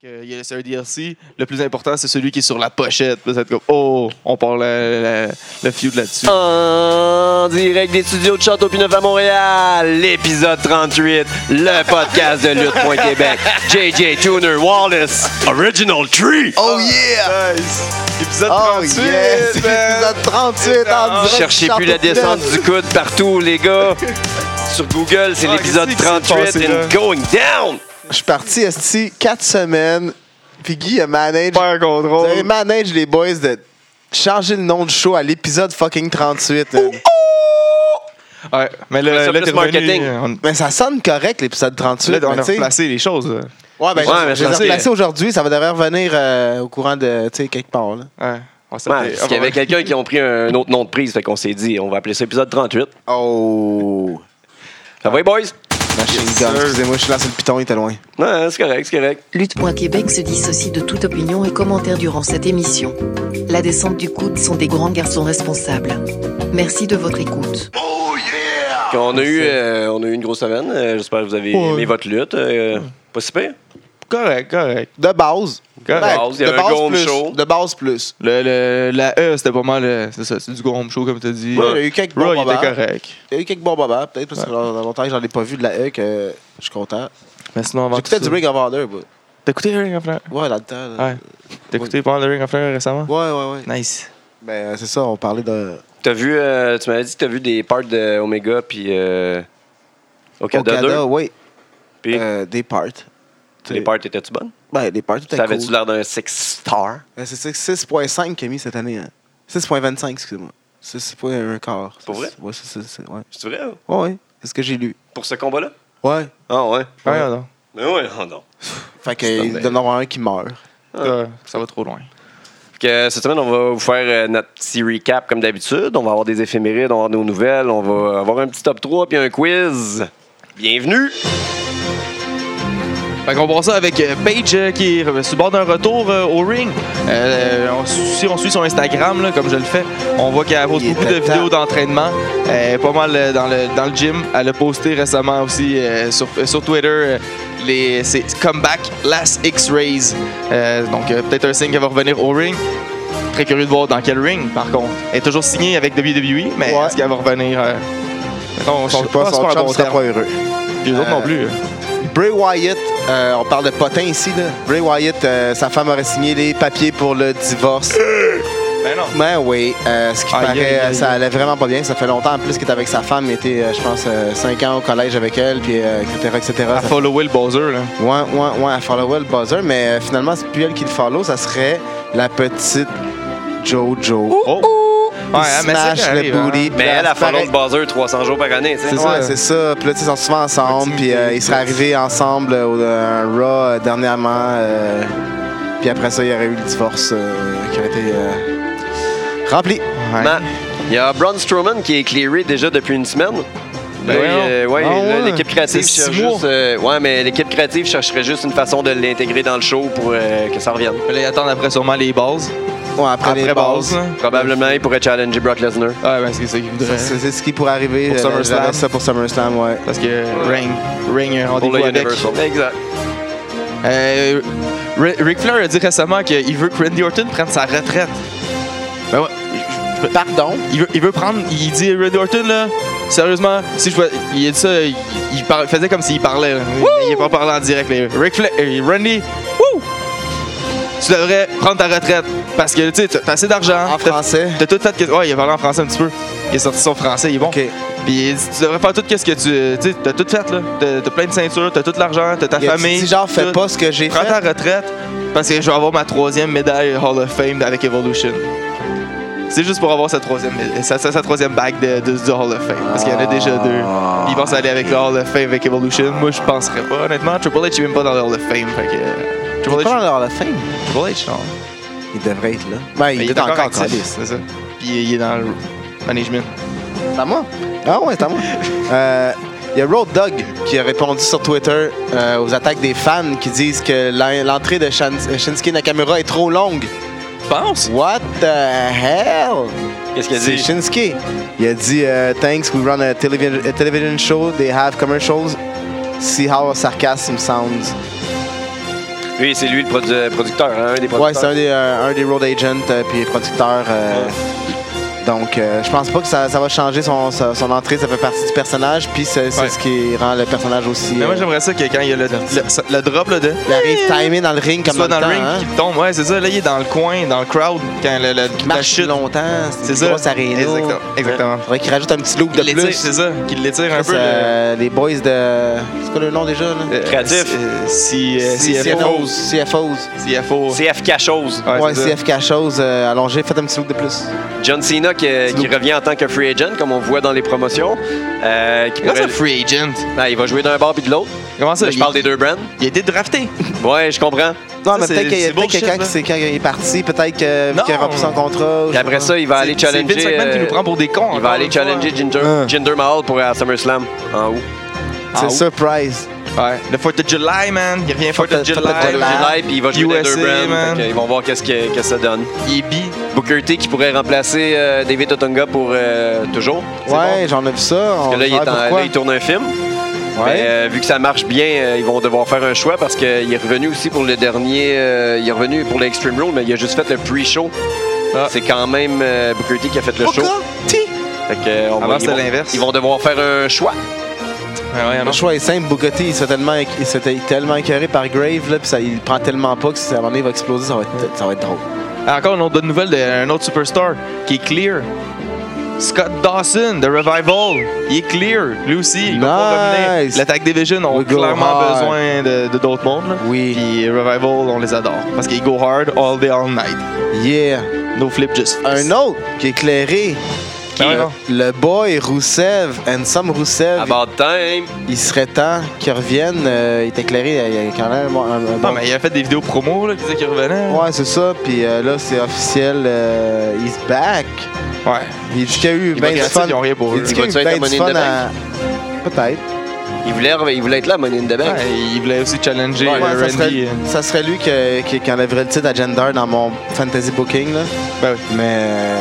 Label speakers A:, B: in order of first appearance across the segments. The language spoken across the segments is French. A: que il y a- C'est un DLC. Le plus important, c'est celui qui est sur la pochette. Là, ça va être comme, oh, on parle la- la- le feud là-dessus.
B: En direct des studios de Château Pinot à Montréal, l'épisode 38, le podcast de lutte.québec. JJ Tuner Wallace, Original Tree.
C: Oh yeah!
A: Nice! Épisode
C: Oh
A: 38!
C: yeah! C'est
A: man.
C: l'épisode 38 en direct.
B: Cherchez plus la descente du coude partout, les gars. Sur Google, c'est
A: Ah,
B: l'épisode
A: qu'est-ce qui s'est
B: 38
A: passé, là?
B: and going down.
C: Je suis parti esti 4 semaines. Puis Guy a manage.
A: Super
C: Vous
A: contrôle.
C: avez manage les boys de changer le nom du show à l'épisode fucking 38. man.
A: Ouais, mais
B: Mais
A: là,
B: ça,
A: là
B: plus
A: t'es revenu,
B: marketing.
A: euh, on,
C: Mais ça sonne correct l'épisode 38.
A: là, on
C: mais
A: a
C: tu sais-
A: replacé les choses. là.
C: Ouais, ben,
B: Ouais, mais
C: je les ai
B: ça, c'est-
C: replacés aujourd'hui. Ça va devrait revenir euh, au courant de tu sais, quelque part. Là.
A: Ouais. On s'est
B: Ouais, parce qu'il y avait quelqu'un qui a pris un autre nom de prise, fait qu'on s'est dit, on va appeler ça épisode 38.
C: Oh!
B: Ça va, les boys?
C: Machine
A: Yes,
C: gun.
A: sir.
C: Excusez-moi, je suis là sur le piton, il était loin.
B: Ouais, c'est correct, c'est correct.
D: Lutte.Québec se dissocie de toute opinion et commentaire durant cette émission. La descente du coude sont des grands garçons responsables. Merci de votre écoute.
B: Puis on, a eu, euh, on a eu une grosse semaine. Euh, J'espère que vous avez
C: Ouais.
B: aimé votre lutte. Euh, Pas si pire.
A: Correct, correct.
C: De base.
A: correct.
B: base, il y avait un gong
C: Ben, plus.
B: show.
C: De base plus.
A: Le, le- la E, c'était pas mal. euh, C'est ça, c'est du gros home show, comme t'as dit.
C: Ouais, il y a eu quelques bons
A: Raw, il était
C: moments.
A: correct.
C: Il y a eu quelques bons moments, peut-être, parce que ça fait longtemps que j'en ai pas vu de la E que je suis content.
A: Mais sinon, avant
C: J'écoutais
A: tout
C: du
A: ça-
C: Ring Euh, of Honor, bah.
A: T'as écouté Ring of Honor?
C: ouais, dans le temps. là.
A: Ouais. T'as écouté pas mal de Ring of Honor récemment?
C: Ouais, ouais, ouais.
A: Nice.
C: Ben, euh, c'est ça, on parlait de
B: T'as vu, euh, tu m'avais dit que t'as vu des parts de Omega puis euh, Okada,
C: Okada,
B: 2.
C: oui.
B: Puis
C: Euh, des parts.
B: les parts étaient-tu bonnes?
C: Ben, des parts, tout à
B: T'avais-tu
C: cool.
B: l'air d'un six star?
C: Euh, C'est c'est 6.5 qu'il a mis cette année. hein. 6.25, excusez-moi. 6.1 quart.
B: Pour vrai?
C: Ouais, c'est- c'est- c'est- ouais.
B: C'est vrai? hein?
C: Ouais, ouais. C'est ce que j'ai lu.
B: Pour ce combat-là?
C: Ouais.
B: Ah ouais.
A: Ouais, non.
B: Mais ouais, ah non.
C: Fait qu'il doit y en avoir un qui meurt.
A: Ça- Ça va trop loin.
B: Fait que cette semaine, on va vous faire euh, notre petit recap comme d'habitude. On va avoir des éphémérides, on va avoir nos nouvelles, on va avoir un petit top 3 puis un quiz. Bienvenue!
A: Fait qu'on passe ça avec euh, Paige euh, qui est euh, sur le bord d'un retour euh, au ring. Euh, on- si on suit son Instagram, là, comme je le fais, on voit qu'elle poste
C: Il est
A: beaucoup de
C: dedans.
A: vidéos d'entraînement. Elle est pas mal euh, dans le, dans le gym. Elle a posté récemment aussi euh, sur, euh, sur Twitter euh, les, ses comeback last X-Rays. Euh, donc euh, peut-être un signe qu'elle va revenir au ring. Très curieux de voir dans quel ring, par contre. Elle est toujours signée avec WWE, mais
C: Ouais.
A: est-ce qu'elle va revenir euh, on,
C: Je sais pas, son chum sera pas heureux.
A: Les autres non plus. euh.
C: Bray Wyatt, euh, on parle de potin ici, là. Bray Wyatt, euh, sa femme aurait signé les papiers pour le divorce.
A: Ben non.
C: Ben oui, euh, ce qui
A: Aïe,
C: paraît,
A: aïe, aïe,
C: ça
A: aïe.
C: allait vraiment pas bien. Ça fait longtemps en plus qu'il était avec sa femme. Il était, euh, je pense, 5 ans au collège avec elle, puis euh, etc., etc.
A: À
C: Ça-
A: follower le buzzer, là.
C: Ouais, ouais, ouais, à follower le buzzer, mais euh, finalement, c'est plus elle qui le follow, ça serait la petite Jojo.
A: Oh! Ouais, hein,
C: Il
A: mais ça,
C: smash
A: ça arrive,
C: le
A: hein.
C: booty.
B: Mais elle a fallu
C: pareil.
B: le buzzer 300 jours par année, tu sais.
A: C'est ça.
C: Ouais, c'est ça. Puis là, tu sais, ils sont souvent ensemble. Puis
A: Intimité,
C: euh, ils seraient
A: plus.
C: arrivés ensemble euh, au à un Raw euh, dernièrement. euh, puis après ça, il y aurait eu le divorce euh, qui aurait été euh, rempli.
A: Ouais.
B: Ma- Il y a Braun Strowman qui est clearé déjà depuis une semaine.
A: Ben
B: Là,
A: voyons.
B: il- euh, ouais,
A: Ah
B: là,
A: ouais.
B: l'équipe créative
A: C'est six
B: cherche
A: mois.
B: juste. euh, ouais, mais l'équipe créative chercherait juste une façon de l'intégrer dans le show pour euh, que ça revienne.
A: Fallait attendre après sûrement les bases.
C: Ouais, après,
A: Après
C: les
A: base. hein.
C: bases.
A: là.
B: Probablement, il pourrait challenger Brock Lesnar.
A: Ouais, ben c'est ça qu'ils voudraient.
C: C'est c'est ce qui pourrait arriver.
A: Pour
C: euh,
A: SummerSlam.
C: j'avais ça pour SummerSlam, ouais.
A: Parce que Ring, Ring a un
B: Pour
A: rendez-vous
B: le
A: avec.
B: Universal. Exact.
A: Euh, Ri- Ric Flair a dit récemment qu'il veut que Randy Orton prenne sa retraite. Ben ouais. je- je-
C: Pardon?
A: Il veut, il veut prendre. Il dit Randy Orton, là, sérieusement, si je. vois- Il a dit ça, il, il par- faisait comme s'il parlait. là. Il n'est pas parlé en direct. mais Ric Flair, euh, Randy, wouh! Tu devrais prendre ta retraite. Parce que, tu sais, t'as t'as assez d'argent.
C: En
A: t'as-
C: français.
A: T'as tout fait. que- Ouais, il a parlé en français un petit peu. Il est sorti son français, il est bon.
C: Ok.
A: Puis il dit, tu devrais faire tout ce que tu. Tu sais, t'as tout fait, là. T'as t'as plein de ceintures, t'as tout l'argent, t'as ta
C: Il a dit,
A: famille.
C: Si genre, fais
A: tout.
C: pas ce que j'ai
A: Prends
C: fait.
A: ta retraite parce que je vais avoir ma troisième médaille Hall of Fame avec Evolution. C'est juste pour avoir sa troisième, sa, sa- sa troisième bague de, de- du Hall of Fame. Parce qu'il y en a déjà deux. Ils pensent aller avec le Hall of Fame avec Evolution. Moi, je penserais pas, honnêtement. Triple H, il est même pas dans le Hall of Fame. Fait que, euh,
C: Il est
A: Triple
C: pas
A: H,
C: dans la fin.
A: Triple H, non.
C: Il devrait être là. Ben, il,
A: Mais
C: est, encore, en
A: actif,
C: calice.
A: C'est ça. Puis il est dans le management.
C: C'est à moi? Ah ouais, c'est à moi. Euh, Il y a Road Dog qui a répondu sur Twitter euh, aux attaques des fans qui disent que l'en- l'entrée de Shan- Shinsuke Nakamura est trop longue.
A: Tu penses?
C: What the hell?
B: Qu'est-ce qu'il a
C: C'est
B: dit?
C: Shinsuke. Il a dit euh, Thanks, we run a, televi- a television show, they have commercials. See how sarcasm sounds.
B: Lui, c'est lui le produ- producteur, hein, un des
C: Ouais,
B: producteurs.
C: c'est un des, euh, un des road agents euh, puis producteur. euh, Donc, euh, je pense pas que ça, ça va changer son, sa- son entrée. Ça fait partie du personnage, puis c'est c'est
A: Ouais.
C: ce qui rend le personnage aussi.
A: Mais moi,
C: euh,
A: j'aimerais ça que quand il y a le, le- le drop là, de.
C: il arrive timé dans le ring comme
A: soit
C: dans,
A: dans le
C: temps,
A: ring,
C: hein.
A: qu'il tombe. Ouais, c'est ça. Là, il est dans le coin, dans le crowd, quand le, le-
C: Il
A: la
C: marche
A: chute.
C: longtemps.
A: C'est
C: une
A: ça.
C: grosse arena.
A: Exactement. Exactement.
C: Faudrait qu'il rajoute un petit loop de
A: Qu'il l'étire,
C: plus.
A: c'est ça. Qu'il l'étire un
C: Ça,
A: peu.
C: c'est, euh, les boys de. C'est quoi le nom déjà? Là?
A: le- euh,
B: Créatif.
A: euh, Si, euh,
C: CFOs.
A: CFO.
C: CFOs.
A: CFO.
B: CF Cachose.
A: Ouais,
C: Ouais,
A: c'est ça.
C: CFK chose euh, allongé, faites un petit look de plus.
B: John Cena qui, euh, qui revient en tant que free agent, comme on voit dans les promotions. Euh, qui
A: Comment
B: pourrait-
A: ça, free agent?
B: Ah, il va jouer d'un bar puis de l'autre.
A: Comment ça?
B: Là, je parle des deux brands.
A: Il a été drafté.
B: Ouais, je comprends.
C: Non,
A: Ça,
C: mais
A: c'est-
C: peut-être
A: c'est
C: qu'il peut
A: bullshit,
C: quelqu'un
A: là.
C: qui c'est quand il est parti, peut-être que, vu
A: Non.
C: qu'il a rempli son contrat.
B: Puis après ça, il va aller
A: C'est- C'est Vince
B: challenger.
A: McMahon qui
B: euh,
A: nous prend pour des cons.
B: il
A: encore
B: va aller
A: une fois.
B: challenger Ginger,
C: Hein.
B: Ginger Mahal pour euh, SummerSlam en août.
A: Ah,
C: C'est
A: oui.
C: surprise.
A: Ouais. Le 4 of July, man. Il revient 4
C: Fourth
A: of
C: of- Fourth of
A: July.
C: July.
B: July, puis il va jouer les
A: USA,
B: deux brands.
A: man.
B: Fait que Ils vont voir qu'est-ce que, qu'est-ce que ça donne.
A: Il est bi.
B: Booker T qui pourrait remplacer euh, David Otunga pour euh, toujours. C'est
C: Ouais, j'en ai vu ça.
B: bon.
C: on
B: Parce que là il, est
C: verra
B: en-
C: pourquoi.
B: là, il tourne un film. Mais
C: Ouais.
B: euh, vu que ça marche bien, euh, ils vont devoir faire un choix parce qu'il est revenu aussi pour le dernier. euh, il est revenu pour l'Extreme Rule, mais il a juste fait le pre-show.
A: Ah.
B: C'est quand même euh, Booker T qui a fait le show.
C: Pourquoi? Ti.
B: Fait que, euh, on va-
A: Avant,
B: ils,
A: c'était
B: vont,
A: Ah, l'inverse.
B: ils vont devoir faire un choix.
A: Ouais, ouais,
C: Le
A: non.
C: choix est simple. Bugatti, il s'est tellement, il se fait tellement écœuré par Grave, là, puis ça, il le prend tellement pas que si à un moment donné, il va exploser, ça va être, ça va être drôle.
A: Encore une autre bonne nouvelle d'un autre superstar qui est clear. Scott Dawson de Revival, il est clear, lui aussi. Il va pas
C: Nice.
A: revenir. L'Attack Division ont
C: We go
A: clairement
C: hard.
A: besoin de de d'autres mondes. là.
C: Oui.
A: Puis Revival, on les adore parce qu'ils go hard all day, all night.
C: Yeah.
A: No flip, just
C: Un autre qui est éclairé.
B: Ben
A: Qui?
C: Le boy Roussev, Ensom Roussev,
B: About time.
C: il serait temps qu'il revienne. euh, il est éclairé, il y a quand même un bon- un- un bon-
B: Ah,
A: Non, mais il a fait des vidéos promo là, qui disaient qu'il revenait.
C: Ouais, c'est ça. Puis euh, là, c'est officiel. euh, he's back.
A: Ouais.
C: Ben, Il dit qu'il y a eu
A: Les
C: ben du
A: créatifs,
C: fun.
A: ils ont rien pour
C: Il
A: eux.
C: dit qu'il y a eu
B: va-tu être à
C: ben
B: Money
C: du
B: in the
C: fun à... Peut-être.
B: Il voulait, re- il voulait être là, Money in the Bank.
A: Ouais, il voulait aussi challenger
C: Ouais,
A: euh, Randy.
C: ça, serait, ça serait lui que- qui, qui enlèverait le titre à Gender dans mon fantasy booking. Là.
A: Ben oui.
C: Mais. euh,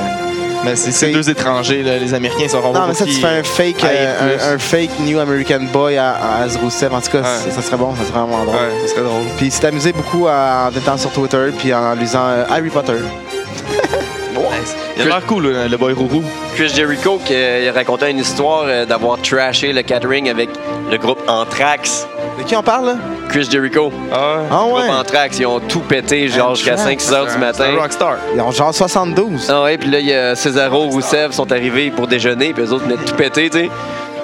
A: Mais c'est c'est
C: C'est-
A: deux étrangers, là, les Américains sont vraiment
C: non, mais ça, tu
A: qui-
C: fais un fake, euh,
A: Aïe,
C: un, un fake New American Boy à, à Azroussev. En tout cas,
A: Ouais.
C: c- ça serait bon, ça serait vraiment drôle.
A: Ouais, ça serait drôle.
C: Puis il s'est amusé beaucoup à- en étant sur Twitter puis en lisant euh, Harry Potter.
A: Il a l'air cool, là, le boy Rourou.
B: Chris Jericho qui euh, il racontait une histoire euh, d'avoir trashé le catering avec le groupe Anthrax.
C: De qui on parle là
B: Chris Jericho.
A: Ah,
C: Ah
B: Le
C: ouais
B: groupe Anthrax, ils ont tout pété genre jusqu'à
C: Anthrax,
B: 5-6 heures
A: C'est
B: du
A: un- c'est
B: matin.
A: un rockstar.
C: Ils ont genre 72.
B: Ah ouais, puis là, il y a Cesaro, Rousseff sont arrivés pour déjeuner, puis eux autres venaient de tout péter, tu sais.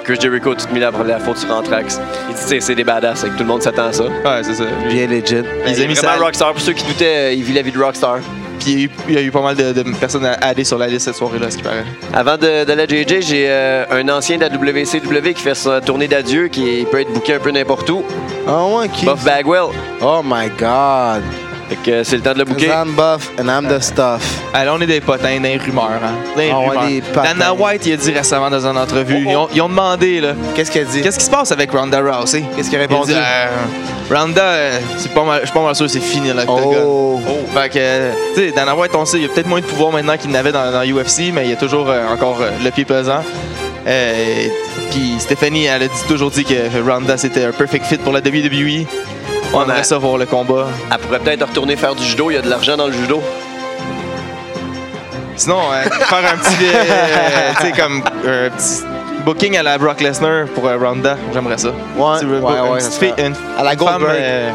B: Chris Jericho, tu te mis la, la faute sur Anthrax. Il dit, tu sais, c'est des badass, fait que tout le monde s'attend à ça.
A: Ouais, c'est ça. Lui,
C: Bien legit.
A: les
B: Il est
A: amis,
B: vraiment
A: ça-
B: rockstar. Pour ceux qui doutaient, euh, il vit la vie de rockstar.
A: Puis il y a eu- il y, a eu pas mal de, de personnes à aller sur la liste cette soirée-là, à ce qui paraît.
B: Avant de- d'aller à JJ, j'ai euh, un ancien de la WCW qui fait sa tournée d'adieu, qui peut être booké un peu n'importe où.
C: Ah ouais, qui
A: Ben.
B: Buff Bagwell.
C: Oh my god.
B: Fait que euh, c'est le temps de le booker.
C: 'Cause I'm buff and I'm
A: Euh.
C: the stuff.
A: Allez, Ah, on est des potins, des rumeurs. Hein. Des
C: Ah ouais,
A: rumeurs.
C: des potins.
A: Dana White, il a dit récemment dans une entrevue,
B: Oh, oh.
A: Ils, ont, ils ont demandé, là,
C: Qu'est-ce qu'elle dit
A: qu'est-ce qui se passe avec Ronda Rousey?
C: Qu'est-ce qu'elle a
A: Il a
C: répondu
A: dit, Euh, Ronda, euh, c'est pas mal, je suis pas mal sûr, c'est fini, l'octogone.
C: Oh.
A: Fait que, euh, tu sais, Dana White, on sait, il y a peut-être moins de pouvoir maintenant qu'il n'avait dans, dans UFC, mais il y a toujours euh, encore euh, le pied pesant. Euh, Puis Stéphanie, elle a dit- toujours dit que Ronda, c'était un perfect fit pour la WWE. On
B: Ouais,
A: aimerait
B: mais-
A: ça voir le combat.
B: Elle pourrait peut-être retourner faire du judo, il y a de l'argent dans le judo.
A: Sinon, euh, faire un petit, euh, tu sais, comme un petit booking à la Brock Lesnar pour euh, Ronda, j'aimerais ça.
C: Ouais,
A: Tu veux
C: ouais,
A: pas- une
C: ouais.
A: petite
C: ça
A: fille-
C: serait-
A: une
C: À la
A: femme,
C: Goldberg.
A: euh,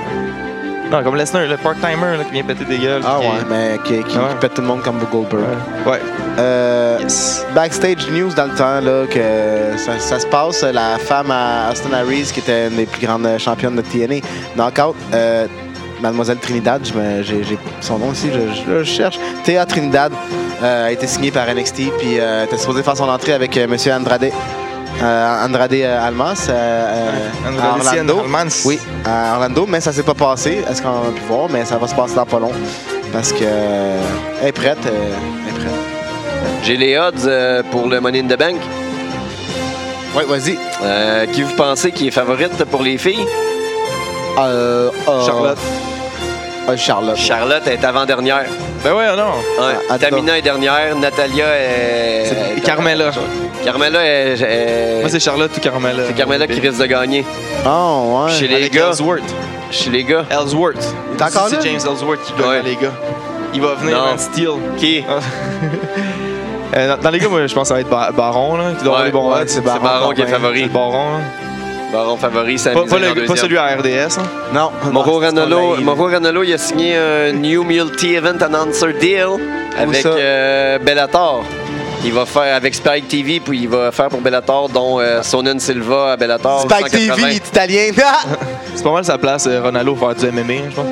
A: non, comme Lesnar, le part-timer là, qui vient péter des gueules.
C: Ah
A: qui-
C: ouais, mais qui, qui,
A: Ah ouais.
C: qui pète tout le monde comme Goldberg.
A: Ouais,
C: Euh,
A: yes.
C: Backstage news dans le temps, là, que ça, ça se passe. La femme à Austin Harris, qui était une des plus grandes championnes de TNA, knockout, euh, Mademoiselle Trinidad, je me- j'ai j'ai son nom ici, je, je- je cherche. Théa Trinidad euh, a été signée par NXT, puis euh, était supposée faire son entrée avec euh, Monsieur Andrade. euh, Andrade euh, Almas, euh, euh, à
A: Andalusienne,
C: Orlando.
A: Allemande.
C: Oui, à Orlando, mais ça s'est pas passé. Est-ce qu'on a pu voir, mais ça va se passer dans pas long. Parce que euh, elle est prête. euh, elle est prête.
B: J'ai les odds euh, pour le Money in the Bank.
C: Ouais, vas-y.
B: Euh, qui vous pensez qui est favorite pour les filles?
C: Euh, euh,
A: Charlotte.
C: euh, Charlotte.
B: Charlotte est avant-dernière.
A: Ben ouais, non.
B: Ouais.
C: Ah,
B: Tamina est dernière. Natalia est.
A: C'est
B: est-
A: Carmella.
B: Carmella est. est-
A: Moi, c'est Charlotte ou Carmela.
B: C'est Carmella qui risque de gagner.
C: Oh, ouais.
B: Chez les gars,
A: Ellsworth.
B: chez les gars.
A: Ellsworth.
C: Il est encore
A: C'est
C: là,
A: James Ellsworth qui gagne,
B: Ouais.
A: les gars. Il va venir
B: Non.
A: Man Steel.
B: Qui?
A: Euh, dans- dans les gars, moi, je pense que ça va être Ba- Baron, là, qui doit avoir
B: Ouais,
A: les bons
B: ouais,
A: odds.
B: c'est Baron qui est
A: quand même.
B: favori.
A: C'est Baron, là.
B: Baron favori, ça
A: Pas, pas le- pas celui à RDS. hein.
C: Non.
B: Moro
C: Ah, c'est
B: Ranolo,
C: qu'on l'a-
B: Mauro Ranallo, il a signé un New Multi Event Announcer Deal avec
C: ça?
B: euh, Bellator. Il va faire avec Spike TV, puis il va faire pour Bellator, dont euh, Sonnen Silva à Bellator.
C: Spike TV,
B: 180.
C: il est italien.
A: C'est pas mal sa place, euh, Ronaldo, faire du MMA, je pense.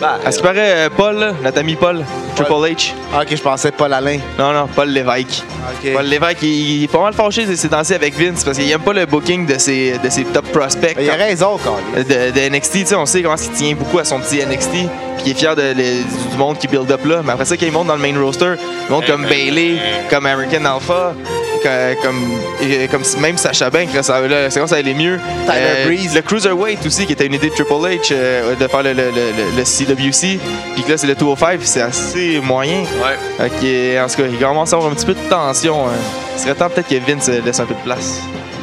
B: Bah,
A: À ce qui paraît, euh, Paul, là, notre ami Paul, Triple H.
C: Ah, ok, je pensais Paul Alain.
A: Non, non, Paul Lévesque.
C: Ok.
A: Paul Lévesque, il, il est pas mal fâché de ses danser avec Vince parce qu'il aime pas le booking de ses, de ses top prospects.
C: Mais il a raison, quand même.
A: Euh, de, de NXT, tu sais, on sait comment il tient beaucoup à son petit NXT, puis il est fier de, le- du monde qui build up là. Mais après ça, quand il monte dans le main roster, il monte comme Bailey, comme American Alpha, que- comme, euh, comme si- même Sacha Banks, là, ça- là, c'est quand ça allait mieux. Euh,
C: Tyler Breeze.
A: Le Cruiserweight aussi, qui était une idée de Triple H euh, de faire le, le- le- le CWC, puis que là, c'est le 205, puis c'est assez moyen.
B: ouais.
A: Ok, en tout cas, il commence à avoir un petit peu de tension. hein. Il serait temps peut-être que Vince euh, laisse un peu de place.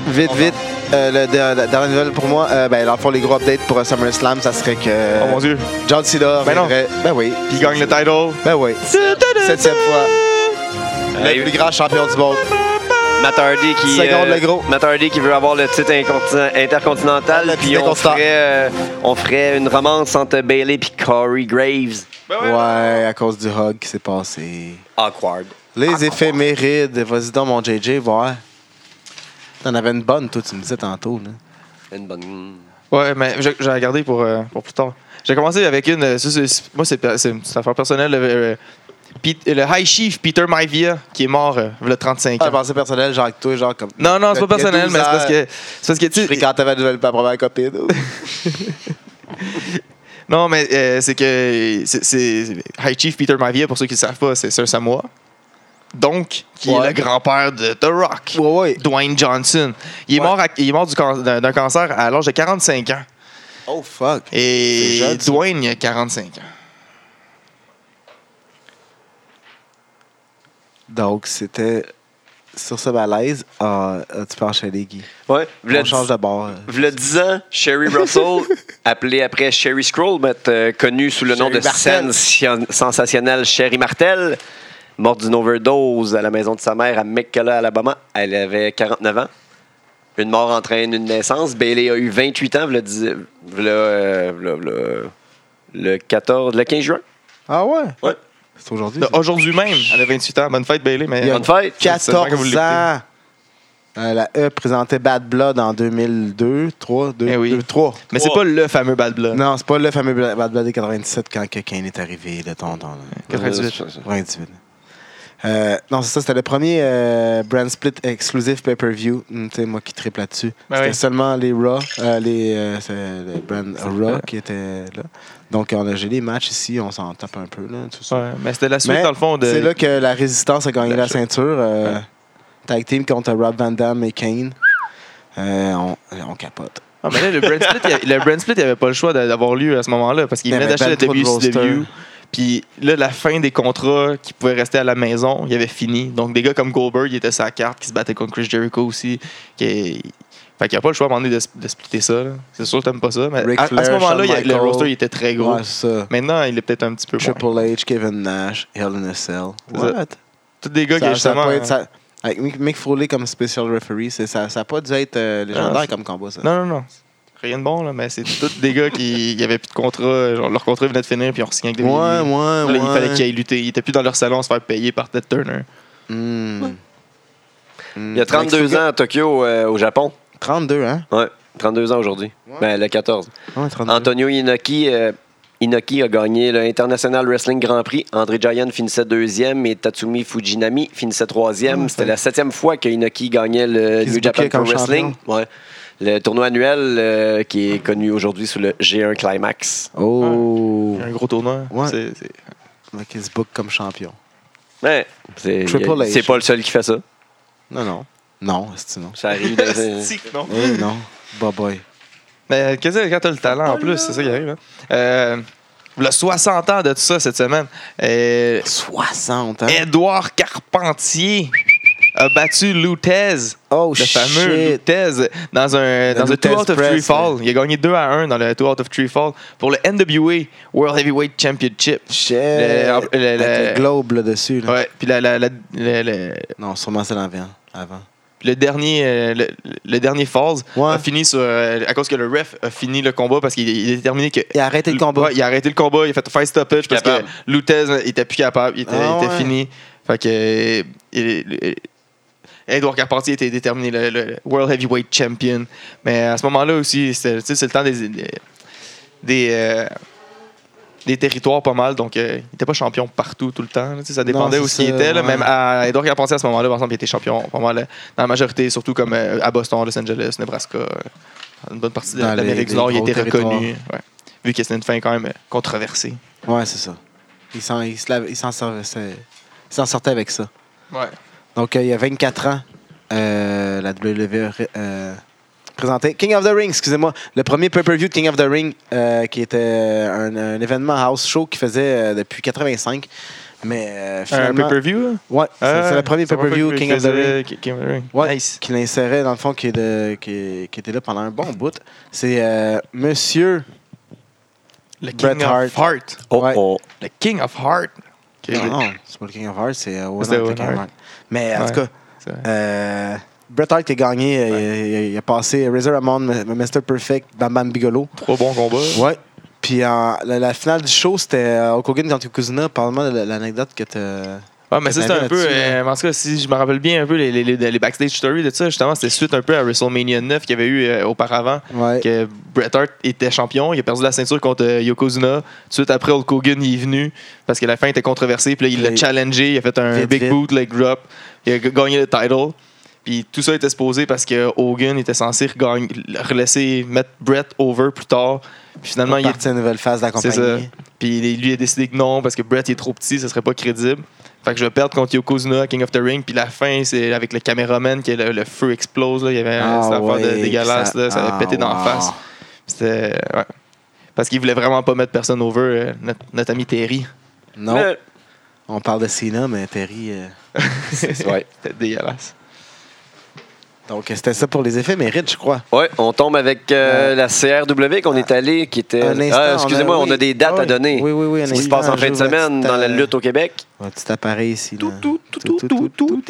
C: Vite, vite. Euh, le, de- la dernière nouvelle pour moi, euh, ben, dans le fond, les gros updates pour euh, SummerSlam, ça serait que
A: Oh mon dieu.
C: John Cena
A: Ben non.
C: reviendrait. Ben oui.
A: Puis il gagne le title.
C: Ben oui. Septième fois. Euh,
B: Hey.
C: Le plus grand champion du monde.
B: Matt Hardy qui euh,
C: Seconde, le gros.
B: Matt Hardy qui veut avoir le titre incontinent- intercontinental
C: Le
B: puis
C: titre
B: on
C: incontinent.
B: ferait, euh, on ferait une romance entre Bailey puis Corey Graves
C: Ouais, à cause du hug qui s'est passé.
B: awkward
A: Ah,
C: Les éphémérides. Vas-y donc, mon JJ, voir. T'en avais une bonne, toi, tu me disais tantôt. Là.
B: une bonne
A: Ouais, mais je- j'ai regardé pour, euh, pour plus tard. J'ai commencé avec une. euh, ça, c'est- moi, c'est per- c'est une petite affaire personnelle. Le, euh, Pete- le High Chief Peter Maivia, qui est mort euh, le 35
C: Ah, je
A: ans.
C: pensais personnel, genre que toi, genre comme.
A: Non, non, c'est
C: Le-
A: pas personnel,
C: il y
A: mais
C: a
A: c'est
C: 12
A: parce que. C'est parce que, tu sais,
C: Puis quand t'avais la la première copine.
A: Non, mais euh, c'est que. c'est- C'est High Chief Peter Maivia, pour ceux qui ne savent pas, c'est un Samoa. Donc, qui est
C: Ouais.
A: le grand-père de The Rock.
C: ouais, ouais.
A: Dwayne Johnson. Il est
C: Ouais.
A: mort, à- il est mort du can- d'un d'un cancer à l'âge de 45 ans.
C: Oh, fuck.
A: Et
C: C'est jeune, ça.
A: Dwayne, il a 45 ans.
C: Donc, c'était sur ce malaise. Ah, ah, tu peux enchaîner, Guy.
B: ouais
C: On change de bord. euh.
B: V'là 10 ans, Sherry Russell, appelée après Sherry Scroll, mais euh, connue sous le nom de
C: Sherry Martel.
B: sensation- sensationnelle Sherry Martel, morte d'une overdose à la maison de sa mère à McCullough, Alabama. Elle avait 49 ans. Une mort entraîne une naissance. Bailey a eu 28 ans, v'là dix- v'là, euh, v'là- v'là- le 14, le 15 juin.
C: Ah ouais?
B: Ouais.
C: C'est aujourd'hui.
A: De- Aujourd'hui même, elle a 28 ans. hein. Bonne fête, Bailey. Mais
C: Il y a
B: Bonne fête.
A: Quatre- seulement que vous
C: 14
A: l'écoutez.
C: ans. Euh, la E présentait Bad Blood en 2002, 3, 2,
A: Eh oui.
C: 2 3.
A: Mais c'est pas le fameux Bad Blood.
C: Non, c'est pas le fameux Bla- Bad Blood des 97 quand quelqu'un est arrivé, le tonton. là.
A: 98.
C: 98. Euh, non, c'est ça, c'était le premier euh, brand split exclusif pay-per-view. Hum, tu sais, moi qui triple là-dessus.
A: Ben
C: c'était
A: oui.
C: seulement les Raw, euh, les, euh, c'est le brand Raw qui était là. Donc, on a, j'ai les matchs ici, on s'en tape un peu. Là, tout ça.
A: Ouais, mais c'était la suite,
C: Mais
A: dans le fond, de.
C: C'est là que la résistance a gagné
A: La
C: la
A: chose.
C: ceinture. euh,
A: Ouais.
C: Tag team contre Rob Van Damme et Kane. Euh, on, on capote.
A: Ah, mais là, le brand split, il y a- le brand split, il n'y avait pas le choix d'a- d'avoir lieu à ce moment-là parce qu'il
C: Il y
A: venait
C: avait
A: d'acheter
C: ben trop de
A: la WCW.
C: roster.
A: Puis là, la fin des contrats qui pouvaient rester à la maison, il avait fini. Donc, des gars comme Goldberg, il était sa carte, qui se battait contre Chris Jericho aussi. Qui... Fait qu'il n'y a pas le choix à un moment donné de, s- de splitter ça. là. C'est sûr que t'aimes pas ça. Mais
C: Ric
A: à, à ce
C: Flair,
A: moment-là,
C: Shawn
A: il y a- le
C: Michaels.
A: roster, il était très gros.
C: Ouais, c'est ça.
A: Maintenant, il est peut-être un petit peu moins.
C: Triple H, Kevin Nash, Hell in a Cell.
A: C'est ça.
C: What?
A: Tous des gars qui,
C: Ça, ça a
A: justement. hein.
C: pas été- ça- avec Mick, Mick Foley comme special referee, c'est- ça n'a pas dû être euh, légendaire
A: Ah,
C: comme combat, ça.
A: Non, non, non. Rien de bon, là, mais c'est tous des gars qui n'avaient plus de contrat. Genre, leur contrat venait de finir, puis on signé avec
C: Ouais,
A: WWE.
C: ouais,
A: Là,
C: ouais.
A: Il fallait qu'ils aillent lutter. Ils étaient plus dans leur salon à se faire payer par Ted Turner.
C: Hmm. Hmm.
B: Il y a 32 ans à Tokyo, euh, au Japon.
C: 32, hein?
B: Ouais, 32 ans aujourd'hui. Ben, le 14.
C: Ouais, 32.
B: Antonio Inoki, euh, Inoki a gagné le International Wrestling Grand Prix. André Giant finissait deuxième et Tatsumi Fujinami finissait troisième.
C: Ah,
B: C'était la septième fois que Inoki gagnait le
C: Qu'il se
B: New Japan
C: bouquait
B: Pro
C: comme
B: Wrestling. Ouais. Le tournoi annuel euh, qui est connu aujourd'hui sous le G1 Climax.
C: Oh!
A: Un gros tournoi.
C: Ouais.
A: C'est- c'est-
C: Donc, il se book comme champion.
B: Ouais, c'est
C: Triple H.
B: c'est pas le seul qui fait ça.
C: Non, non. Non, c'est non.
B: Ça arrive. dans-
A: Asti que non.
C: Eh non. Bye bye.
A: Mais euh, qu'est-ce que quand t'as le talent en plus, c'est ça qui arrive. hein. Euh, le 60 ans de tout ça cette semaine. Euh,
C: hein? 60 ans.
A: Édouard Carpentier a battu Lutez,
C: Oh,
A: le fameux
C: shit.
A: Lutez, dans un dans un
C: Lutez
A: two out of
C: Press,
A: three
C: ouais.
A: fall. Il a gagné 2 à 1 dans le two out of three fall pour le NWA World Heavyweight Championship.
C: Shit.
A: Le- le- le-
C: Avec le globe là-dessus. là.
A: Ouais, puis la- la- la- le- le-
C: Non, sûrement c'est l'avant. Avant.
A: le dernier euh, le, le dernier falls
C: Ouais.
A: a fini sur euh, à cause que le ref a fini le combat parce qu'il il a déterminé que
C: Il a arrêté le combat.
A: Ouais, il a arrêté le combat, il a fait faire stoppage parce
B: Capable.
A: que Lutez euh, était plus capable, il était,
C: Ah
A: il était
C: ouais.
A: fini. Fait que euh, il- il- Edouard Carpentier était déterminé le, le World Heavyweight Champion. Mais à ce moment-là aussi, c'est tu sais, c'est le temps des des, des, euh, des territoires pas mal, donc euh, il n'était pas champion partout tout le temps. là, tu sais, ça dépendait
C: c'est
A: où il
C: ça,
A: était. là,
C: ouais.
A: Même à Edouard Carpentier à ce moment-là, par exemple, il était champion pas mal, euh, dans la majorité, surtout comme euh, à Boston, Los Angeles, Nebraska. euh, une bonne partie de
C: Dans les-
A: l'Amérique du
C: les
A: Nord, il
C: gros
A: était reconnu.
C: territoires.
A: ouais. Vu que c'était une fin quand même euh, controversée.
C: Ouais, c'est ça. Il s'en il se lave- il s'en servait- c'est- il s'en sortait avec ça.
A: Ouais.
C: Donc, euh, il y a 24 ans, euh, la WWE euh, présentait King of the Ring, excusez-moi. Le premier pay-per-view de King of the Ring, euh, qui était euh, un, un événement house show qui faisait euh, depuis 85. Mais euh,
A: Un
C: finalement.
A: pay-per-view, là?
C: ouais, c'est-
A: Ah,
C: c'est le premier
A: c'est
C: pay-per-view King of the Ring.
A: faisait King of the Ring.
C: Ouais,
A: Nice.
C: qui l'insérait dans le fond, qui, est de- qui, qui était là pendant un bon bout. C'est euh, Monsieur
A: Le King
C: Bret
A: of
C: Hart.
A: Heart.
B: Oh,
C: Ouais.
B: oh.
A: Le King of Heart. Ok,
C: Non, non, Ah, c'est pas le King of Hearts, c'est euh, Owen
A: C'était
C: Hart, le
A: Owen
C: King of
A: Hart.
C: Hearts. Mais en
A: Ouais.
C: tout cas,
A: c'est vrai.
C: euh, Bret Hart qui a gagné, euh, il, a- il a passé Razor Ramon, M- Mr. Perfect, Bam Bam Bigelow.
A: Trois bons combats.
C: Ouais. Puis en- la, la finale du show, c'était euh, Hulk Hogan contre Yokozuna. Parle-moi de l'anecdote que t'as.
A: Ouais, mais ça, c'était
C: T'avais
A: un peu.
C: là-dessus,
A: euh, en tout cas, si je me rappelle bien un peu les, les- les- les backstage stories de ça, justement, c'était suite un peu à WrestleMania 9 qu'il y avait eu euh, auparavant.
C: Ouais.
A: Que Bret Hart était champion, il a perdu la ceinture contre euh, Yokozuna. Tout de suite après, Hulk Hogan il est venu parce que la fin était controversée. Puis là, il l'a
C: Puis-
A: challengé, il a fait un
C: Vite,
A: big
C: vite.
A: boot, leg drop. Il a g- gagné le title. Puis tout ça était supposé parce que Hogan était censé regagner- le laisser mettre Bret over plus tard. Puis finalement, il est
C: parti à une nouvelle phase de la
A: c'est ça.
C: compagnie.
A: Puis il- lui a décidé que non, parce que Brett il est trop petit, ça serait pas crédible. Fait que je vais perdre contre Yokozuna, King of the Ring. Puis la fin, c'est avec le caméraman que le, le feu explose. là. Il y avait
C: Ah
A: cette affaire de-
C: ouais,
A: dégueulasse,
C: puis
A: là. ça, avait
C: ah,
A: pété dans la
C: wow.
A: face. C'était. ouais. Parce qu'il voulait vraiment pas mettre personne over, euh, notre, notre ami Terry.
C: Non,
B: Le-
C: on parle de Cena, mais Terry. euh,
A: C'était
B: Ouais.
A: dégueulasse.
C: Donc c'était ça pour les effets mérites, je crois.
B: Ouais, on tombe avec euh, la CRW qu'on est allé, qui était.
C: Un instant,
B: Ah, excusez-moi,
C: on
B: on
C: a-
B: a, des dates
C: Ah oui.
B: à donner.
C: Oui, oui, oui, un
B: Ce qui se
C: instant,
B: passe en
C: je
B: fin de
C: vois la
B: semaine
C: petite,
B: dans la
C: euh,
B: lutte au Québec.
C: Un petit appareil ici. là.
A: tout, tout.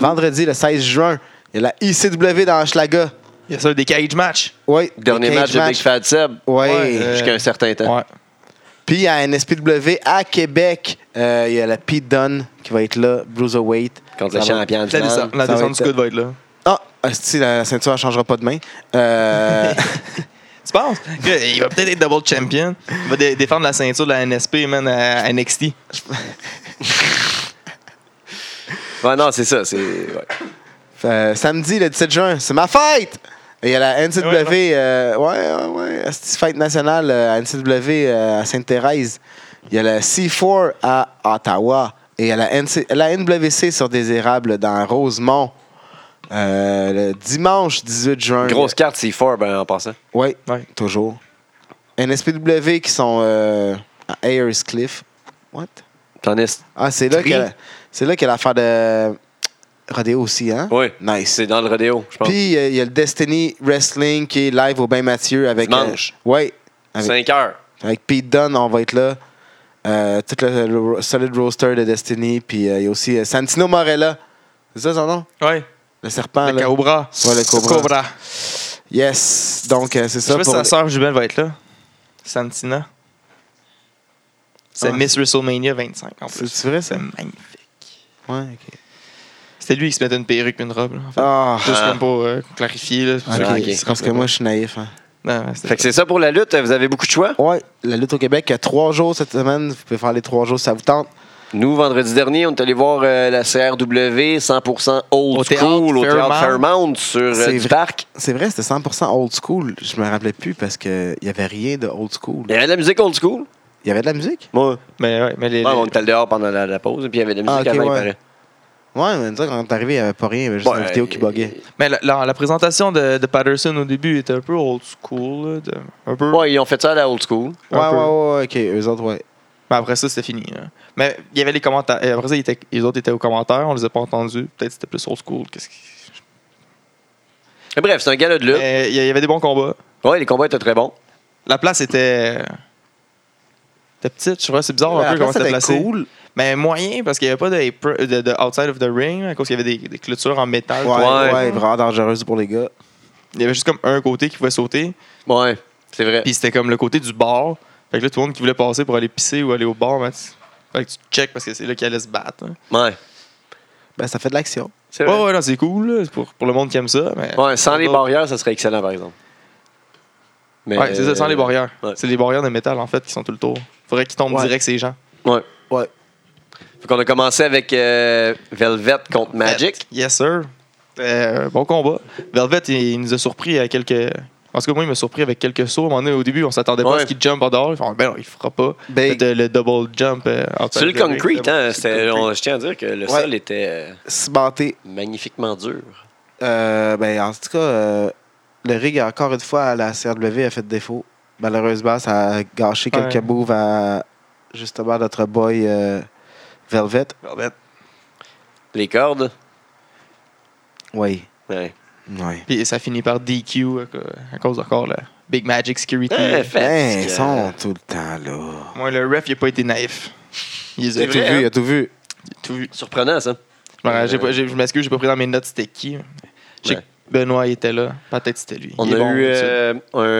C: Vendredi, le 16 juin, il y a la ICW dans Schlaga.
A: Il y a ça, des cage match.
C: Oui.
B: Dernier
C: des
B: match
C: cage
B: de Big
C: matchs.
B: Fat Seb.
A: Ouais, euh,
C: Oui.
B: Jusqu'à un certain temps.
A: Ouais.
C: Puis il y a NSPW à Québec. Euh, Il y a la Pete Dunne qui va être là, Bruiserweight.
B: Contre
C: Ça
B: le
C: va-
B: champion du
A: La
B: monde.
A: descente, la
C: ça va
A: descente
C: être-
A: du coude va être là.
C: Ah, si la ceinture ne changera pas demain. Euh,
A: Tu penses? Il va peut-être être double champion. Il va dé- défendre la ceinture de la NSP, man, à à NXT.
B: Ouais, non, c'est ça. c'est- ouais.
C: euh, samedi, le 17 juin, c'est ma fête! Il y a la NCW,
A: Ouais, ouais.
C: euh, ouais, ouais, ouais, esti, fête nationale euh, à NCW euh, à Sainte-Thérèse. Il y a la C4 à Ottawa. Et il y a la, NC la NWC sur des érables dans Rosemont. Euh, le dimanche 18 juin.
B: Grosse carte, c'est fort, ben, en passant.
C: Oui,
A: Ouais.
C: toujours. NSPW qui sont euh, à Ayers Cliff. What?
B: T'en es.
C: Ah, c'est là
B: Tri.
C: que c'est là que l'affaire de Rodeo aussi, hein?
B: Oui.
C: Nice.
B: C'est dans le rodéo, je pense.
C: Puis euh, il y a le Destiny Wrestling qui est live au Bain Mathieu avec.
B: Dimanche.
C: oui. Avec,
B: 5 heures.
C: avec Pete Dunne, on va être là. Euh, tout le, le ro- solid roster de Destiny. Puis euh, il y a aussi euh, Santino Morella. C'est ça son nom?
A: Ouais.
C: Le serpent.
A: Le
C: Ah, là.
A: Cobra.
C: Ouais, le Cobra. Yes. Donc euh,
A: Je sais
C: c'est ça.
A: pas si
C: pour-
A: sa sœur jumelle va être là. Santina. C'est
C: Ah.
A: Miss WrestleMania 25 en plus.
C: C'est vrai, ça?
A: C'est magnifique.
C: Ouais, ok.
A: C'était lui qui se mettait une perruque et une robe. là, en fait.
C: Ah.
A: Juste
B: Ah.
A: comme pour euh, clarifier. Là, pour
C: Ok,
A: ceux qui-
B: ok.
C: c'est Parce que moi, je suis naïf. Hein.
A: Non, ouais, c'était
B: Fait que c'est ça pour la lutte. Vous avez beaucoup de choix.
C: Ouais, la lutte au Québec, il y a trois jours cette semaine. Vous pouvez faire les trois jours si ça vous tente.
B: Nous, vendredi dernier, on est allé voir euh, la CRW 100% old
A: Au
B: school
A: théâtre
B: au théâtre
A: Fairmount.
B: Fairmount sur euh,
C: C'est
B: du
C: vrai.
B: parc.
C: C'est vrai, c'était 100% old school. Je me rappelais plus parce qu'il n'y avait rien de old school.
B: Il y avait de la musique old school.
C: Il y avait de la musique?
B: Moi,
A: Mais ouais, mais les. les-
B: on était allé dehors pendant la, la pause, et puis il y avait de la
C: Ah,
B: musique
C: ok,
B: avant,
C: ouais.
B: il paraît.
C: Ouais, mais disons, quand t'es arrivé, il n'y avait pas rien. Il y avait juste
B: Ouais,
C: une vidéo qui
B: euh,
C: buguait.
A: Mais la, la- la présentation de, de Patterson au début était un peu old school. là, de- un peu.
B: Ouais, ils ont fait ça à la old school.
C: Ouais,
A: un
C: ouais,
A: peu.
C: ouais, ouais, ok, eux autres, ouais.
A: Mais après ça, c'était fini. hein. Mais il y avait les commentaires. et Après ça, ils étaient- les autres étaient aux commentaires. On les a pas entendus. Peut-être que c'était plus old school. qu'est-ce qui-
B: Mais bref, c'est un gala de lutte.
A: Mais Il y avait des bons combats.
B: Ouais, les combats étaient très bons.
A: La place était. était petite. Je crois c'est bizarre un peu comment c'était placé.
C: cool.
A: Mais moyen, parce qu'il n'y avait pas de, apron- de, de outside of the ring, à cause qu'il y avait des, des clôtures en métal.
C: Ouais, ouais.
B: Ouais.
C: vraiment dangereuse pour les gars.
A: Il y avait juste comme un côté qui pouvait sauter.
B: Ouais, c'est vrai.
A: Puis c'était comme le côté du bar. Fait que là, tout le monde qui voulait passer pour aller pisser ou aller au bar, ben, tu- fait que tu check parce que c'est là qu'il allait se battre. hein.
B: Ouais.
C: Ben, ça fait de l'action.
B: C'est
A: Ouais,
B: vrai.
A: ouais, non, c'est cool là, c'est pour, pour le monde qui aime ça. Mais
B: Ouais, sans les
A: Ouais.
B: barrières, ça serait excellent, par exemple. Mais-
A: Ouais, c'est ça, sans les barrières.
B: euh, ouais.
A: C'est les barrières de métal, en fait, qui sont tout le tour. Faudrait qu'ils tombent
C: Ouais.
A: direct, ces gens.
B: Ouais.
C: Ouais.
B: Fait qu'on a commencé avec euh, Velvet contre Magic.
A: Yes, sir. Euh, bon combat. Velvet, il, il nous a surpris à quelques. En tout cas, moi, il m'a surpris avec quelques sauts. À un moment donné, au début, on s'attendait pas à ce
B: Ouais.
A: qu'il jump en dehors. Ils font, ben non, il fera pas.
C: Ben,
A: C'était le double jump. euh, outside
B: Sur le
A: the ring.
B: concrete, hein, c'était-
A: concrete.
B: on- je tiens à dire que le
C: Ouais.
B: sol était euh,
C: cimenté.
B: magnifiquement dur.
C: Euh, ben, en tout cas, euh, le rig, encore une fois, à la CRW a fait défaut. Malheureusement, ça a gâché
A: Ouais.
C: quelques moves à justement notre boy euh, Velvet.
A: Velvet.
B: Les cordes,
C: Oui.
B: ouais.
C: Oui.
A: Puis ça finit par DQ euh, à cause encore le Big Magic Security.
B: Ouais, fait
C: Ben,
B: que-
C: ils sont tout le temps là.
A: Moi, le ref, il a pas été naïf. Il les
B: C'est
A: a
C: Il a tout
B: vrai,
C: vu,
B: hein?
C: il a tout vu.
A: tout vu.
B: Surprenant, ça.
A: Je m'en- j'ai pas- j'ai- je m'excuse, j'ai pas pris dans mes notes c'était qui. Je sais
B: Ouais.
A: que Benoît il était là. Peut-être c'était lui.
B: On
A: Il
B: a
A: est bon,
B: eu
A: ça.
B: euh,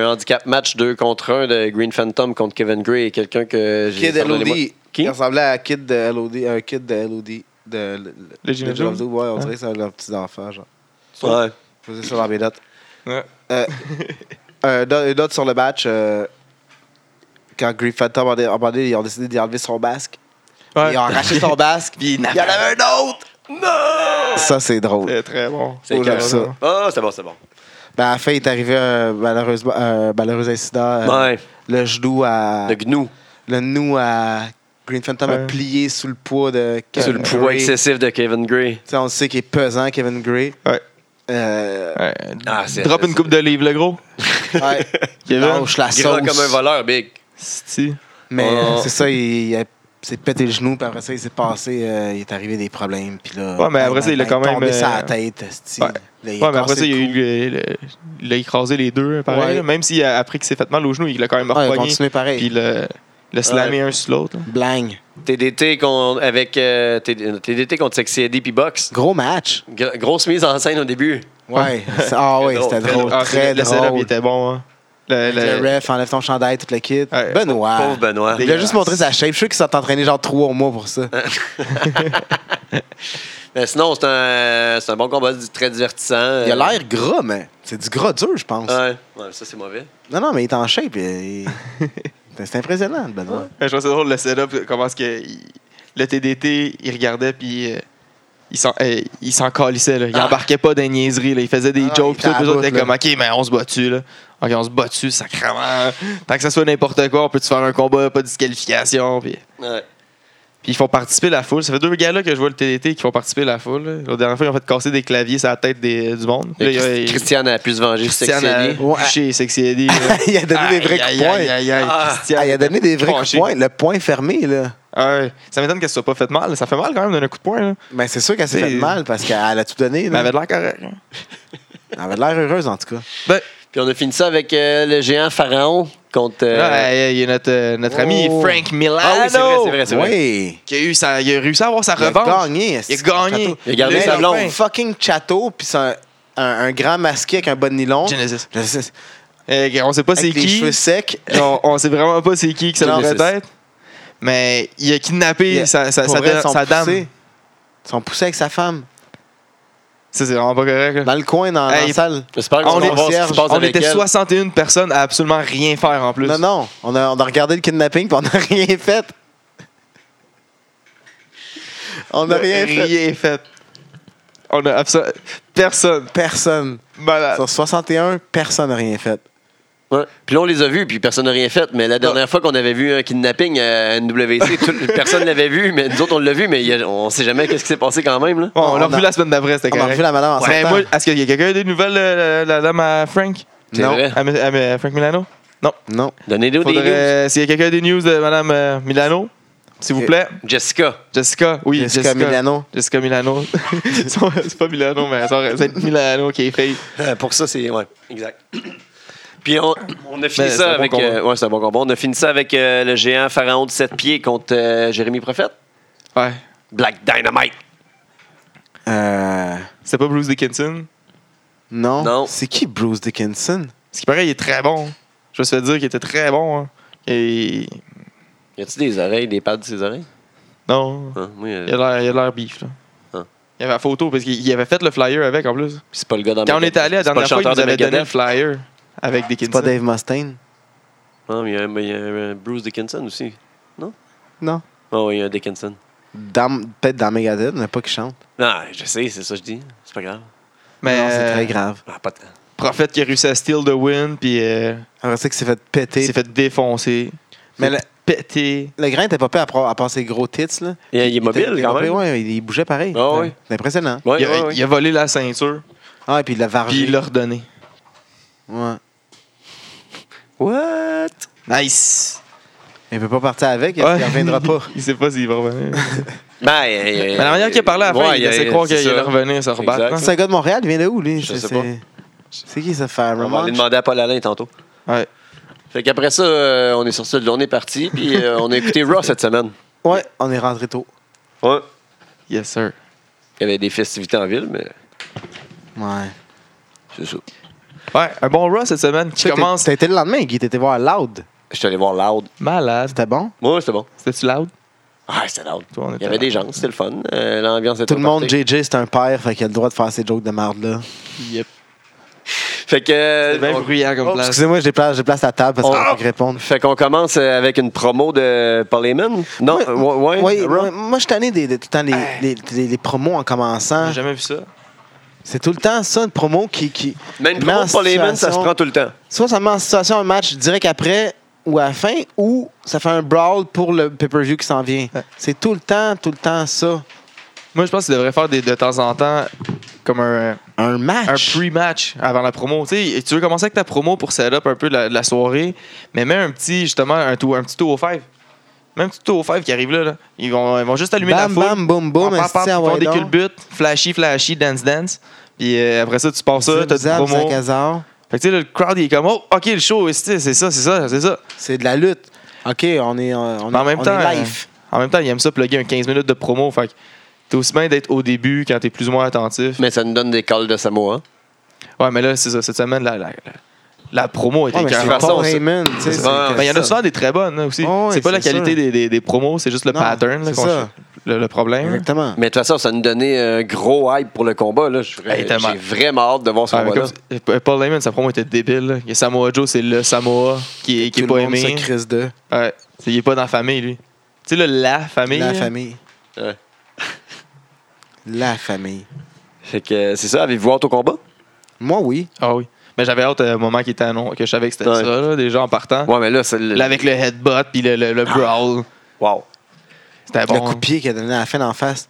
B: un handicap match 2 contre 1 de Green Phantom contre Kevin Gray et quelqu'un que j'ai.
C: Kid
B: pardonnez-moi.
C: LOD.
B: Qui
C: Il ressemblait à Kid de LOD. Un Kid de LOD. De, le-
A: Le
C: le-
A: Gina
C: de Jones.
A: Jones?
C: Ouais, on
A: Hein?
C: dirait que c'est leurs petits enfants, genre.
B: Ouais.
C: Je faisais ça dans mes notes.
A: Ouais.
C: Euh, euh, no- une note sur le match. euh, quand Green Phantom, a demandé, ils ont décidé d'y enlever son masque.
A: Ouais.
C: Ils ont arraché son masque.
A: Puis il n'a
C: Il y en avait un autre! Ça, c'est drôle.
B: Euh.
A: Très, très bon.
B: C'est
A: Oh,
B: clair,
A: j'aime
C: ça.
B: Ah, c'est bon, c'est bon.
C: Ben, à la fin, il est arrivé un malheureusement, un malheureux incident. euh,
B: Ouais.
C: Le genou à.
B: Le gnou.
C: Le genou à. Green Phantom a
A: Ouais.
C: plié sous le poids de
B: Sur le
C: Kevin
B: poids
C: Gray.
B: excessif de Kevin Gray.
C: Tu sais, on sait qu'il est pesant, Kevin Gray.
A: Ouais.
C: Euh,
A: Ouais.
B: Ah, c'est-
A: Drop
B: c'est-
A: une coupe d'olive, le gros.
C: ouais.
A: Kevin.
C: Lâche la
B: Grand
C: sauce.
B: comme un voleur, Big.
A: Si.
C: Mais
B: Oh.
C: euh, c'est ça, il, il a- s'est pété le genou, puis après ça, il s'est passé, euh, il est arrivé des problèmes. Puis là,
A: Ouais, mais après ça, il a quand même,
C: tombé
A: euh,
C: sur la tête, esti.
A: Ouais.
C: Là,
A: Ouais, mais après
C: cassé
A: ça, il y a
C: le
A: eu
C: cou.
A: le- le- il a écrasé les deux, pareil.
C: Ouais.
A: là. Même s'il a appris qu'il s'est fait mal au genou, il l'a quand même
C: Ouais, il a
A: repogné.
C: continué pareil.
A: Puis il l'a il l'a slammé un sur l'autre. là.
C: Blang.
B: TDT con- avec euh, TD- TDT contre Sexy Eddie puis Box.
C: Gros match.
B: Gr- grosse mise en scène au début.
C: Ouais. C'est- Ah ouais,
B: Très
C: c'était
B: drôle.
C: drôle.
A: Ah,
C: Très
A: le setup, il
C: drôle.
A: était bon. hein. Le-
C: Le,
A: le-
C: ref, enlève ton chandail, tout le kit.
A: Ouais.
C: Benoît.
B: Pauvre Benoît.
C: Il a juste montré sa shape. Je suis sûr qu'il s'est entraîné genre trois mois pour ça.
A: Euh,
B: Mais sinon, c'est un, c'est un bon combat du- très divertissant.
C: Il
A: euh.
C: a l'air gras, mais c'est du gras dur, je pense.
B: Ouais. Ouais, ça c'est mauvais.
C: Non, non, mais il est en shape. il- il- C'est impressionnant, le Benoît.
A: Ouais, Je trouve ça drôle le setup, comment est-ce que il- le TDT, il regardait puis euh, il s'en euh, il s'en calissait. Là. Il
B: Ah.
A: embarquait pas des niaiseries. Là. Il faisait des
C: Ah,
A: jokes. Puis
C: il
A: tout,
C: était
A: les
C: à
A: autres
C: bout,
A: étaient comme,
C: là.
A: OK, mais on se bat dessus. Là. OK, on se bat dessus, sacrément. Tant que ça soit n'importe quoi, on peut-tu faire un combat, pas de disqualification. Puis,
B: Ouais.
A: puis ils font participer la foule. Ça fait deux gars-là que je vois le TDT qui font participer la foule. là. La dernière fois, ils ont fait casser des claviers sur la tête des- du monde. Là, il y a-
B: Christ- Christiane a pu se venger de Sexy
A: Christiane a
B: Eddie.
C: Ouais.
A: touché Sexy Eddie. là.
C: il a donné des vrais coups
A: Aïe,
C: de poing.
A: aïe, aïe, aïe,
B: Ah.
A: Christiane.
C: Ah, il a donné des vrais coups
A: Tranché.
C: de poing. Le point fermé, là.
A: Ah Ouais. Ça m'étonne qu'elle se soit pas faite mal. Ça fait mal quand même d'un coup de poing. là.
C: Mais Ben, c'est sûr qu'elle s'est
A: C'est-
C: fait mal parce qu'elle a tout donné.
A: Mais
C: là.
A: elle avait de l'air correcte. hein.
C: Elle avait l'air heureuse, en tout cas.
A: Ben,
B: Puis on a fini ça avec euh, le géant Pharaon contre. euh,
A: là, euh, il y a notre, euh, notre ami
C: Oh.
A: Frank Milano
B: Ah oui, c'est vrai, c'est vrai, c'est vrai.
C: Oui.
A: Qui a, eu sa- il a réussi à avoir sa
C: Il a
A: revanche.
C: gagné.
A: Il a gagné.
C: Château.
B: Il a gardé
A: Le-
C: Mais
B: sa
A: la
B: blonde.
A: fin.
C: Fucking château, puis c'est un, un- un grand masqué avec un bon nylon.
A: Genesis.
C: Je sais,
A: Euh, on sait pas c'est
C: avec les
A: qui.
C: cheveux secs.
A: On, on sait vraiment pas c'est qui que ça
B: Genesis.
A: devrait être. Mais il a kidnappé
C: Il a-
A: sa, sa,
C: Pour
A: sa-
C: vrai, ils sont
A: sa dame.
C: poussés. Ils sont poussés avec sa femme.
A: Ça, c'est vraiment pas correct. là.
C: Dans le coin, dans, dans
A: Hey,
C: la salle.
B: J'espère qu'on
A: On
B: va
A: est-
B: voir ce qui se passe
A: On
B: avec
A: était
B: elle.
A: 61 personnes à absolument rien faire en plus.
C: Non, non. On a, on a regardé le kidnapping, puis on n'a rien fait. On n'a rien fait.
A: Rien fait. On a absolument. Personne.
C: Personne.
A: Malade.
C: Sur 61, personne n'a rien fait.
B: Ouais. Puis là, on les a vus, puis personne n'a rien fait. Mais la dernière fois qu'on avait vu un kidnapping à NWC, tout- personne l'avait vu, mais nous autres, on l'a vu, mais il y a- on sait jamais qu'est-ce qui s'est passé quand même. Là.
A: Bon, on
C: On
A: l'a
C: a-
A: revu la semaine d'après, c'était
C: On a
A: correct.
C: revu Ah, ben, la madame en
A: Ouais,
C: sortant.
A: moi, est-ce qu'il y a quelqu'un des nouvelles, euh, la, la dame à Frank
B: C'est
C: Non.
B: vrai.
A: à, M- à M- à Frank Milano
C: Non.
B: Donnez-nous des news.
A: Faudrait- S'il y a quelqu'un des news de Madame euh, Milano, s'il vous
C: Ok.
A: plaît.
B: Jessica.
A: Jessica, oui,
C: Jessica Milano.
A: Jessica Milano. Son- c'est pas Milano, mais ça aurait- c'est Milano qui est fille.
B: Euh, pour ça, c'est. Ouais, exact. Puis on, on
A: Mais
B: a fini
A: Ben, c'est un
B: ça
A: bon
B: avec.
A: combat.
B: euh, ouais, c'est un bon combat. On a fini ça avec euh, le géant Pharaon de 7 pieds contre euh, Jérémy Prophète.
A: Ouais.
B: Black Dynamite.
C: Euh,
A: C'est pas Bruce Dickinson.
C: non.
B: Non.
C: C'est qui Bruce Dickinson?
A: Ce qui paraît, il est très bon. Je me suis fait dire qu'il était très bon. hein. Et.
B: Y a-tu des oreilles, des pads de ses oreilles?
A: Non.
B: Hein, moi, euh,
A: Il a l'air- il a l'air beef, là.
B: Ah.
A: Il y avait la photo, parce qu'il il avait fait le flyer avec, en plus.
B: c'est pas le gars dans
A: Quand on
B: Megadeth.
A: était allé la
B: Ah, C'est pas
A: dernière fois, il
B: chanteur
A: nous
B: de
A: avait donné le
B: Megadeth.
A: flyer avec
C: C'est pas
A: Dickinson.
C: Dave Mustaine?
B: Non, Ah, mais il y a, un- mais il y a un Bruce Dickinson aussi.
C: Non.
B: Oh, oui, il y a un Dickinson.
C: Dans- Peut-être dans Megadeth, mais pas qui chante.
B: Non, je sais, c'est ça que je dis. C'est pas grave.
A: Mais
C: Non, c'est très
A: euh,
C: grave.
B: Ah, pas de temps.
A: Prophète qui a réussi à steal the win, puis euh,
C: Alors, c'est que c'est fait
A: il
C: péter.
A: s'est fait défoncer.
C: Mais
A: Mais
C: le-
A: pété.
C: Le grain était pas pire à part, à part ses gros tits. Là.
B: Il, il est
C: était-
B: mobile
C: était
B: quand
C: pas
B: même.
C: pire,
B: Ouais,
C: ouais, il bougeait pareil.
B: Ah ouais.
C: C'est impressionnant.
B: ouais,
A: Il a,
B: ouais.
A: il a volé la ceinture,
C: Ah, et puis il l'a vargé.
A: puis il l'a redonné.
C: Ouais.
B: What?
A: Nice!
C: Il peut pas partir avec,
A: Ouais.
C: il reviendra pas.
A: il sait pas s'il va revenir.
B: Ben, euh,
A: Mais la manière qu'il a parlé à la fin,
B: ouais,
A: il laissait
B: euh,
A: croire
B: c'est
A: qu'il allait
B: ça.
A: revenir se rebattre.
B: Exact.
A: hein.
C: C'est un gars de Montréal, il vient de où, lui?
B: Je sais
C: C'est-
B: pas.
C: c'est- C'est qui, ça,
B: On va aller
C: Fireman?
B: demander à Paul Alain tantôt.
A: hein. Ouais.
B: Fait qu'après ça, euh, on est sur ça, on est parti, puis euh, on a écouté Raw cette semaine.
C: Ouais, on est rentré tôt.
B: Ouais.
A: Yes, sir.
B: Il y avait des festivités en ville, mais
C: Ouais.
B: c'est ça.
A: Ouais, un bon Raw cette semaine qui
C: Toi, t'es-
A: commence
C: T'as été le lendemain, Guy, t'étais voir Loud.
B: Je suis allé voir Loud.
A: malade.
C: C'était bon?
B: Moi, c'était bon.
A: C'était-tu loud?
B: Ah, c'était Loud.
A: Toi, on était
B: Il y avait
A: là.
B: des gens, c'était le fun. Euh, L'ambiance était
C: Tout le monde,
B: partée.
C: JJ, c'est un père, fait qu'il a le droit de faire ces jokes de merde là.
A: Yep.
B: Fait que. euh,
A: C'était bien
B: on-
A: bruyant comme
C: Oh,
A: place.
C: Excusez-moi, je déplace, je déplace la table parce qu'on
B: Oh.
C: va pas répondre.
B: Fait qu'on commence euh, avec une promo de Paul Heyman. Non,
C: Ouais,
B: euh, ouais,
C: Oui,
B: Raw.
C: moi, je suis tanné des, des- tout le temps les, les, les- les promos en commençant.
A: J'ai jamais vu ça.
C: C'est tout le temps ça, une promo qui. qui
B: Mais une
C: met
B: promo
C: en
B: de Paul Heyman, ça se
C: situation-
B: prend tout le temps.
C: Soit ça met en situation un match direct après ou à la fin, ou ça fait un brawl pour le pay-per-view qui s'en vient. C'est tout le temps, tout le temps ça.
A: Moi, je pense qu'il devrait faire des- de temps en temps comme un,
C: Un
A: un
C: match.
A: pre-match avant la promo. Tu sais, tu veux commencer avec ta promo pour setup un peu la, la soirée, mais mets un petit, justement, un, tout, un petit tour au 5. Même un petit tour au 5 qui arrive là, là. Ils vont, ils vont juste allumer la
C: bam,
A: foule.
C: bam, boum,
A: Pop,
C: boum,
A: pop,
C: esti,
A: pop, ils
C: ah
A: font
C: ouais,
A: des
C: donc.
A: culbutes, flashy, flashy, dance, dance. Puis euh, après ça, tu pars ça,
C: Zip,
A: t'as du
C: zap,
A: promo.
C: sac à zar.
A: Fait que tu sais, là, le crowd, il est comme, oh, ok, le show, esti, c'est ça, c'est ça, c'est ça.
C: C'est de la lutte. OK, on est, euh, on
A: Mais en
C: est,
A: même
C: on
A: temps,
C: est live.
A: En même temps, il aime ça plugger un 15 minutes de promo. Fait que t'es aussi bien d'être au début quand t'es plus ou moins attentif.
B: Mais ça nous donne des calls de Samoa.
A: Ouais, mais là, c'est ça, cette semaine, la, la, la- la promo était
C: Ouais, mais
A: écœurante.
C: c'est
B: façon,
C: Paul
B: c'est-
C: Heyman, tu sais,
B: c'est-
C: c'est-
B: ouais,
A: Ben, Il y en a souvent des très bonnes là, aussi.
C: Oh, ouais,
A: c'est pas la
C: c'est
A: qualité
C: sûr.
A: des, des- des promos, c'est juste le
C: Non,
A: pattern là,
C: c'est
A: qu'on-
C: ça.
A: le, le problème. Ah,
C: Exactement.
B: Mais de toute façon, ça nous donnait un gros hype pour le combat. Là. Je-
A: Hey, tellement.
B: J'ai vraiment hâte de voir ce
A: Ah, mais
B: combat-là.
A: comme- Paul Heyman, sa promo était débile. là. Il y a Samoa Joe, c'est le Samoa qui est, qui est
C: Tout
A: pas
C: le monde
A: aimé.
C: se crisse de
A: Ouais. C'est- Il est pas dans la famille, lui. Tu sais, là, la famille.
C: la
A: là.
C: famille.
B: Ouais.
C: La famille.
B: Fait que euh, c'est ça, avez-vous hâte au combat?
C: Moi, oui.
A: Ah oui. Mais j'avais hâte euh, au moment qui était annon- que je savais que c'était
B: Ouais.
A: ça, là, déjà en partant.
B: Ouais, mais là, c'est le.
A: Là, avec le headbutt puis le, le- le brawl.
B: Wow.
A: C'était
C: Le
A: Ah bon.
C: coup de pied qu'il a donné à la fin en face.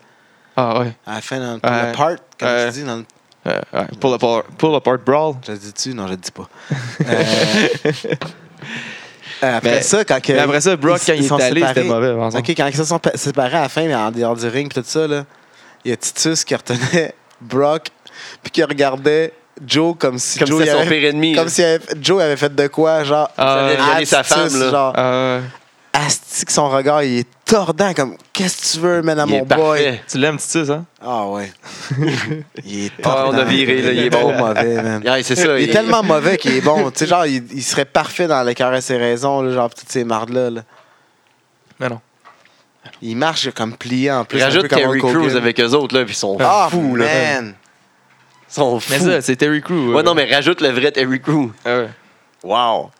A: Ah ouais.
C: À la fin dans le
A: Ouais.
C: le part, comme
A: Ouais.
C: tu dis. Dans le...
A: Euh, ouais. Pull apart, pull apart brawl.
C: Je le dis-tu? Non, je le dis pas. Euh, euh, après
A: Mais-
C: ça, quand que-
A: mais après ça, Brock,
C: ils-
A: quand
C: ils
A: il est
C: sont
A: allé,
C: séparés.
A: c'était mauvais. par exemple.
C: OK, quand ils se sont pa- séparés à la fin, mais en dehors du ring, pis tout ça, là, il y a Titus qui retenait Brock, puis qui regardait Joe comme si
B: Comme
C: Joe
B: si c'était
C: il
B: son
C: avait-
B: pire ennemi,
C: Comme
B: là.
C: si il avait- Joe avait fait de quoi, genre.
A: Ah,
B: Il avait violé
C: à
B: sa
C: Titus,
B: femme, là.
C: Genre,
A: Ah, ouais.
C: asti que son regard, il est tordant, comme qu'est-ce que tu veux, man, à
B: Il est
C: mon boy.
B: parfait.
A: tu l'aimes, Titus, hein?
C: Ah ouais. il est
B: Ah,
C: tordant.
B: on a viré, là, il est
C: trop
B: bon.
C: mauvais, man.
B: Ouais, c'est ça.
C: Il est tellement mauvais qu'il est bon. Tu sais, genre, il, il serait parfait dans les cœurs et ses raisons, là, genre, toutes ces mardes-là. là.
A: Mais non.
C: Il marche comme plié en plus. un peu
B: Rajoute
C: comme
B: Terry
C: Hulk Hogan.
B: Crews avec eux autres, là, puis ils sont
C: Ah,
B: fous, là.
C: man.
B: Ils sont fous.
A: Mais ça, c'est Terry Crew. euh, ah
B: Ouais, non, mais rajoute le vrai Terry Crews.
A: Ouais.
B: Wow.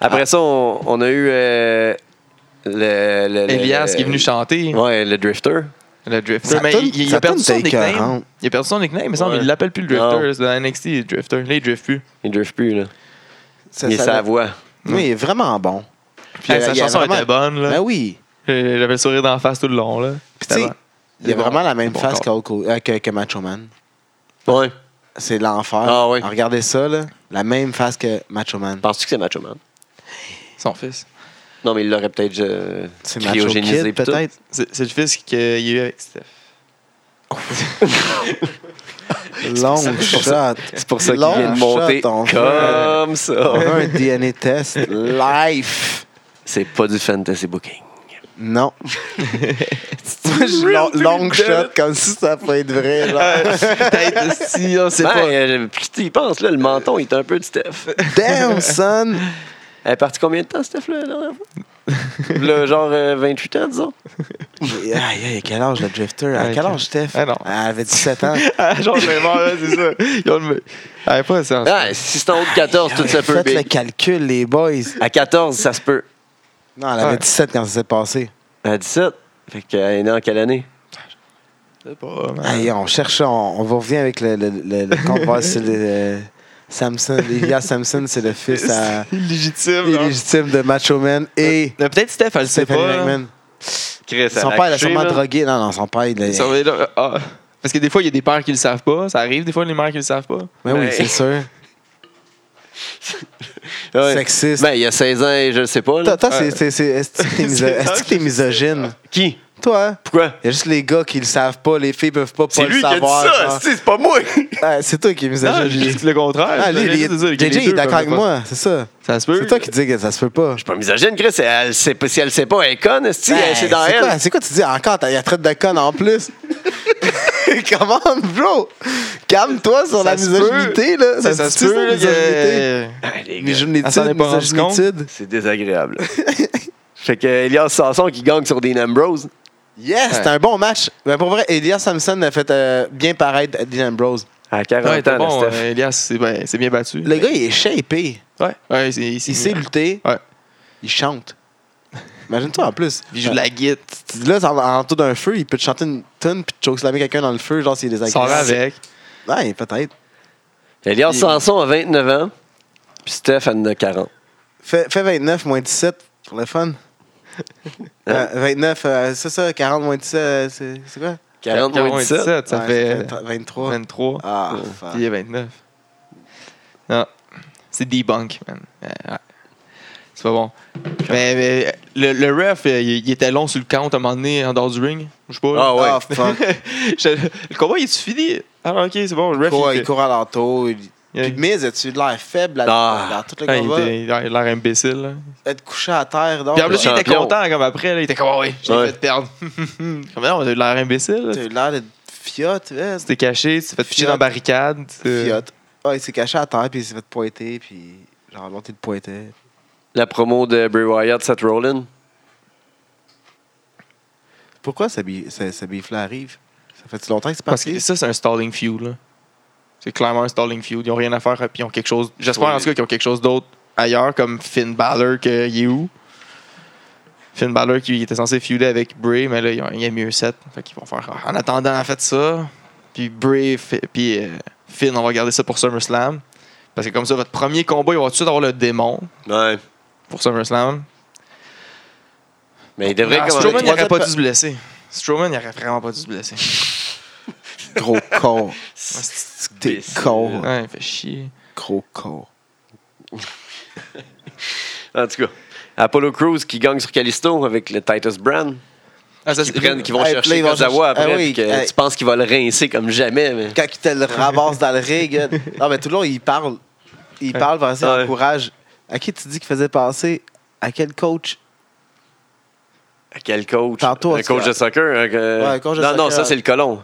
B: Après ça, on, on a eu euh, le, le- le-
A: Elias qui est venu chanter,
B: Ouais, le Drifter.
A: le Drifter.
C: Sa
A: Mais
C: toune-
A: il, il
C: sa
A: a perdu
C: toune
A: son
C: était
A: nickname.
C: écœurante.
A: Il a perdu son nickname, il me semble.
B: Ouais.
A: Il l'appelle plus le
B: Non.
A: Drifter. C'est dans NXT, il est Drifter. Là, il drift plus.
B: Il drift plus, là.
C: Ça-
B: il est
C: ça-
B: sa voix.
C: Oui, il est vraiment bon.
A: Puis, euh,
C: il y a-
A: sa
C: il y a
A: chanson
C: vraiment-
A: était bonne, là.
C: Ben oui.
A: Euh, J'avais le sourire d'en face tout le long, là.
C: Puis tu sais, il a
A: Bon.
C: vraiment la même
A: Bon
C: face
A: corps.
C: qu'Hulk Hogan- euh, que, que Macho Man.
B: Ouais.
C: C'est l'enfer.
B: Ah oui.
C: Regardez ça, là. La même face que Macho Man.
B: Penses-tu que c'est Macho Man?
A: Son fils.
B: Non, mais il l'aurait peut-être euh,
C: C'est Macho
B: cryogénisé.
C: Kid,
B: pis tout.
C: peut-être.
A: C'est c'est le fils qu'il y a eu avec Steph.
C: Long shot.
B: C'est pour ça qu'il
C: Long
B: vient de
C: shot,
B: monter
C: on
B: comme
C: On a
B: ça.
C: un DNA test life.
B: C'est pas du fantasy booking.
C: Non. Moi, je
B: Real
C: long,
B: to
C: long
B: the
C: shot
B: death.
C: comme si ça pouvait être vrai. genre.
A: Peut-être si, on sait
B: Ben,
A: pas.
B: euh, puis tu y penses, là, le menton, il est un peu de Steph.
C: Damn, son.
B: Elle est partie combien de temps, Steph, là, la dernière fois? Là, genre euh, 28 ans, disons.
C: Aïe, aïe, quel âge le drifter? À
A: Ouais,
C: quel
A: quel-
C: âge, Steph?
A: Ah non.
C: Elle avait 17 ans.
A: Ah, Genre, j'ai mort, là, c'est ça. Ils ont le. Ah, pas ça.
B: Ah, si c'est en haut de 14, tout ça peut.
C: Faites le
B: Big.
C: calcul, les boys.
B: À 14, ça se peut.
C: Non, elle avait
A: Ouais.
C: 17 quand ça s'est passé.
B: À 17, fait qu'elle est née en quelle année?
A: Je
C: Ah.
A: sais pas, man.
C: Aïe, on cherche, on, on va revenir avec le, le, le, le compte, voir si le- euh, Samson, Olivia Samson, c'est le fils
A: C'est
C: à-
A: illégitime. non?
C: illégitime de Macho Man et
A: Mais Peut-être Steph, elle le sait
C: Stephanie
A: pas. hein. là.
B: hein?
C: Hagman.
B: Chris,
C: Son père, il a sûrement drogué. Non, non, son père, il a.
A: Ça va être là, ah. Parce que des fois, il y a des pères qui le savent pas. Ça arrive des fois, les mères qui le savent pas.
C: Mais oui,
B: Ben-
C: c'est sûr. Sexiste.
B: Ben, il y a 16 ans et je le sais pas.
C: Toi,
B: Là.
C: toi, c'est- c'est- c'est- est-ce que t'es miso-
A: C'est
C: est-ce que t'es misogyne?
B: Qui?
C: Toi, hein?
B: Pourquoi?
C: il y a juste les gars qui le savent pas, les filles peuvent pas, pas
B: C'est
C: le
B: lui qui a dit
C: savoir.
B: ça,
C: genre.
B: c'est c'est pas moi!
C: Ah, c'est toi qui es
A: Non, j'ai
C: misogyne.
A: dit le contraire.
C: Ah,
A: Je
C: lui,
A: viens
C: il est-
A: juste de dire que les
C: JJ est
A: deux
C: d'accord
A: peuvent
C: avec
A: pas-
C: moi, c'est ça.
A: Ça se peut.
C: C'est toi qui dis que ça se peut pas.
B: Pas misogyne, Chris, elle sait pas, si elle sait pas, elle est conne, est-ce que
C: Ben,
B: elle c'est dans
C: c'est
B: elle?
C: quoi- C'est quoi tu dis encore? t'as- Il y a traite de conne en plus. Comment, bro? Calme-toi sur la
A: Ça se peut.
C: misogynéité, là.
A: Ça, ça se
C: se dit,
A: peut. là,
C: misogynété?
A: que-
B: Ah, les gars,
A: Elle s'en est
C: Misogynétude,
A: pas rendue compte.
C: misogynétude.
B: C'est désagréable. fait que euh, Elias Sanson qui gagne sur Dean Ambrose.
C: Yes, c'était un bon match. Mais pour vrai, Elias Samson a fait euh, bien paraître Dean Ambrose.
B: À 40
A: Ouais,
B: ans,
A: t'es bon,
B: là, Steph.
A: euh, Elias, c'est ben, c'est bien battu.
C: Le gars, il est shapé.
A: Ouais, ouais, c'est- il
C: Il sait lutter.
A: Ouais.
C: Il chante. Imagine-toi en plus.
A: Puis il joue de la guite.
C: Là, en, en entour d'un feu, il peut te chanter une tonne puis te chokeslammer quelqu'un dans le feu, genre s'il est
A: Sort
C: désagréable.
A: avec.
C: Ouais, peut-être.
B: Elias
A: Il-
B: Sanson a 29 ans, puis Steph en a 40.
C: Fais, fais 29 moins 17 pour le fun. Euh, 29, euh, c'est ça, 40 moins 17, euh, c'est c'est quoi?
B: 40 moins 17.
A: ça
C: Ouais,
A: fait
C: tra- 23.
A: 23.
C: Ah,
A: Puis
C: fuck.
A: il est 29. Non. C'est debunk, man. Euh, ouais. C'est pas bon. Mais, mais, le, le ref, euh, il, il était long sur le count à un moment donné en dehors du ring. Je sais pas.
B: Ah ouais.
C: Ah, fuck.
A: Je- le combat, il est fini? Ah, ok, c'est bon. Le
C: Il
A: ref,
C: court, il
A: était-
C: court à l'entour. il-
A: Yeah.
C: Puis Miz, as-tu de l'air faible là,
B: Ah.
C: dans tout le
A: Ah, il
C: combat?
A: était- il a l'air imbécile. là.
C: Être couché à terre, donc.
A: Puis en plus, il
C: là,
A: était
B: champion.
A: content comme après. là. Il était comme, ah ouais, je l'ai
B: Ouais.
A: fait perdre. comme non, on a eu l'air imbécile. là.
C: T'as eu l'air de fiotte, ouais.
A: Tu t'es caché, tu t'es fait ficher dans la
C: Fiotte.
A: barricade. tu-
C: Fiotte. Ouais, il s'est caché à terre, puis il s'est fait pointer, puis genre, l'autre, il le pointait.
B: La promo de Bray Wyatt, Seth Rollins.
C: Pourquoi ce, bi- ce, ce beef-là arrive? Ça fait-tu longtemps que c'est
A: Parce
C: passé?
A: que ça, c'est un stalling feud. là. C'est clairement un stalling feud. Ils n'ont rien à faire. Puis ils ont quelque chose. J'espère
B: Oui.
A: en tout cas qu'ils ont quelque chose d'autre ailleurs, comme Finn Balor, qu'il est où Finn Balor qui était censé feuder avec Bray, mais là, il y a un mieux 7. Fait qu'ils vont faire. ah, En attendant, en fait ça. Puis Bray, fi- puis euh, Finn, on va garder ça pour SummerSlam. Parce que comme ça, votre premier combat, il va tout de suite avoir le démon
B: Ouais.
A: pour SummerSlam.
B: Mais il devrait
A: Ah,
B: commencer-
A: Strowman, il
C: troisième
A: n'aurait pas
C: pa-
A: dû se blesser. Strowman, il n'aurait vraiment pas dû se blesser.
C: Gros con. T'es con.
A: Ouais, il fait chier.
C: Gros con.
B: En tout cas, Apollo Crews qui gagne sur Callisto avec le Titus Brand.
A: Ah, ça,
B: Qui
A: c'est-
B: prennent, qui vont
C: Hey, Euh, là,
B: chercher
C: ils vont
B: Kozawa
C: chercher-
B: après.
C: Ah oui,
B: puis que
C: hey.
B: Tu penses qu'il va le rincer comme jamais. Mais...
C: Quand il te le ramasse dans le ring, là. non, mais tout le long, il parle. Il parle, parce qu'il
B: Ouais.
C: encourage. À qui tu dis qu'il faisait penser? À quel coach?
B: À Quel coach?
C: Tantôt,
B: un
C: tu-
B: coach de soccer? un- euh,
C: Ouais, un coach de
B: non, non,
C: soccer.
B: ça, c'est le colon.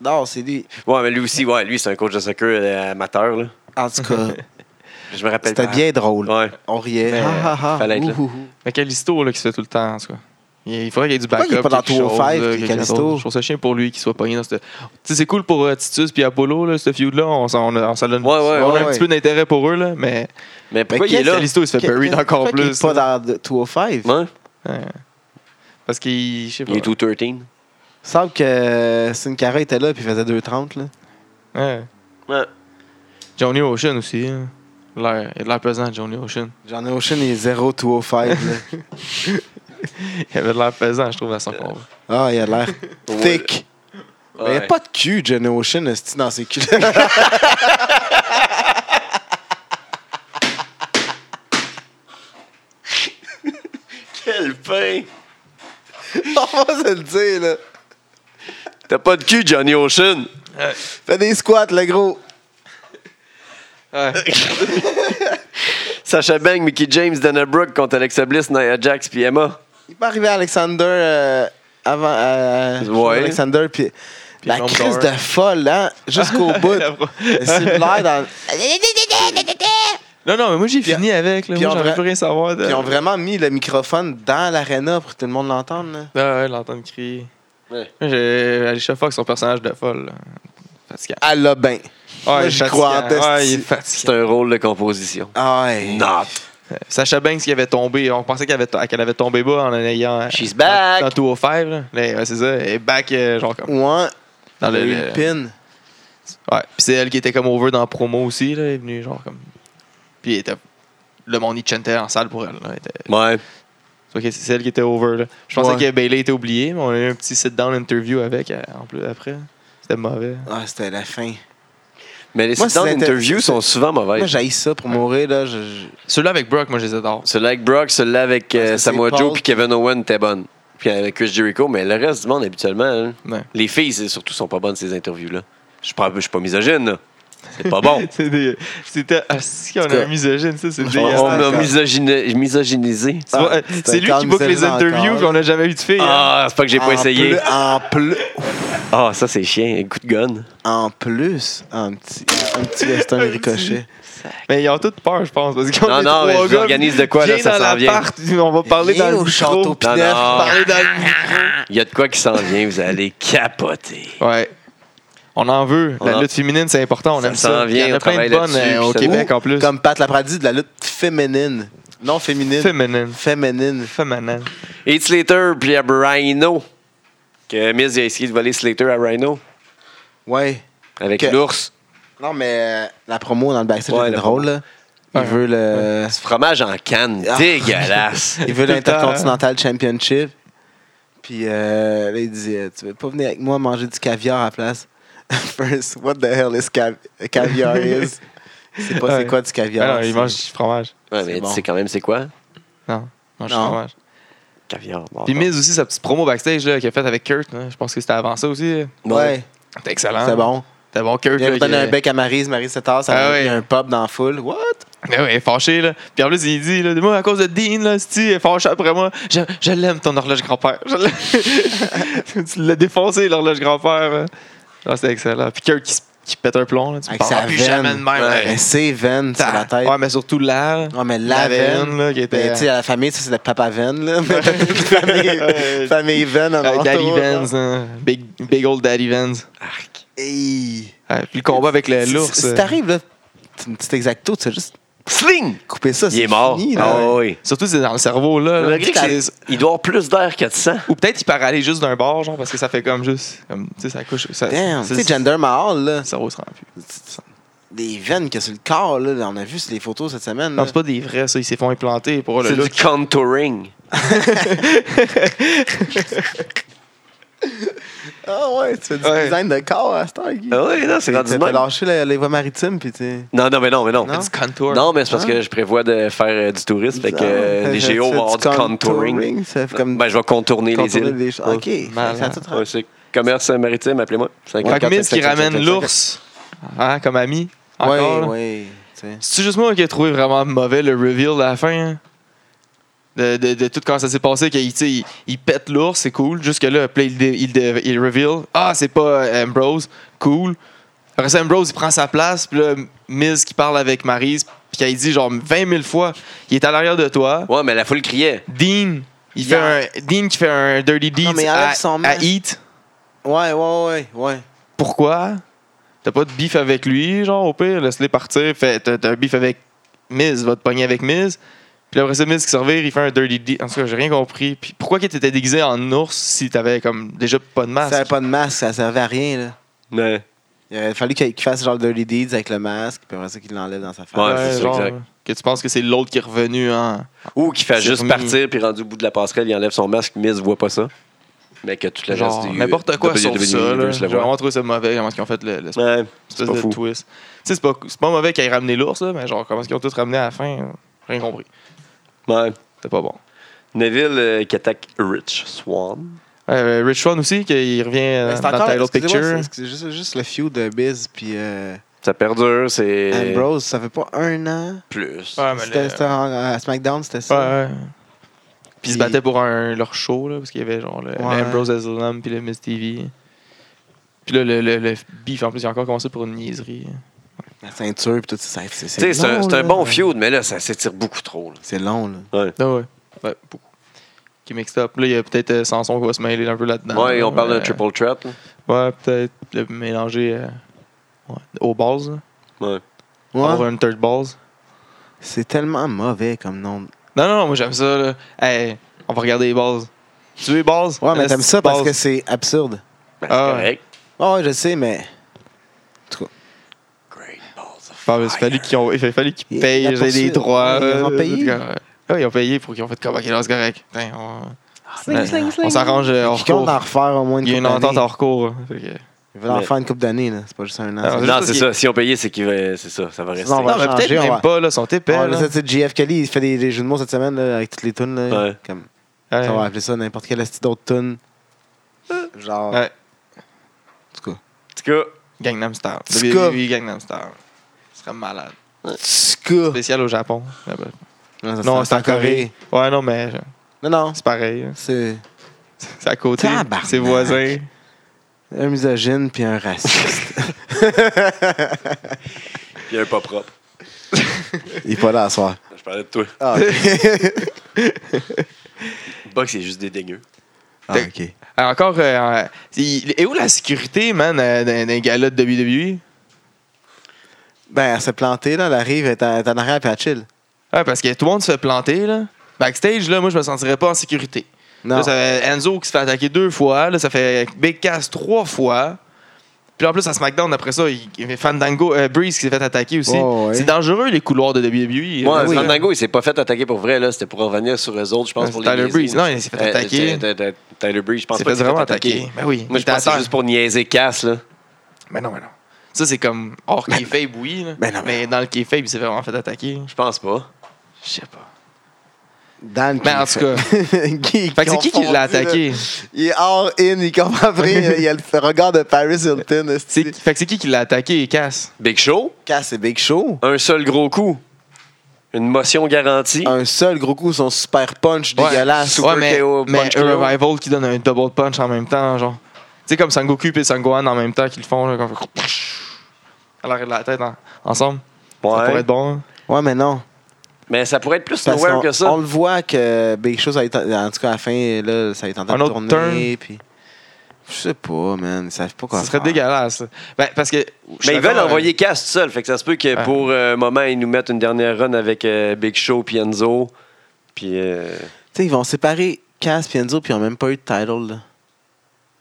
C: Non, c'est lui.
B: Ouais, mais lui aussi, ouais, lui, c'est un coach de soccer euh, amateur. Là.
C: En tout cas,
B: Je me rappelle
C: c'était
B: pas.
C: bien drôle.
B: Ouais.
C: On riait.
A: Mais,
C: Ah, ah, ah.
B: fallait être là.
C: Ouh, ouh, ouh.
A: Mais Calisto, là, qui se fait tout le temps, en tout cas. Il il faudrait qu'il y ait du
C: Pourquoi
A: backup.
C: il est pas dans
A: quelque chose,
C: 205,
A: là,
C: puis
A: quelque
C: Kalisto?
A: chose. Je trouve ça chien pour lui qu'il soit pogné dans cette. Tu sais, c'est cool pour euh, Titus puis Apollo, là, ce feud-là. On s'en on, on s'en donne.
B: Ouais, ouais,
A: on a
C: ouais,
A: un
C: ouais.
A: petit peu d'intérêt pour eux, là, mais
B: Mais pourquoi
C: Mais
B: il est là?
A: Calisto, il se fait
C: Qu'est-
A: buried
C: qu'est-
A: encore
C: pourquoi
A: plus.
C: qu'il
A: là.
C: est pas dans 205.
B: Ouais,
A: Ouais. Parce qu'il. Je sais pas.
B: Il est tout 13.
C: Il semble que Sin Cara était là puis il faisait 2.30. Là.
A: Ouais.
B: Ouais.
A: Johnny Ocean aussi. hein. Il a l'air- il a de l'air pesant, Johnny Ocean.
C: J'en ai Ocean et 0.205. là.
A: Il avait de l'air pesant, je trouve, à son combat.
C: Ah, il a l'air
B: Ouais.
C: thick. Mais il n'y a
B: Ouais.
C: pas de cul, Johnny Ocean, esti, dans ses culs.
B: pain.
C: On va se le dire, là.
B: T'as pas de cul, Johnny Ocean.
C: Fais des squats, le gros.
A: Ouais.
B: Sacha Bang, Mickey James, Dana Brooke contre Alexa Bliss, Nia Jax, puis Emma.
C: Il peut arriver à Alexander euh, avant. euh,
B: Ouais.
C: Alexander, puis. La
A: Norm
C: crise de
A: Dower.
C: folle, hein? Jusqu'au bout. C'est l'air dans.
A: Non, non, mais moi j'ai fini avec. Là.
C: puis
A: Moi,
C: on
A: j'en
C: vra-
A: veux plus rien savoir. De...
C: Puis ils ont vraiment mis le microphone dans l'aréna pour que tout le monde l'entende. là.
A: Ah ouais, l'entendre crier.
B: Ouais.
A: J'ai Alicia Fox, son personnage de folle. là. Fatigant.
C: Elle l'a bien.
A: Ah,
C: Moi,
A: il est
C: j'y
A: fatigant.
C: crois en
A: Ah,
C: esti.
A: il est
B: C'est
A: fatigant.
B: un rôle de composition.
C: Aïe.
B: Not.
A: Sacha Banks qui avait tombé. On pensait qu'elle avait, to- qu'elle avait tombé bas en ayant. euh,
B: She's back.
A: Dans 205. Là. Mais, ouais, c'est ça. Elle est back, euh, genre comme.
C: Ouais.
A: Dans le-
C: Elle a eu
A: le-
C: le pin.
A: Ouais. Puis c'est elle qui était comme over dans la promo aussi. Là. Elle est venue, genre comme. Puis elle était. Le monde, il chantait en salle pour elle. là. Elle était-
B: Ouais.
A: Ok, c'est celle qui était over. Là. Je pensais
C: Ouais.
A: que Bailey était oubliée, mais on a eu un petit sit-down interview avec euh, en plus après. C'était mauvais.
C: Ah, c'était la fin.
B: Mais les
C: Moi,
B: sit-down
C: c'est inter-
B: interviews sont souvent
C: Moi,
B: mauvaises.
C: j'haïs ça pour mourir, là. Je, je-
A: Celui-là avec Brock, moi, je les adore.
B: Celui-là avec Brock, celui-là avec euh,
C: Ah, ça, c'est
B: Samoa
C: Paul.
B: Joe puis Kevin Owen était bonne. Puis avec Chris Jericho, mais le reste du monde, habituellement, hein,
A: Ouais.
B: les filles, c'est surtout, sont pas bonnes ces interviews-là. Je suis pas, je suis pas misogyne, là. C'est pas Ah bon.
A: C'est des- euh, C'était. Ah, si, on
C: tout
A: a
C: cas,
A: un misogyne, ça, c'est
C: on-
B: On,
A: dégueulasse.
B: on m'a
C: encore.
B: misogyné- misogynisé.
A: Tu vois,
C: Ah,
A: euh,
C: c'est
A: c'est
C: un
A: lui
C: camp
A: qui book les
C: misogyne
A: interviews,
C: encore.
A: qu'on n'a jamais eu de filles. hein.
B: Ah, c'est pas que j'ai
C: en
B: pas essayé.
C: plus- en, plus,
B: Ah, ça, c'est chiant. Un coup de gun.
C: en plus, un petit, un petit western ricochet.
A: Mais ils ont toutes peur, je pense. Parce qu'on
B: Non,
A: est
B: non,
A: trois
B: mais je vous
A: gars,
B: organise de quoi, là,
A: viens
B: ça
A: dans
B: s'en vient.
A: l'appart, On va parler
C: Viens
A: dans
C: au
A: le
C: château
A: château.
B: Non,
C: Pinel.
B: non.
A: Parler dans le micro.
B: Il y a de quoi qui s'en vient, vous allez capoter.
A: Ouais. On en veut.
B: On en-
A: La lutte féminine, c'est important. On
B: Ça
A: aime
B: s'en
A: ça.
B: vient,
A: Il y en
B: on
A: a plein
B: travaille
A: de bonnes
B: là-dessus,
A: euh, au
B: puis ça-
A: Québec en plus.
C: Comme Pat Lapradie, de la lutte féminine. Non féminine.
A: Féminine.
C: féminine.
A: Féminine.
B: Et Slater puis à Rhino. Que Miz il a essayé de voler Slater à Rhino
C: Ouais.
B: avec
C: Que-
B: l'ours.
C: Non, mais euh, la promo dans le backstage
B: Ouais,
C: était
B: la
C: drôle, là. Il
A: Ouais.
C: veut le.
B: Ce fromage en canne,
C: Ah.
B: dégueulasse.
C: Il veut
A: Tout le temps, hein.
C: l'Intercontinental Championship. Puis euh, là, il dit euh, Tu veux pas venir avec moi manger du caviar à la place First, what the hell is cav- caviar is C'est pas c'est
A: Ouais.
C: quoi du
A: Ah
C: caviar
A: non, il
C: c'est-
A: mange du fromage.
B: Ouais,
C: C'est
B: mais
C: bon.
B: tu sais quand même c'est quoi?
A: Non, il mange du
C: Non.
A: fromage.
B: Caviar. bon,
A: Puis
B: bon.
A: Miz aussi, sa petite promo backstage là, qu'il a faite avec Kurt. là. Je pense que c'était avant ça aussi. là.
C: Ouais,
A: C'était excellent.
C: c'est bon.
A: C'était bon, Kurt.
C: Il vient
A: là,
C: de donner
A: qui-
C: un bec à Maryse, Maryse se tasse,
A: Ah
C: elle-
A: ouais.
C: il y a un pop dans la foule. What
A: Ouais, ouais, il est Eh fâché. Là. Puis en plus, il dit là, Moi, à cause de Dean, là, si il est fâché après moi, je, je l'aime ton horloge grand-père. Je l'aime. tu l'as défoncé, l'horloge grand-père. là. Ah, C'était excellent. Puis Kurt qui, se- qui pète un plomb. Là. Tu
C: Avec
A: parles
C: sa
A: plus Bah, jamais de
C: veine.
A: même. là.
C: Mais c'est veine sur la tête.
A: Ouais, mais surtout là.
C: Ouais, mais la, veine.
A: là, qui était.
C: Ben, tu sais, la famille, ça, c'est la papa veine, là. Mais t'as toute famille,
A: Ouais.
C: famille veine en
A: Euh, Daddy
C: entour, là.
A: Vans, hein. big, big old Daddy Vans.
B: Arc.
C: Hey.
A: Ouais, puis le combat avec le-
C: Si-
A: l'ours.
C: Si
A: euh,
C: t'arrives, là, c'est une petite exacto, tu sais, juste
B: Sling!
C: couper ça.
B: Il
C: c'est
B: est mort.
C: fini,
B: Ah
C: là.
B: oui.
A: euh, Surtout, c'est dans le cerveau, là. là.
B: Malgré que
A: C'est-
B: c'est- Il doit avoir plus d'air que de sang.
A: Ou peut-être il part aller juste d'un bord, genre, parce que ça fait comme juste. Comme, tu sais, ça couche. Ça,
C: Damn,
A: c'est-
C: tu sais, Gender Mahal, là,
A: Le cerveau se rend plus.
C: les veines qu'il y a sur le corps, là, on a vu sur les photos cette semaine.
A: Non,
C: là.
A: Ah, c'est pas des vrais, ça. Ils s'est font implanter pour Oh, le
B: C'est du
A: look.
B: contouring.
C: Ah ouais, tu fais du
A: Ouais.
C: design de corps à Star. Guy.
B: Ah oui, non, c'est rendu de
C: T'as
B: même.
C: t'as lâché les, les voies maritimes, puis tu
B: Non, non, mais non, mais non.
C: Non?
A: Du contour.
B: Non, mais c'est parce
C: Ah.
B: que je prévois de faire euh, du tourisme, fait que euh,
C: Ah,
B: les
C: fait-
B: géos
C: fait
B: vont avoir du contouring.
C: Ça fait comme
B: Ben, je vais contourner les
C: contourner
B: îles.
C: des choses. Ok,
A: Malin.
C: ça a tout
B: Ouais, c'est commerce maritime, appelez-moi.
A: Fait que
B: 54,
A: Miz qui
B: 55,
A: ramène
B: 55.
A: l'ours, hein, comme ami. Encore,
C: Ouais,
A: là.
C: ouais. tu sais.
A: C'est juste moi qui ai trouvé vraiment mauvais le reveal à la fin. hein? De, de, de tout quand ça s'est passé, qu'il tu sais, il, il pète l'ours, c'est cool. Jusque-là, puis là, il, dé- il, dé- il reveal. Ah, c'est pas euh, Ambrose, cool. Après ça, Ambrose, il prend sa place. Puis là, Miz qui parle avec Maryse, puis qu'elle dit genre 20 000 fois il est à l'arrière de toi.
B: Ouais, mais la foule criait.
A: Dean, il
C: Yeah.
A: fait un, Dean qui fait un Dirty
C: Non,
A: Deed
C: mais il enlève
A: à,
C: son
A: à
C: masque.
A: Heat.
C: Ouais, ouais, ouais, ouais.
A: Pourquoi T'as pas de beef avec lui, genre, au pire, laisse-les partir. Fait, t'as t'as un beef avec Miz, va te pogner avec Miz. Puis après ça, Miz qui se revire, il fait un Dirty D. En tout cas, j'ai rien compris. Puis pourquoi qu'il t'était déguisé en ours si t'avais comme déjà pas de
C: Ça
A: masque
C: avait pas de masque, ça servait à rien, là.
B: Ouais.
C: Il aurait fallu qu'il qu'il fasse genre Dirty Deeds avec le masque, puis après ça qu'il l'enlève dans sa face.
B: Ouais, c'est ça, exact.
A: Que tu penses que c'est l'autre qui est revenu en.
B: Ou qui fait
A: C'est
B: juste
A: remis.
B: partir, puis rendu au bout de la passerelle, il enlève son masque, Miz voit pas ça. Mais que toute la
A: Genre,
B: reste du.
A: n'importe quoi
B: WWE
A: sauf ça. là.
B: Universe
A: J'ai
B: E la voit.
A: vraiment trouvé ça mauvais, comment ils ont fait le, le-
B: Ouais, c'est
A: espèce
B: pas
A: de
B: fou.
A: twist. Tu sais, c'est pas, c'est pas mauvais qu'ils aient ramené l'ours, là, mais genre, comment est-ce qu'ils ont tous ramené à la fin Rien compris.
B: Ouais.
A: hein? C'était pas bon.
B: Neville euh, qui attaque Rich Swan.
A: Euh, Rich Swan aussi, qui revient euh,
C: C'est
A: dans
C: encore-
A: le title
C: excusez-moi,
A: picture.
C: c'est- C'est juste, juste le feud de Biz puis euh,
B: Ça perdure, c'est
C: Ambrose. Ça fait pas un an.
B: plus.
A: Ouais, Ah, mais
C: C'était
A: le-
C: c'était en- à SmackDown, c'était
A: Ouais,
C: ça.
A: ouais. Puis ils se
C: Puis-
A: battaient pour un, leur show, là, parce qu'il y avait genre le, le
C: Ouais.
A: Ambrose Asylum puis le Miss TV. Puis là, le, le, le beef, en plus, il a encore commencé pour une niaiserie.
C: La ceinture puis tout ça. c'est-
B: Tu sais, c'est
C: long,
B: un, c'est un
C: là.
B: bon feud, mais là, ça s'étire beaucoup trop. là.
C: C'est long, là.
A: Ah ouais. Ouais, beaucoup. Qui mixed up. Là, il y a peut-être euh, Samson qui va se mêler un peu là-dedans.
B: ouais, on parle
A: de
B: d'un triple threat. là.
A: Ouais, peut-être le mélanger euh, ouais, aux balls. là.
B: Ouais.
A: Avoir
C: Ouais,
A: une third balls.
C: c'est tellement mauvais comme nom.
A: Non, non, non, moi j'aime ça. Là. Hey, on va regarder les balls. Tu veux les balls?
C: Ouais, mais
A: Euh,
C: t'aimes ça parce
A: balls.
C: que c'est absurde.
B: Ben, c'est
A: Ah.
B: correct.
C: Oh, je sais, mais.
B: Great balls of
A: Ah, mais c'est
B: fire.
A: fallu qu'ils ont- il a fallu qu'ils
C: Et
A: payent
C: la
A: j'ai des
C: poursuite,
A: droits.
C: ils ont
A: euh,
C: payé?
A: euh, ouais, ils ont payé pour qu'ils ont fait comme ok, là, c'est correct. Putain, on
C: Sling,
A: euh,
C: sling,
A: on s'arrange euh, hors
C: Qui compte
A: cours.
C: en refaire au moins une
A: Il y a
C: coupe
A: une entente
C: d'années.
A: hors cours. hein. Fait que-
C: Ils veulent en
B: Mais-
C: faire une coupe d'année, là. C'est pas juste un
A: Ah,
C: an.
A: c'est
B: Non,
A: juste
B: c'est
A: qu'il-
B: ça. Si on payait, c'est qu'il va- c'est ça, ça va rester.
C: Sinon, on va
A: Non, mais peut-être
C: changer,
A: même
C: ouais.
A: pas, là, ils sont épais.
C: Ouais,
A: là.
C: Ah, là, ça, c'est JF Kelly, il fait des, des jeux de mots cette semaine là, avec toutes les tunes. Là,
B: Ouais.
C: Comme,
A: Ouais.
C: Ça va appeler ça n'importe quelle esti d'autre tune. Genre.
A: Ouais.
C: En tout cas.
B: En tout cas,
A: Gangnam Style.
C: C'est quoi?
A: Oui, Gangnam Style. E Ce serait malade.
C: En tout cas.
A: Spécial au Japon. là-bas.
C: Non, ça,
A: Non, c'est en Corée. Ouais, non, mais euh,
C: Non, non.
A: c'est pareil. hein.
C: C'est
A: C'est à côté.
C: Tabarnak.
A: C'est voisin.
C: un misogyne puis un raciste.
B: il y a un pas propre.
C: il est pas là à soir.
B: Je parlais de toi.
C: Ah,
B: Box, c'est juste dédaigneux.
C: Ah, ok.
A: Ah, Encore. euh, euh, il- et où la sécurité, man, euh, d'un d'un gala de E? WWE?
C: Ben, elle s'est plantée, là. Elle arrive, elle est en, elle est en arrière puis elle chill.
A: Ouais, parce que tout le monde se fait planter, là. Backstage, là, moi, je me sentirais pas en sécurité.
C: Non.
A: Là, ça fait Enzo qui se fait attaquer deux fois. Là, ça fait Big Cass trois fois. Puis en plus, à SmackDown, après ça, il il y avait Fandango, euh, Breeze qui s'est fait attaquer aussi.
C: Oh, ouais.
A: C'est dangereux, les couloirs de WWE.
B: Moi,
A: là.
C: oui.
B: Fandango, il s'est pas fait attaquer pour vrai, là. C'était pour revenir sur eux autres, je pense,
A: Ouais,
B: pour les
A: Euh, Tyler
B: niaiser.
A: Breeze. Non, il s'est fait
B: Euh,
A: attaquer.
B: Ty- Ty- Ty- Tyler Breeze, je pense
A: C'est
B: pas
A: fait
B: qu'il s'est
A: vraiment
B: fait
A: attaquer.
B: attaquer.
A: Ben oui. il
B: Moi, je
A: était à
B: pense que c'est
A: terre.
B: juste pour niaiser Cass, là.
A: Mais non, mais non. Ça, c'est comme hors kayfabe, oui. là.
C: Ben non,
A: mais... dans le kayfabe, il s'est vraiment fait attaquer.
B: Je pense pas.
A: Je sais pas.
C: Dan
A: Mais Ben, en tout cas.
C: qui,
A: Fait que c'est qui qui l'a attaqué?
C: Il est hors in, il comprend rien. il y a le regard de Paris Hilton.
A: C'est- Fait que c'est qui qui l'a attaqué, Cass?
B: Big Show,
C: Cass et Big Show.
B: un seul gros coup. Une motion garantie.
C: Un seul gros coup, son super punch
A: Ouais.
C: dégueulasse.
B: Super
A: ouais, mais,
B: KO,
A: mais
B: punch
A: un
B: KO.
A: Revival qui donne un double punch en même temps, genre. Tu sais, comme Sangoku et Sangohan en même temps qu'ils le font, là, comme... à l'arrêt de la tête en- ensemble. Ça
B: Ouais.
A: pourrait être bon. hein.
C: Ouais, mais non.
B: Mais ça pourrait être plus
C: Parce
B: nowhere
C: qu'on-
B: que ça.
C: On le voit que Big Show, ça a été, en tout cas, à la fin, là, ça a été en train
A: Un
C: de
A: autre
C: tourner.
A: turn.
C: Puis... Je sais pas, man. Ils savent pas quoi
A: Ça serait
C: faire.
A: dégueulasse. Ben, parce que. je suis
B: Mais ils veulent
A: d'accord,
B: envoyer Cass tout seul. Fait que ça se peut que
A: Ah.
B: pour euh, un moment, ils nous mettent une dernière run avec euh, Big Show puis Enzo. Puis euh,
C: Tu sais, ils vont séparer Cass et Enzo, puis ils ont même pas eu de title. Là.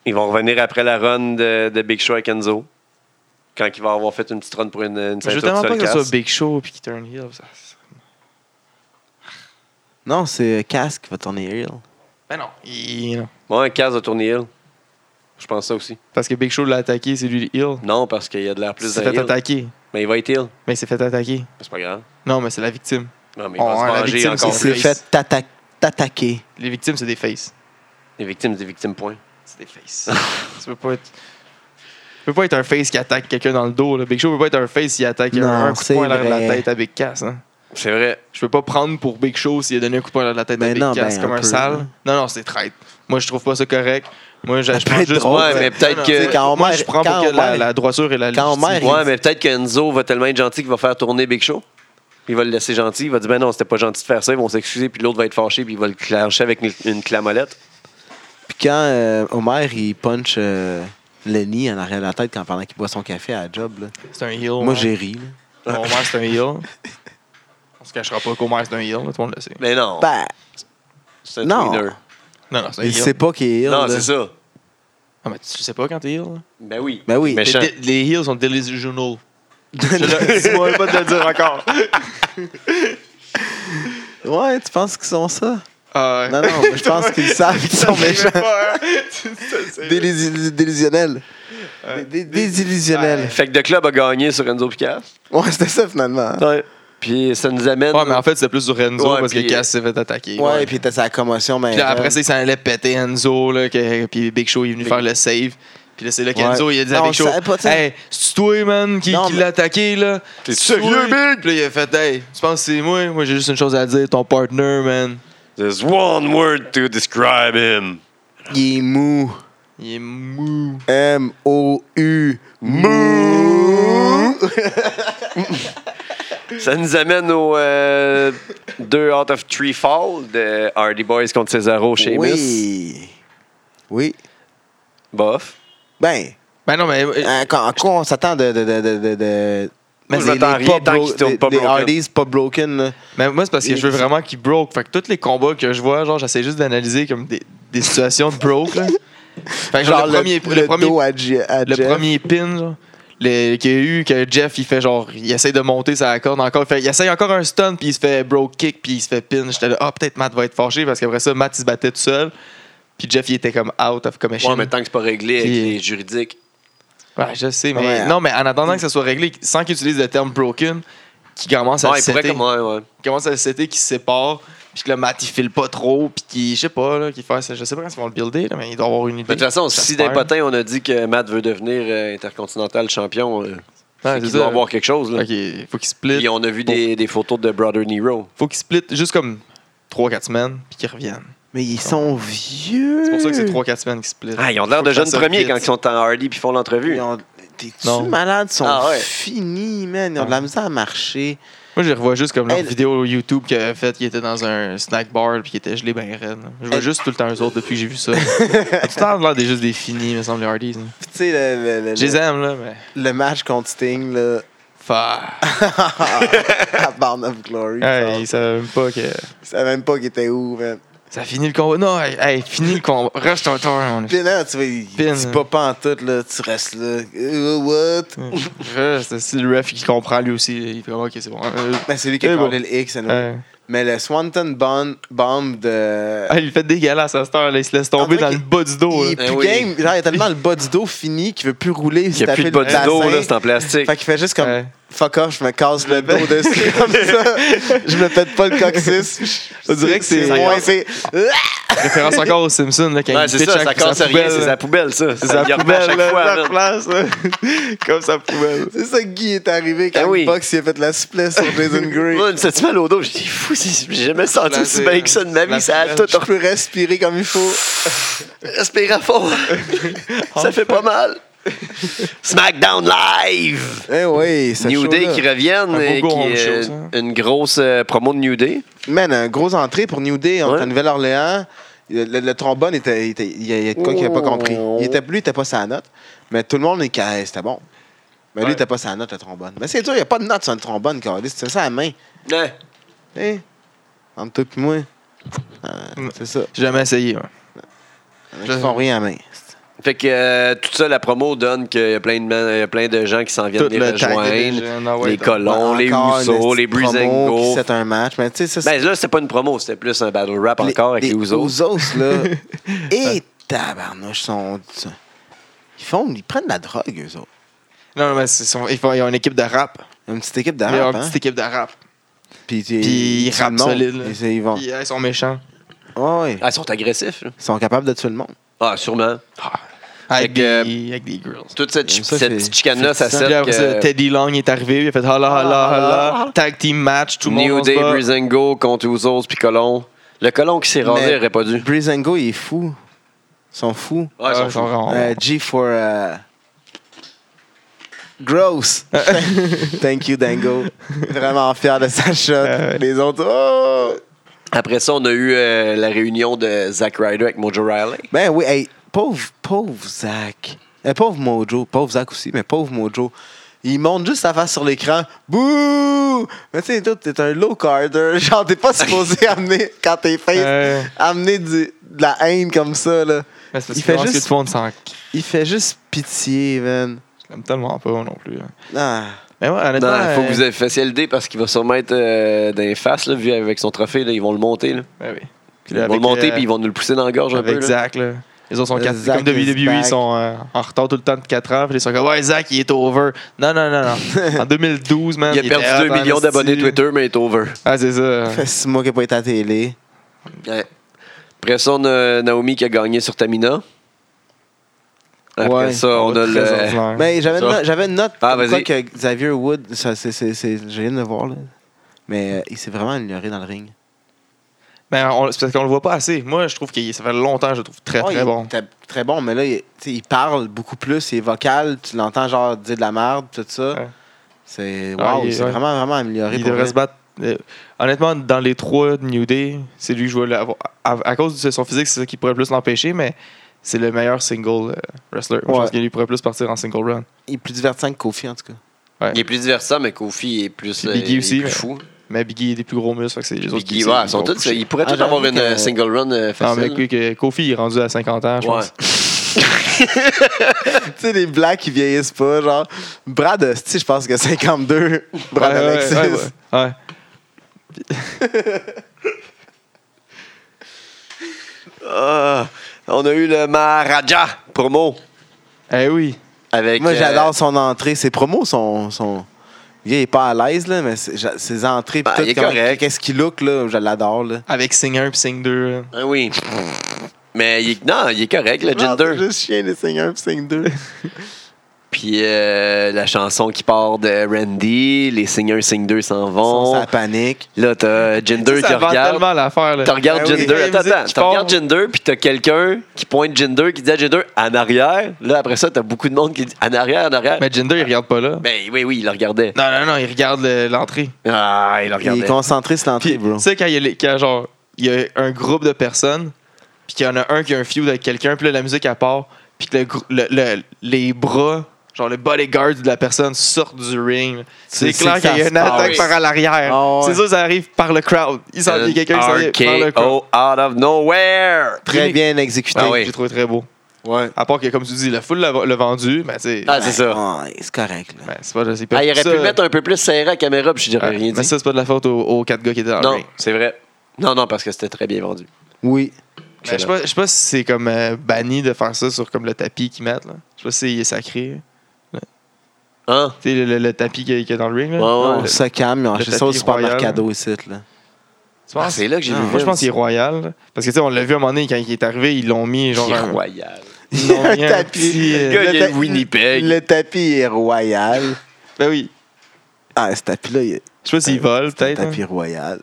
B: ils vont revenir après la run de, de Big Show avec Enzo. Quand il va avoir fait une petite run pour une, une
A: euh, Je veux
B: ceinture
A: tellement
B: tout
A: pas
B: seul,
A: que ce
B: Cass.
A: soit Big Show puis qu'il turn heel. ça- ça-
C: Non, c'est euh, Cass qui va tourner heel.
A: Ben non. il- non.
B: Ouais, Cass a tourné heel. Je pense ça aussi.
A: Parce que Big Show l'a attaqué, c'est lui le heel.
B: Non, parce qu'il y a de l'air
A: Il
B: plus
A: s'est
B: d'un
A: fait
B: heel.
A: attaquer.
B: Mais il va être heel.
A: Mais il s'est fait attaquer.
B: C'est pas grave.
A: Non, mais c'est la victime.
B: Non, mais il va
A: Oh,
B: se
A: la
B: venger
A: victime,
C: Il
B: encore
A: c'est-
C: s'est
A: plus.
B: plus.
C: fait t'atta- t'attaquer.
A: Les victimes, c'est des faces.
B: Les victimes, des victimes, point.
A: C'est des faces. tu peux pas être. Tu peux pas être un face qui attaque quelqu'un dans le dos. Là. Big Show peut pas être un face qui attaque
C: Non,
A: un coup de
C: c'est
A: poing derrière
C: vrai.
A: la tête à Big Cass. hein.
B: C'est vrai.
A: Je peux pas prendre pour Big Show s'il a donné un coup de poing derrière la tête à
C: Ben
A: Big
C: non,
A: Cass
C: ben,
A: comme
C: un
A: un,
C: peu,
A: sale.
C: hein.
A: Non, non, c'est traître. Moi, je trouve pas ça correct. Moi, je, je
C: peut
A: prends
C: être
A: juste.
C: drôle,
A: Ouais,
C: mais
B: peut-être
A: non,
B: que-
A: non,
C: quand on
A: moi,
C: meurt-
A: je prends
C: quand
A: pour que
C: on
A: la,
C: meurt-
A: la droiture et la
C: quand on
A: légitimité-
C: meurt-
B: Ouais, mais peut-être qu'Enzo va tellement être gentil qu'il va faire tourner Big Show. Il va le laisser gentil. Il va dire Ben non, c'était pas gentil de faire ça. Ils vont s'excuser. Puis l'autre va être fâché. Puis il va le clencher avec une, une clamolette.
C: Puis quand euh, Homer, il punch euh, Lenny en arrière de la tête quand, pendant qu'il boit son café à la job, là.
A: C'est un heel. hein.
C: moi
A: ouais.
C: j'ai ri. là.
A: Mon mère, c'est un heel. On se cachera pas qu'Omer, c'est un heel. là, Tout le monde le sait.
B: Mais non.
C: Bah,
B: c'est un
C: non.
B: tweener.
A: Non, non, c'est un
C: il sait
A: heel.
C: pas qu'il est heel.
B: Non,
C: là.
B: c'est ça.
A: Ah, mais tu sais pas quand t'es heel. là?
B: Ben oui.
C: Ben oui.
B: Méchant.
A: Les, les heels sont delusional. Je le- Dis-moi pas de le dire encore.
C: Ouais, tu penses qu'ils sont ça?
A: Ah, ouais.
C: Non, non, mais je pense qu'ils savent qu'ils sont méchants. Délisi- Délusionnels. Dé- dé- Désillusionnels.
B: Fait que The Club a gagné sur Enzo Picasso.
C: Ouais, c'était ça finalement.
B: Ouais. Puis ça nous amène.
A: Ouais, mais en fait, c'était plus du Renzo
B: Ouais,
A: parce que
B: puis-
A: Cass s'est fait attaquer.
C: Ouais, puis t'as sa commotion, mais.
A: Puis là, après ça, il s'en allait péter Enzo, là, que- puis Big Show il est venu faire le save. Puis là, c'est là qu'Enzo,
C: Ouais.
A: il a dit à
C: Non,
A: Big Show
C: on savait pas, tu sais.
A: Hey, c'est toi, man, qui,
C: Non,
A: qui
C: mais-
A: l'a attaqué, là
B: T'es
A: C'est toi?
B: sérieux, Big?
A: Puis là, il a fait Hey, tu penses que c'est moi Moi, j'ai juste une chose à dire, ton partner, man.
B: There's one word to describe him.
C: il est mou.
A: Il est mou.
C: M-O-U. Mou.
B: Ça nous amène aux euh, deux out of three fall de Hardy Boys contre Cesaro chez Miss.
C: Oui. Oui.
B: Bof.
C: Ben,
A: Ben non, mais. euh,
C: à quoi- à quoi on s'attend de. de, de, de, de, de...
B: Moi, je
C: des-
B: m'attends à
C: des
B: rien tant
C: bro-
B: qu'ils tournent
C: des-
B: pas
C: des
B: broken.
C: Hardys pas broken. là.
A: Mais moi, c'est parce que je veux vraiment qu'il broke. Fait que tous les combats que je vois, genre, j'essaie juste d'analyser comme des, des situations de broke, là. Fait que Ben, genre, le, premier, le, premier,
C: dos à, J- à
A: le
C: Jeff.
A: premier pin, genre, le- qu'il y a eu, que Jeff, il fait genre, il essaie de monter sa corde encore. Fait, il essaie encore un stun, puis il se fait broke kick, puis il se fait pin. J'étais là, ah, peut-être Matt va être fâché, parce qu'après ça, Matt, il se battait tout seul. Puis Jeff, il était comme out of commission.
B: Ouais, mais tant que c'est pas réglé avec
A: Puis-
B: les juridiques.
A: Ouais, je sais, mais
C: Ouais.
A: non, mais en attendant que ça soit réglé, sans qu'il utilise le terme broken, qui commence à
B: Ouais,
A: le
B: il pourrait
A: setter.
B: comme. Ouais, ouais.
A: qui commence à le setter, qui se sépare, puis que le mat il file pas trop, puis qui, je sais pas, là, qui fait, ça, je sais pas quand ils vont le builder, là, mais il doit avoir une idée.
B: Mais De toute façon,
A: Ça
B: si
A: se perd.
B: d'impotent, on a dit que Matt veut devenir euh, intercontinental champion, euh,
A: Ouais,
B: c'est
A: Ah, c'est
B: qu'il
A: ça.
B: doit avoir quelque chose. Là.
A: Ok, faut qu'il
B: Puis
A: split.
B: on a vu des, des photos de Brother Nero.
A: Faut qu'il split juste comme 3-4 semaines, puis qu'ils reviennent.
C: Mais ils sont vieux.
A: C'est pour ça que c'est 3-4 semaines qu'ils split.
B: Ah, ils ont l'air
A: Faut
B: de
A: que ça
B: jeunes
A: sorte
B: premiers
A: vite.
B: quand ils sont en Hardy puis font l'entrevue.
C: Ils ont- T'es-tu
A: Non. Ah.
C: malade? Ils sont
B: Ah ouais.
C: finis, man. Ils ont de la misère à marcher.
A: Moi, je les revois juste comme leur
C: Hey, le-
A: vidéo YouTube qu'il avait faite, qui était dans un snack bar, puis qui était gelé ben raide. là. Je vois
C: Hey.
A: juste tout le temps eux autres depuis que j'ai vu ça. tout le temps, l'air des juste des finis, me semble, les Hardys. là.
C: Puis, tu sais, le, le, le,
A: Je les aime, là, mais.
C: le match contre Sting, là, Ah,
A: Fuck.
C: à Bound of Glory.
A: Hey,
C: genre,
A: ils savent même pas que.
C: Ils savaient même pas qu'il était où, man.
A: Ça finit le combat. Non, hey, hey, fini le combat. Reste ton tour. mon
C: Puis là, tu vois, il
A: Pin.
C: dit pas pas en tout, là. Tu restes là. Euh, what?
A: Reste. C'est le ref qui comprend lui aussi. Il fait comme ok, c'est bon. Euh,
C: Ben, c'est lui qui
A: Eh
C: a
A: bon.
C: parlé le X. anyway.
A: euh.
C: Mais le Swanton Bomb, bomb de.
A: Ah, il fait dégueulasse à cette heure. là. Il se laisse tomber
C: En vrai
A: dans le
C: qu'il-
A: bas du dos. là.
C: il est
B: Eh
C: plus
B: oui.
C: game. Genre, il est tellement le bas du dos fini qu'il veut plus rouler.
B: Il n'y a plus de bas du dos, là, c'est en plastique.
C: Fait qu'il fait juste comme
A: Ouais.
C: fuck off, je me casse le dos dessus comme ça. Je me pète pas le coccyx.
A: On dirait que c'est-
C: moins, Ah, c'est.
A: Référence encore aux Simpsons. Là, quand
B: Ouais,
A: il
B: c'est
A: pitch
B: ça,
A: à-
B: ça
A: sa
B: casse rien,
A: poubelle,
B: c'est
A: là.
B: sa poubelle, ça.
A: C'est sa
B: Il remet à
A: poubelle.
B: chaque
A: là,
B: fois,
A: sa
B: man.
A: place. là. comme sa poubelle.
C: C'est ça que Guy est arrivé quand
B: Ah oui.
C: le box il a fait de la souplesse sur Jason Gray.
B: Moi, une petite mal au dos, j'ai dit fou, c'est- j'ai jamais senti
A: La-
B: aussi bien que ça de ma
A: la-
B: vie, ça a tout
C: Je peux respirer comme il faut.
B: respiré à fond. ça fait pas mal. SmackDown Live!
C: Eh oui, c'est
B: New Day qui reviennent
A: Un
B: et
A: beau
B: qui
A: home show,
B: euh,
A: ça.
B: une grosse euh, promo de New Day.
C: Man, un gros entrée pour New Day entre
B: Ouais.
C: la Nouvelle-Orléans. Le, le- le trombone, était, il, était- il y a, il y a de quoi qu'il n'a pas compris.
B: Oh.
C: Il était, lui, il n'était pas sa note. Mais tout le monde est carré, c'était bon. Mais lui, il
A: Ouais.
C: n'était pas sa note, le trombone. Mais c'est dur, il n'y a pas de note sur le trombone, Carlis. C'est ça à la main.
B: Ouais.
C: Hein? Entre toi et moi. Ah,
B: Mm.
C: c'est ça.
A: J'ai jamais essayé. ouais.
C: Ils font rien à la main.
B: Fait que euh, tout ça, la promo donne qu'il y a plein de, man- il y a plein de gens qui s'en viennent
A: Tout
B: les
A: le tag des
B: rejoindre.
A: jeunes, ah ouais,
B: les
A: t'as-
B: colons, les
C: Encore une
B: Usos,
C: petite
B: les
C: promo qui
B: Breezango.
C: C'est un match. Mais tu sais, ça, c'est-
B: Ben là, c'était pas une promo, c'était plus un battle rap encore avec les Usos.
C: là. et tabarnouche, sont. Ils font. Ils prennent de la drogue, eux autres.
A: Non, mais c'est son- ils font- ils ont une équipe de rap.
C: Une petite équipe de
A: Ils ont
C: rap,
A: une
C: hein?
A: petite équipe de rap.
C: Puis,
A: Puis ils
C: tuent le
A: rappent
C: monde.
A: solide. là.
C: Ils, ils vont.
A: Puis, euh, ils sont méchants.
C: Ouais, ouais.
B: Ah, ils sont agressifs. là.
C: Ils sont capables de tuer le monde.
B: Ah, sûrement.
A: Avec
B: Fait que-
A: des avec des girls.
B: Toute cette,
C: J'aime ça,
B: cette
C: c'est-
B: petite chicane-là, ça euh,
C: c'est
A: Puis
B: sert
A: après ça,
B: que
A: Teddy Long est arrivé, il a fait holla holla holla, tag team match, tout le monde.
B: New
A: on se
B: Day,
A: bat.
B: Breezango contre Usos puis Colon. Le Colon qui s'est rasé
C: Mais-
B: aurait pas dû.
C: Breezango, il est fou. Ils sont fous.
B: Ouais, ils
A: Ah,
B: sont
A: ils
B: fous.
A: sont vraiment-
C: Euh, G for. euh, Gross! Thank you, Dango. Vraiment fier de sa shot.
A: Euh,
C: Les autres, oh!
B: Après ça, on a eu euh, la réunion de Zack Ryder avec Mojo Riley.
C: Ben oui, hey, pauvre, pauvre Zach. Euh, pauvre Mojo, pauvre Zach aussi, mais pauvre Mojo. Il monte juste sa face sur l'écran. Bouh! Mais tu sais, toi, t'es un low carder. Genre, t'es pas supposé amener, quand t'es face,
A: Ouais.
C: amener du- de la haine comme ça, là.
A: Mais c'est parce
C: Il
A: que
C: fait
A: je pense
C: juste-
A: que tout le monde s'en
C: Il fait juste pitié, man.
A: Je l'aime tellement pas non plus. hein.
C: Ah.
A: Mais ouais,
B: Non,
A: honnêtement.
B: il faut que vous
A: euh,
B: ayez fassiez le dé parce qu'il va sûrement être euh, dans les faces, là, vu avec son trophée. Là, ils vont le monter. Là.
A: ouais, ben oui. Puis
B: Ils
A: là,
B: vont le
A: avec,
B: monter
A: euh,
B: puis ils vont nous le pousser dans la gorge un peu.
A: Avec
B: là.
A: Zach, là. Les autres sont quatre-
C: Zach
A: comme WWE,
C: is back.
A: ils sont euh, en retard tout le temps de 4 ans. Puis ils sont comme, ouais, Zach, il est over. Non, non, non, non. en 2012, man.
B: Il a
A: était
B: perdu
A: hot
B: 2
A: en
B: millions
A: esti.
B: d'abonnés Twitter, mais il est over.
A: Ah, c'est ça.
C: Ça fait six mois qu'il n'a pas été à la télé.
B: Ouais. Après ça, on a Naomi qui a gagné sur Tamina. Après
C: Ouais.
B: ça, on a
A: Très
B: le. Ben-
A: ordinaire.
C: Mais Ben, j'avais une,
B: Ça.
C: note- j'avais une note
B: Ah,
C: comme
B: vas-y.
C: quoi que Xavier Wood, ça, c'est, c'est, c'est, je viens de le voir, là. Mais euh, il s'est vraiment amélioré dans le ring.
A: Ben, on- c'est parce qu'on le voit pas assez. Moi, je trouve que ça fait longtemps, je le trouve très,
B: Oh,
C: Ouais,
A: très
C: il
A: bon.
C: était Très bon, mais là, il, tu sais, il parle beaucoup plus, il est vocal, tu l'entends genre dire de la merde, tout ça.
A: Ouais.
C: C'est
A: Ah,
C: wow,
A: il est-
C: c'est
A: ouais.
C: vraiment, vraiment amélioré.
A: Il
C: pour
A: devrait
C: vrai.
A: se battre. euh, honnêtement, dans les trois de New Day, c'est lui que je vois. le- à, à- à cause de son physique, c'est ça qui pourrait plus l'empêcher, mais c'est le meilleur single euh, wrestler. Moi, Je
C: Ouais.
A: pense qu'il pourrait plus partir en single run.
C: Il est plus divertissant que Kofi, en tout cas.
B: Il est plus diversant, mais Kofi est plus,
A: Puis
B: euh,
A: Biggie
B: il est
A: aussi,
B: plus
A: mais-
B: fou.
A: Mais Biggie a des plus gros muscles, fait que c'est les autres
B: Biggie,
A: qui-
B: ouais,
A: qui
B: sont
A: vont
B: tous,
A: coucher.
B: ils pourraient
C: Ah,
B: tous avoir
C: j'avoue
B: une
C: que-
B: euh, single run euh,
A: Non,
B: facile.
A: Ah, mais que- que Kofi est rendu à 50 ans, je
B: Ouais.
A: pense.
C: tu sais, les blacks qui vieillissent pas, genre. Brad, euh, si je pense que 52. Brad
A: Ouais, ouais,
C: Alexis.
A: ouais, ouais, ouais.
B: Ah, on a eu le Maharaja promo
A: Eh oui.
B: avec.
C: Moi,
B: euh,
C: j'adore son entrée. Ses promos sont. sont... Le gars, il est pas à l'aise, là, mais c'est- j'a- ses entrées, pis
B: Bah,
C: tout,
B: il est
C: comment-
B: correct.
C: qu'est-ce qu'il look, là, je l'adore, là.
A: Avec Sing 1 et Sing 2. là.
B: Ah oui. Mais il est- non, il est correct, le
C: Non, c'est
B: gender.
C: Juste chien, le Seigneur, pis Signe 2.
B: Puis euh, la chanson qui part de Randy, les Singers Sing 2 s'en vont.
C: Ça panique.
B: Là, t'as Gender
A: Ça,
B: qui
A: ça vend
B: regarde.
A: tellement l'affaire. là.
B: T'en regardes
A: Eh oui.
B: Jinder,
A: La
B: attends,
A: musique
B: attends,
A: qui
B: t'en
A: part.
B: regardes Jinder, puis t'as quelqu'un qui pointe Jinder, qui dit à Jinder en arrière. Là, après ça, t'as beaucoup de monde qui dit en arrière, en arrière.
A: Mais Jinder, il regarde pas là.
B: Ben oui, oui, il le regardait.
A: Non, non, non, il regarde le- l'entrée.
B: Ah, il le
C: Il
B: regardait.
C: est concentré sur
A: Puis,
C: l'entrée, bro.
A: tu sais, quand il y a, les- quand, genre, il y a un groupe de personnes, puis qu'il y en a un qui a un feud avec quelqu'un, puis là, la musique, elle part, puis que le, grou- le- le- les bras, genre le bodyguard de la personne sortent du ring.
C: C'est-
A: C'est
C: c'est
A: clair
C: que ça
A: qu'il y a
C: se
A: une
C: passe.
A: attaque par à l'arrière.
C: Ah ouais.
A: C'est sûr, ça arrive par le crowd. Il s'en il y a quelqu'un qui s'en vient par le crowd.
B: RKO out of nowhere.
C: Très bien exécuté.
B: Ah oui.
A: J'ai trouvé très beau.
C: Ouais.
A: À part que, comme tu dis, la foule l'a l'a vendu, mais tu sais.
B: Ah, c'est ça.
C: Ouais, c'est correct, là.
A: ben, c'est pas, c'est pas-
B: Ah, il aurait
A: ça-
B: pu le mettre un peu plus serré à la caméra, puis je dirais
A: Ouais,
B: rien
A: Mais
B: dit.
A: ça, c'est pas de la faute aux, aux quatre gars qui étaient dans le
B: Non,
A: ring.
B: c'est vrai. Non, non, parce que c'était très bien vendu.
C: Oui.
A: Mais Je sais pas, je sais pas si c'est comme euh, banni de faire ça sur comme le tapis qu'ils mettent. Là. Je sais pas si c'est sacré.
B: Hein?
A: Tu sais, le, le- le tapis qu'il y a- qu'il y a dans le ring. Là.
B: Ouais, ouais.
A: Non,
C: On
A: le-
C: se calme, ils ont
A: le
C: acheté ça au
A: tapis royal.
C: supermercado ici, là.
A: tu
B: Ah,
A: penses?
B: c'est là que j'ai
C: Ah,
B: vu.
A: moi, je
B: Vince.
A: pense qu'il est royal. là. Parce que, tu sais, on l'a vu à un moment donné, quand il est arrivé, ils l'ont mis. Genre,
B: Il est
A: un-
B: royal.
A: ils l'ont mis
C: Un
A: un
C: tapis.
A: petit. euh,
B: Le gars, il est
C: ta-
B: Winnipeg.
C: Le tapis est royal.
A: ben oui.
C: Ah, ce tapis-là, il est
A: Je sais pas
B: Ben
A: s'il vole,
C: un
A: peut-être. hein.
C: tapis royal.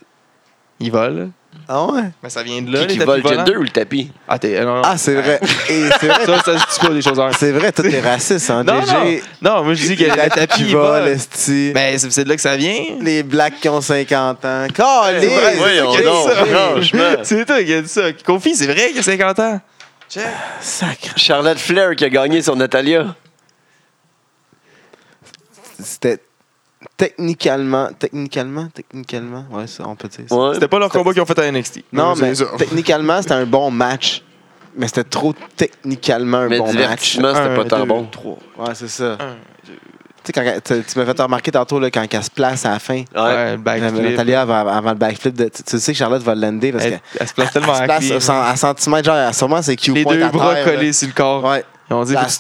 A: Il vole.
C: Ah ouais?
A: Mais ça vient de là,
B: Qui
A: les
B: qui
A: tapis
B: vole
A: volants.
B: Gender ou le tapis?
A: Ah, t'es. euh, non, non.
C: Ah, c'est vrai. Et c'est vrai,
A: Ça, ça, c'est pas des choses. hein.
C: c'est vrai, toi, t'es raciste, hein,
A: Non, non.
C: DG.
A: Non, moi, je dis que le tapis il
C: vole,
A: vole.
C: esti.
A: Mais c'est c'est de là que ça vient.
C: Les blacks qui ont 50 ans. Calé!
A: vrai,
B: Voyons
A: c'est
B: donc,
A: ça.
B: franchement.
A: C'est toi qui as dit ça. Kofi, c'est vrai qu'il a 50 ans. Check.
C: Sacre.
B: Charlotte Flair qui a gagné sur Natalia.
C: C'était techniquement, techniquement, techniquement. Ouais, ça, on peut dire ça.
B: Ouais.
A: C'était pas leur combat qu'ils ont fait à NXT.
C: Non,
A: C'est
C: mais
A: ça.
C: techniquement, c'était un bon match. Mais c'était trop techniquement un
B: Mais
C: bon match.
B: divertissement, c'était
A: Un,
B: pas tant
A: deux,
B: bon.
C: Ouais, c'est ça.
A: Un,
C: Tu sais, quand tu tu m'as fait remarquer tantôt là, quand elle se place à la fin.
B: Ouais.
A: Ouais, le backflip.
C: Euh, Natalia avant, avant le backflip, de, tu, tu sais que Charlotte va l'ender parce que.
A: Elle, elle se place tellement
C: elle se
A: à
C: place
A: clean.
C: au cent- à centimètres, genre, elle- sûrement c'est Q
A: Les
C: point
A: deux
C: à
A: bras
C: terre, là.
A: collés sur le corps.
C: Ouais.
A: Ils ont dit
C: La-
A: que-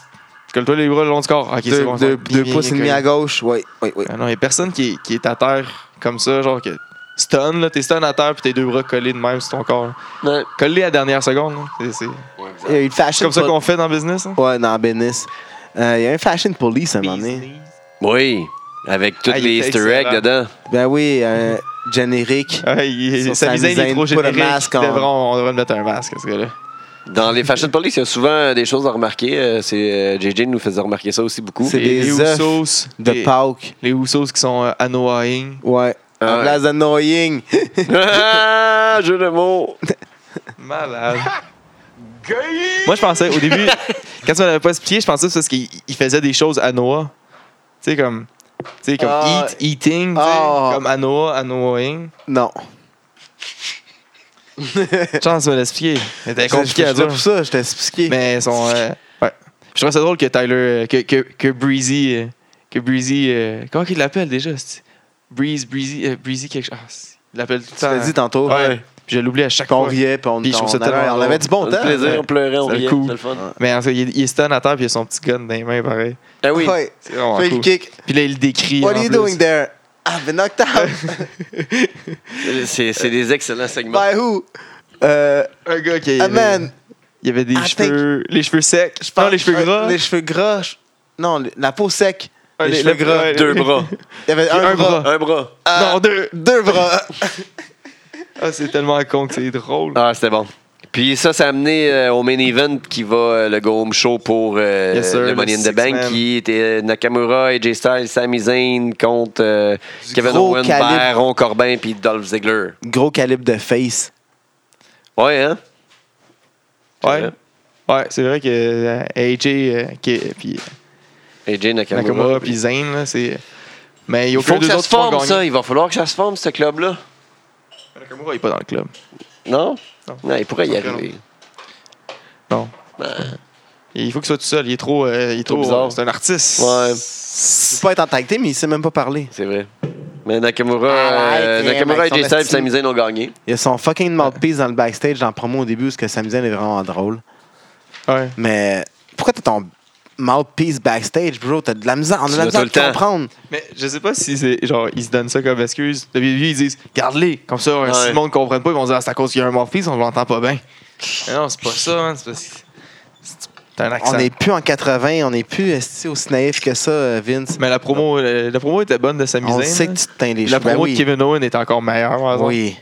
A: Colle-toi les bras le long du corps. Ok, c'est
C: deux
A: bon.
C: deux-
A: ça va
C: deux
A: bien
C: pouces et demi
A: coller.
C: à gauche. Oui, oui, oui.
A: Ah non, il y a personne qui est, qui est à terre comme ça, genre que. Stun, là. T'es stun à terre puis tes deux bras collés de même sur ton corps.
B: Ouais.
A: Collés à la dernière seconde, là. C'est- C'est
C: Il y a eu le
A: c'est
C: fashion.
A: comme ça
C: pol-
A: qu'on fait dans le business, hein.
C: Ouais, dans Bénis. Euh, il y a un fashion police à un moment donné.
B: Oui. Avec tous
A: Ah, il
B: les
A: était
B: Easter eggs
A: excellent.
B: dedans.
C: Ben oui, un générique.
A: Ouais, il,
C: Sur
A: sa
C: Sami
A: misaine est
C: Zayn,
A: trop
C: pas de
A: générique.
C: masque,
A: Il
C: on-
A: devrait- on devrait mettre un masque, ce gars-là.
B: Dans les Fashion Police, il y a souvent euh, des choses à remarquer. Euh, C'est euh, JJ nous faisait remarquer ça aussi beaucoup.
C: C'est
A: Les-
C: des
A: les
C: œufs
A: Usos,
C: De
A: les-
C: Pauk.
A: Les Usos qui sont euh, annoying.
C: Ouais.
B: Ah
C: En
B: ouais.
C: place d'annoying.
B: ah, jeu de mots.
A: Malade. Moi, je pensais, au début, quand tu m'avais pas expliqué, je pensais que c'est parce qu'il il faisait des choses à Noah. Tu sais, comme, tu sais, comme
C: Ah.
A: eat, eating, tu sais,
C: Ah.
A: comme à Noah, hein. à Noahing.
C: non.
A: Chance de me l'expliquer. C'était compliqué à
C: J'étais
A: dire.
C: pour ça, j'étais expliqué.
A: Mais son. euh, ouais. Je trouvais ça drôle que Tyler. euh, que, que, que Breezy. euh, que Breezy. euh, comment qu'il l'appelle déjà c'est- Breeze, Breezy. euh, Breezy quelque chose. Ah, c'est- il l'appelle tout le
C: Tu
A: temps.
C: l'as dit tantôt.
A: Ouais. Puis je l'oublie à chaque
C: Puis on
A: fois.
C: riait, puis on,
A: Puis je trouve ça
C: on avait-
A: tellement
C: on avait du bon
B: On a
C: temps.
B: le plaisir, on pleurait, on
A: C'est
B: riait,
A: cool.
B: c'était le fun.
A: Mais en tout cas, il, il stun à terre, puis il a son petit gun dans les mains, pareil.
B: Ah oui,
C: Ouais.
A: C'est vraiment
C: Fait
A: cool.
C: le kick.
A: Puis là, il le décrit.
C: What
A: en
C: are you
A: plus.
C: doing there? I've been knocked out
B: c'est c'est des excellents segments.
C: by who? Euh,
A: Un gars qui
C: a
A: avait,
C: man.
A: il avait des
C: I
A: cheveux, les cheveux secs. Je pense les cheveux
C: Euh,
A: gras.
C: Les cheveux gras. je- Non, le- la peau sec.
A: Ah,
C: les
A: les-
C: cheveux
A: le-
C: gras.
A: ouais.
B: Deux bras.
C: Il y avait un,
A: un
C: bras.
A: bras.
B: Un bras.
C: Ah,
A: non, deux.
C: Deux bras.
A: Ah, c'est tellement con que c'est drôle.
B: Ah, c'était bon. Puis ça, ça a amené euh, au main event qui va euh, le Go Home Show pour euh,
A: Yes, sir,
B: le Money
A: le
B: in the
A: six
B: Bank
A: man.
B: qui était euh, Nakamura, AJ Styles, Sami Zayn contre euh,
C: Du
B: Kevin
C: gros
B: Owens,
C: calibre.
B: Baron Corbin puis Dolph Ziggler.
C: Gros calibre de face.
B: Ouais, hein?
A: ouais. Ouais, c'est vrai que euh, AJ, euh, qui, puis
B: AJ Nakamura.
A: Nakamura, puis Zayn, là, c'est. Mais il y a
B: Il faut
A: aucun
B: que
A: des
B: ça
A: autres
B: se
A: qui vont
B: forme,
A: gagner.
B: ça. Il va falloir que ça se forme, ce club-là.
A: Nakamura est pas dans le club.
B: Non?
A: Non.
B: Non, il pourrait y
A: Non.
B: arriver.
A: Non.
B: Ben,
A: Il faut qu'il soit tout seul. Il est trop. euh, il est
B: Trop
A: trop,
B: bizarre.
A: C'est un artiste.
B: Ouais.
C: Il peut pas être en tag team, mais il sait même pas parler.
B: c'est vrai. Mais Nakamura,
A: Ah,
C: Arrête,
B: euh,
C: viens,
B: Nakamura,
C: avec
B: AJ
C: son
B: Styles et
C: esti.
B: Sami Zayn ont gagné.
C: Il y a son fucking mouthpiece dans le backstage, dans le promo au début, parce que Sami Zayn est vraiment drôle.
A: Ouais.
C: Mais pourquoi t'as ton mouthpiece backstage, bro? T'as de la misère. On a
B: Tu
C: de la
B: l'as
C: misère
B: tout
C: de
B: le temps.
C: comprendre.
A: Mais je sais pas si c'est. Genre, ils se donnent ça comme excuse. Le vieux, ils disent garde-les. Comme ça, euh, si
B: Ouais.
A: le monde ne comprenne pas, ils vont dire Ah, c'est à cause qu'il y a un morphise, on l'entend pas bien. Mais non, c'est pas ça, man. C'est parce que. c'est- T'as un accent.
C: On n'est plus en 80, on n'est plus esti, aussi naïf que ça, euh, Vince.
A: Mais la promo, euh, la promo était bonne de Sami Zayn.
C: On le sait
A: là.
C: que tu te teins les
A: La
C: cheveux. Ben
A: promo
C: oui.
A: de Kevin Owen est encore meilleure, par exemple.
C: Oui.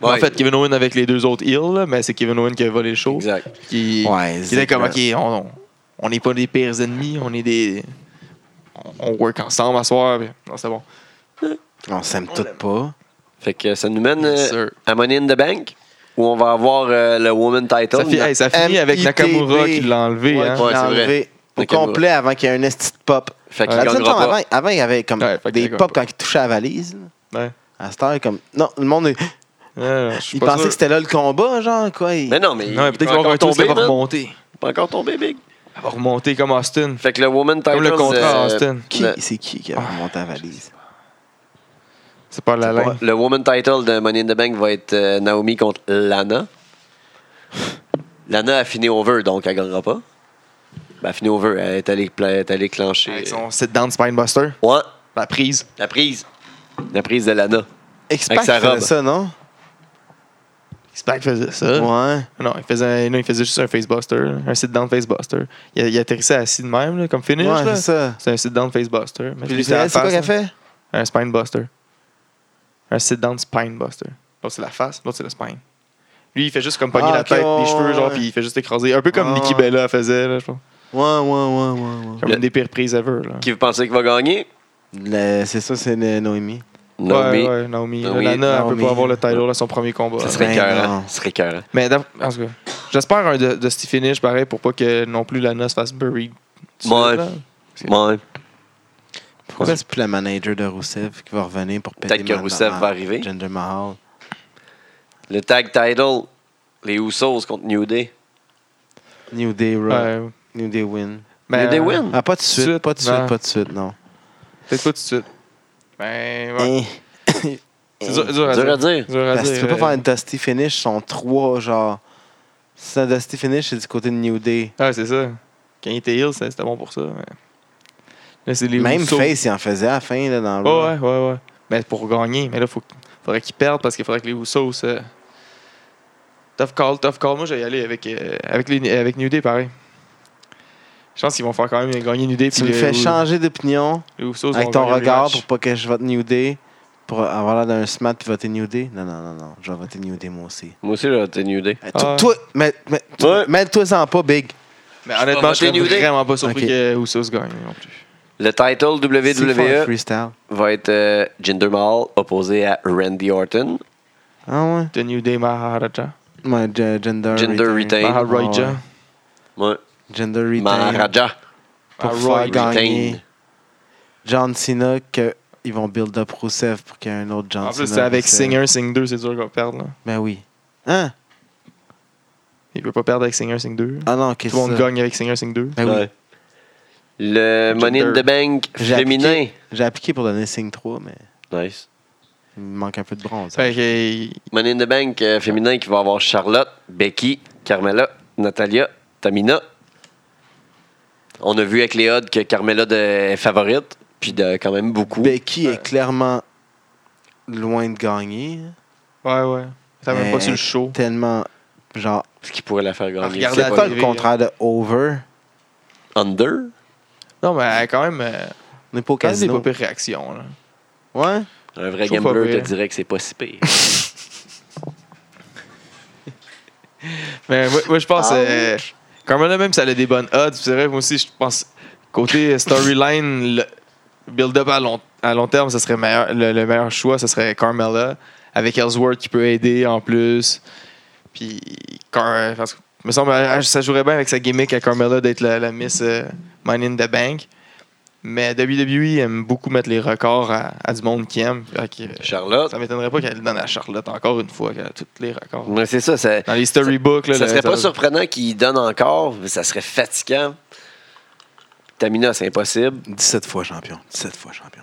A: Mais En
B: Ouais.
A: fait, Kevin Owen avec les deux autres heels, là, mais c'est Kevin Owen qui a volé le show.
B: Exact.
A: Qui,
C: Ouais,
A: qui était comme, OK,
C: exactement.
A: on- on n'est pas des pires ennemis, on est des... on- On work ensemble à soir. puis- Non, c'est bon.
C: On s'aime
A: On
C: toutes
A: l'aime.
C: pas.
B: Fait que ça nous mène
A: Yes,
B: euh,
A: sir.
B: à Money in the Bank, où on va avoir euh, le Woman Title.
A: Ça, fi- hey, ça finit avec
C: MITB.
A: Nakamura qui l'a enlevé.
C: Ouais,
A: hein.
C: qui
B: Ouais,
C: l'a
B: c'est vrai.
C: enlevé au
B: Nakamura.
C: complet avant qu'il y ait un esti de pop.
B: Fait qu'il
A: Ouais.
C: Tu sais,
B: gagnera
C: mettons,
B: pas.
C: avant, avant, il y avait comme
A: Ouais, fait qu'il
C: des
A: gagnera
C: pop
A: pas.
C: quand il touchait à la valise. là.
A: Ouais.
C: À cette heure, comme. Non, le monde. est-
A: Ouais, je suis
C: Il
A: pas
C: pensait
A: sûr.
C: que c'était là le combat, genre, quoi. il-
B: Mais non, mais
A: Non, mais peut-être
B: il peut
A: qu'il va avoir
B: encore
A: un twist,
B: tomber,
A: elle va
B: man.
A: remonter.
B: Il peut encore tomber, Big.
A: Elle va remonter comme Austin.
B: Fait que le Woman Title...
A: Comme le contrat à
B: euh,
A: Austin.
C: Qui,
B: le-
C: c'est qui qui a
A: Ah.
C: remonté la valise?
A: C'est pas la
B: Ouais.
A: laine.
B: Le Woman Title de Money in the Bank va être euh, Naomi contre Lana. Lana a fini over, donc elle gagnera pas. Ben, elle a fini over. Elle est allée, pla- elle est allée clencher.
A: Avec son sit-down spinebuster.
B: Ouais,
A: La prise.
B: la prise. La prise de Lana.
C: Expac
B: sa
C: faisait
B: robe.
C: ça, non?
A: Spack faisait ça.
B: Hein?
C: Ouais.
A: Non, il faisait, non, il faisait juste un facebuster, un sit-down facebuster. Il, il atterrissait assis de même, là, comme finish.
C: Ouais,
A: là.
C: c'est ça.
A: C'est un sit-down facebuster. Mais
C: Puis
A: lui,
C: lui,
A: c'est la
C: c'est quoi
A: face,
C: qu'elle
A: là.
B: hein?
C: fait?
A: Un spinebuster. Un sit-down spinebuster. L'autre, c'est la face, l'autre, c'est le spine. Lui, il fait juste comme pogner
C: Ah,
A: la
C: ok,
A: tête,
C: ouais,
A: les cheveux, genre,
C: ouais.
A: puis il fait juste écraser. Un peu comme
C: Ouais,
A: Nikki
C: ouais.
A: Bella faisait, là, je pense.
C: Ouais, ouais, ouais, ouais. ouais.
A: Comme
B: Le-
A: une des pires prises ever, là.
B: Qui vous pensez qu'il va gagner?
C: Le- C'est ça, c'est le- Noémie.
B: Naomi.
A: Ouais, ouais, Naomi.
B: Naomi.
A: Lana, elle
C: Naomi.
A: peut pas avoir le title à son premier combat.
B: Ça serait
C: Ben
B: écœurant.
C: non.
B: Ça serait écœurant.
A: Mais d'ap- en tout cas, j'espère un de, de ce finish pareil pour pas que non plus Lana se fasse buried. tout de
B: Ouais.
A: suite, là.
B: Ouais.
C: Pourquoi c'est plus le manager de Rousseff qui va revenir pour péter
B: Peut-être que
C: Manda-
B: Rusev va arriver.
C: Jinder Mahal.
B: Le tag title, les Usos contre New Day.
C: New Day Raw.
A: Ouais.
C: New Day Win.
A: Mais,
B: New Day
A: euh,
B: win.
C: Ah, pas de suite,
A: Suite, ben.
C: pas de suite,
A: non.
C: pas de suite, non.
A: Peut-être pas tout de suite. Ben,
B: Eh,
A: ouais.
C: Hein. Eh,
A: C'est dur, dur à
B: Dur
A: dire.
B: à dire.
A: Dur à
C: Parce que
A: dire.
C: tu peux pas
A: euh.
C: faire une Dusty Finish, ils sont trois, genre. Si c'est un Dusty Finish, c'est du côté de New Day.
A: Ah, c'est ça. Quand il était heal, c'était bon pour ça. mais- Là, c'est les
C: Même
A: Usos.
C: Face, il en faisait à la fin, là, dans le.
A: Ouais, ouais, ouais, ouais. Mais pour gagner, mais là, faut... faudrait qu'ils perdent parce qu'il faudrait que les Usos. euh, Tough call, tough call. Moi, j'allais aller avec, euh, avec, les, avec New Day, pareil. Je pense qu'ils vont faire quand même gagner New Day.
C: Tu
A: puis
C: me
A: les-
C: fais changer d'opinion.
A: les Usos vont
C: Avec ton
A: gagner le
C: regard
A: match.
C: pour pas que je vote New Day, pour avoir l'air d'un smart puis voter New Day. Non, non, non, non. Je vais voter New Day moi aussi.
B: Moi aussi, j'ai été New Day.
C: Euh,
A: Ah.
C: to- Toi, mais- mais-
B: Ouais.
C: mêle-toi en pas, Big.
A: Mais honnêtement, je
B: Voter
A: serais
B: New Day.
A: vraiment pas surpris
C: Ok.
A: que Usos gagne non plus.
B: Le title
C: C'est
B: E.
C: pour un
B: WWE
C: freestyle.
B: va être euh, Jinder Mahal opposé à Randy Orton.
C: Ah ouais?
A: The New Day Maharaja.
C: Ouais, ge- gender.
B: Gender retain.
A: Maharaja.
C: Ah ouais.
B: Ouais.
C: Gender retain.
B: Maharaja.
C: Pour
A: Maharaja.
C: faire
B: Retain.
C: gagner John Cena, que ils vont build up Rousseff pour qu'il y ait un autre John
A: En
C: Cena.
A: plus, c'est avec
C: Rousseff.
A: Singer, Sing 2, c'est dur qu'on perde. Là.
C: Ben oui. Hein?
A: Il peut pas perdre avec Singer, Sing 2.
C: Ah non, qu'est-ce
A: Tout le monde
C: que
A: gagne avec Singer, Sing 2.
C: Ben oui.
B: Ouais. Le Money in the Bank
C: J'ai
B: féminin.
C: appliqué- J'ai appliqué pour donner Sing 3, mais.
B: Nice.
C: Il manque un peu de bronze.
A: Fait que,
B: Money in the Bank euh, féminin qui va avoir Charlotte, Becky, Carmela, Natalia, Tamina. On a vu avec les odds que Carmela de- est favorite, puis de quand même beaucoup.
C: Becky Ben, est clairement loin de gagner.
A: ouais, ouais. T'as même
C: Mais
A: pas sur le show.
C: Tellement, genre,
B: Ce qui pourrait la faire gagner.
A: Regardez
B: C'est
A: la
C: c'est
A: pas
C: pas
A: arrivé,
C: le contraire de over.
B: pas Under?
A: Non, mais elle a quand même, euh,
C: On n'est pas au
A: quand même des pas
C: casino.
A: pires réactions. Là.
C: Ouais.
B: Un vrai
A: Je trouve pas
B: gambler
A: vrai.
B: te dirait que c'est pas si pire.
A: Mais moi, moi, je pense. euh, Carmella, même si elle a des bonnes odds, puis c'est vrai, moi aussi, je pense. Côté storyline, le build-up à long, à long terme, ce serait meilleur, le, le meilleur choix, ce serait Carmella, avec Ellsworth qui peut aider en plus. Puis, Car, euh, parce que, me semble, elle- elle- ça jouerait bien avec sa gimmick à Carmella d'être la, la Miss euh, Money in the Bank. Mais WWE aime beaucoup mettre les records à, à du monde qui aime. Fait que, euh,
B: Charlotte.
A: ça m'étonnerait pas qu'elle le donne à Charlotte encore une fois, qu'elle a tous les records.
B: Mais c'est ça, ça,
A: Dans les storybooks, là,
B: ça
A: le-
B: serait pas surprenant qu'il donne encore, mais ça serait fatigant. Tamina, c'est impossible.
C: 17 fois champion. 17 fois champion.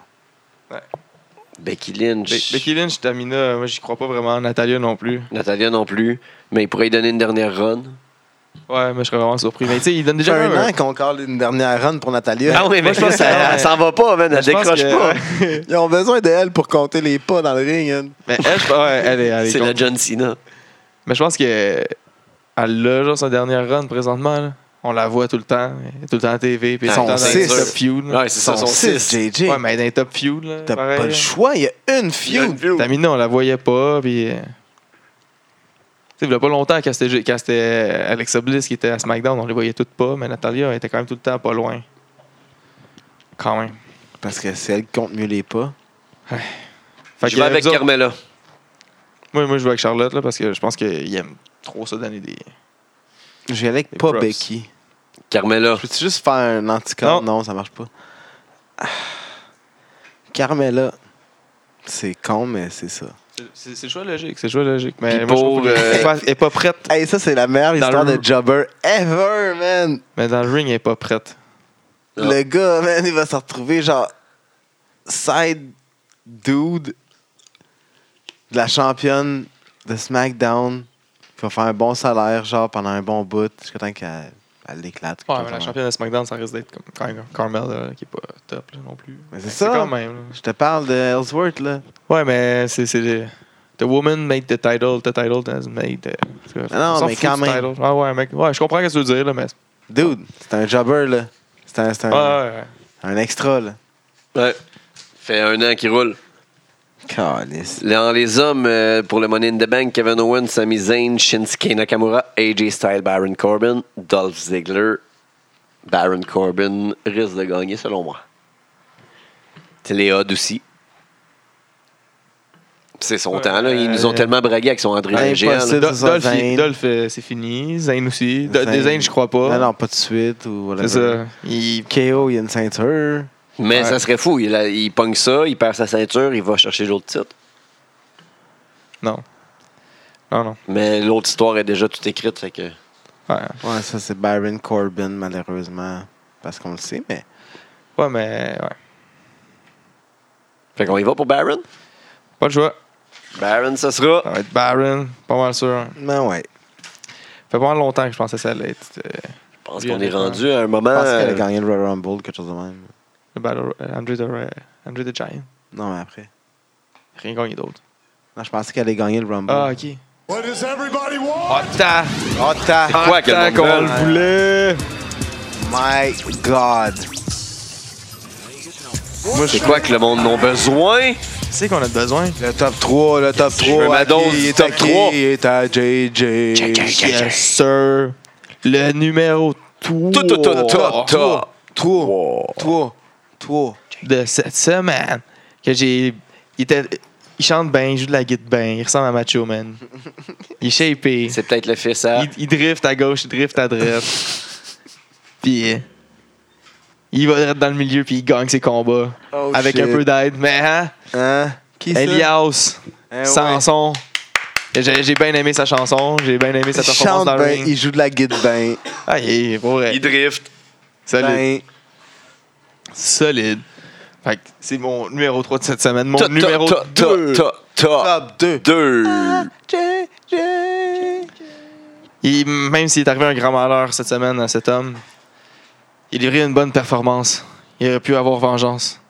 B: Becky Lynch.
A: Be- Becky Lynch, Tamina, moi j'y crois pas vraiment. Natalia non plus.
B: Natalia non plus. Mais il pourrait y donner une dernière run.
A: Ouais, mais je serais vraiment surpris. Mais tu sais, il donne
C: Déjà
A: déjà
C: un an qu'on colle une dernière run pour Natalia.
B: Ah oui,
A: Moi,
B: mais je
A: je
B: pense
A: pense que-
B: qu'elle elle s'en va pas, man. Elle
A: Je pense
B: décroche
A: que-
B: pas.
C: Ils ont besoin d'elle pour compter les pas dans le ring. hein.
A: Mais elle, je pense- ouais, elle est, elle est
B: C'est
A: contre.
B: le John Cena.
A: Mais je pense que elle a genre sa dernière run présentement. là. On la voit tout le temps, elle est tout le temps à TV, puis elle est
B: Son
A: tout le temps dans
C: six.
A: les top feud. là.
B: Ouais, c'est ça, son
C: six,
B: 6.
C: JJ.
A: Ouais, mais elle est dans les top feud. là,
C: T'as
A: pareil,
C: pas le
A: là.
C: choix. hein. Il y a une feud.
A: Tamina, on la voyait pas, puis. euh, Tu sais, il y a pas longtemps, quand c'était quand c'était, euh, Alexa Bliss qui était à SmackDown, on les voyait toutes pas, mais Natalia elle était quand même tout le temps pas loin. Quand même.
C: Parce que c'est elle qui compte mieux les pas.
A: Fait
B: Je
A: que,
B: vais avec
A: nous autres,
B: Carmela.
A: Moi, moi, je joue avec Charlotte là, parce que je pense qu'il aime trop ça donner des.
C: J'y allais avec
A: Les
C: pas
A: props.
C: Becky.
B: Carmela.
C: Peux-tu juste faire un anticorps?
A: Non.
C: Non. ça marche pas. Ah. Carmela. C'est con, mais c'est ça.
A: C'est le choix logique. C'est le choix logique. Mais
B: Puis
A: moi, je trouve
B: pour,
A: qu'elle
B: euh,
A: est pas- elle est pas prête.
C: Hey, ça, c'est la meilleure
A: Dans
C: histoire
A: le-
C: de jobber ever, man.
A: Mais dans le ring, elle est pas prête.
B: Ah.
C: Le gars, man, il va se retrouver genre side dude de la championne de SmackDown. Il va faire un bon salaire, genre pendant un bon bout, jusqu'à temps qu'elle elle l'éclate.
A: Ouais, mais la championne de SmackDown, ça risque d'être comme quand même Carmel là, qui est pas top là, non plus.
C: Mais c'est ça.
A: quand même. là.
C: Je te parle de Ellsworth, là.
A: Ouais, mais c'est. c'est le- The woman made the title, the title has made. the- en tout cas,
C: Ah Non,
A: on s'en
C: mais
A: fout
C: quand
A: du
C: même.
A: title. Ah ouais, mec. Ouais, je comprends ce que tu veux dire, là, mais.
C: Dude, c'est un jobber, là. C'est un, c'est un,
A: Ouais, ouais, ouais.
C: un extra, là.
B: Ouais. Fait un an qu'il roule.
C: Calice.
B: Dans les hommes, euh, pour le Money in the Bank, Kevin Owens, Sami Zayn, Shinsuke Nakamura, AJ Styles, Baron Corbin, Dolph Ziggler. Baron Corbin risque de gagner, selon moi. C'est les odds aussi. C'est son
A: Ouais,
B: temps, là. Ils nous ont
A: euh,
B: tellement bragué avec son André
C: impossible.
B: Géant. là.
C: C'est
A: Do-
C: ça,
A: Dolph,
C: Zayn.
A: il- Dolph, euh, c'est fini. Zayn aussi. Do-
C: Zayn.
A: Des Zayn, je crois pas.
C: Non, non, pas de suite ou whatever.
A: C'est ça. Il-
C: KO, il y a une ceinture.
B: Mais
A: Ouais.
B: ça serait fou. Il, a- il pogne ça, il perd sa ceinture, il va chercher l'autre titre.
A: Non. Non, non.
B: Mais l'autre histoire est déjà toute écrite, fait que.
A: Ouais.
C: Ouais, ça, c'est Baron Corbin, malheureusement. Parce qu'on le sait, mais.
A: Ouais, mais ouais.
B: Fait qu'on y va pour Baron.
A: Pas le choix.
B: Baron, ce sera.
A: Ça va être Baron, pas mal sûr.
C: Ben ouais.
A: fait pas mal longtemps que je pensais que ça allait être euh,
B: Je pense
A: Bien
B: qu'on est
A: défendu.
B: rendu à un moment.
C: Je pense qu'elle a
B: euh,
C: gagné le Royal Rumble, quelque chose de même.
A: le Battle euh, André the, euh, André the Giant.
C: Non, mais après.
A: Rien gagné d'autre.
C: Non, je pensais qu'elle allait gagner le Rumble.
A: Ah, ok.
E: What does everybody want?
A: Oh, t'as!
C: Oh, ta-
B: quoi que le monde
A: qu'on
B: veut?
A: le voulait!
C: My God.
B: C'est quoi que le monde en a besoin?
A: Tu sais qu'on a besoin?
C: Le top 3, le top 3.
B: ma
C: à qui
B: dose du
C: il est
B: top
C: à qui?
B: 3.
C: Il est à JJ.
A: Yes, sir! Le numéro 3
B: Tout, tout, tout, tout, tout.
C: 3. 3. 3.
A: de cette semaine que j'ai. Il, était... il chante bien, il joue de la guitare bien, il ressemble à Macho Man. il est shapé.
B: C'est peut-être le fils à.
A: Il, il drift à gauche, il drift à droite. puis euh, il va être dans le milieu puis il gagne ses combats
C: Oh,
A: avec
C: shit.
A: un peu d'aide. Mais hein,
C: Hein? Qui ça?
A: Elias,
C: Hein, ouais.
A: Samson. J'ai j'ai bien aimé sa chanson, j'ai bien aimé sa
C: Il
A: performance
C: chante
A: dans le
C: bien,
A: ring.
C: il joue de la guide bien.
A: Ah, il est pour vrai.
B: drift.
A: Solide.
C: Ben,
A: Solide. Fait Fait que c'est mon numéro 3 de cette semaine. Mon
B: Ta- ta-
A: numéro Ah,
B: ta- ta-
A: 2.
B: ta- ta-
C: Top 2.
B: Deux.
A: Il- même s'il est arrivé un grand malheur cette semaine à cet homme, il livrait une bonne performance. Il aurait pu avoir vengeance,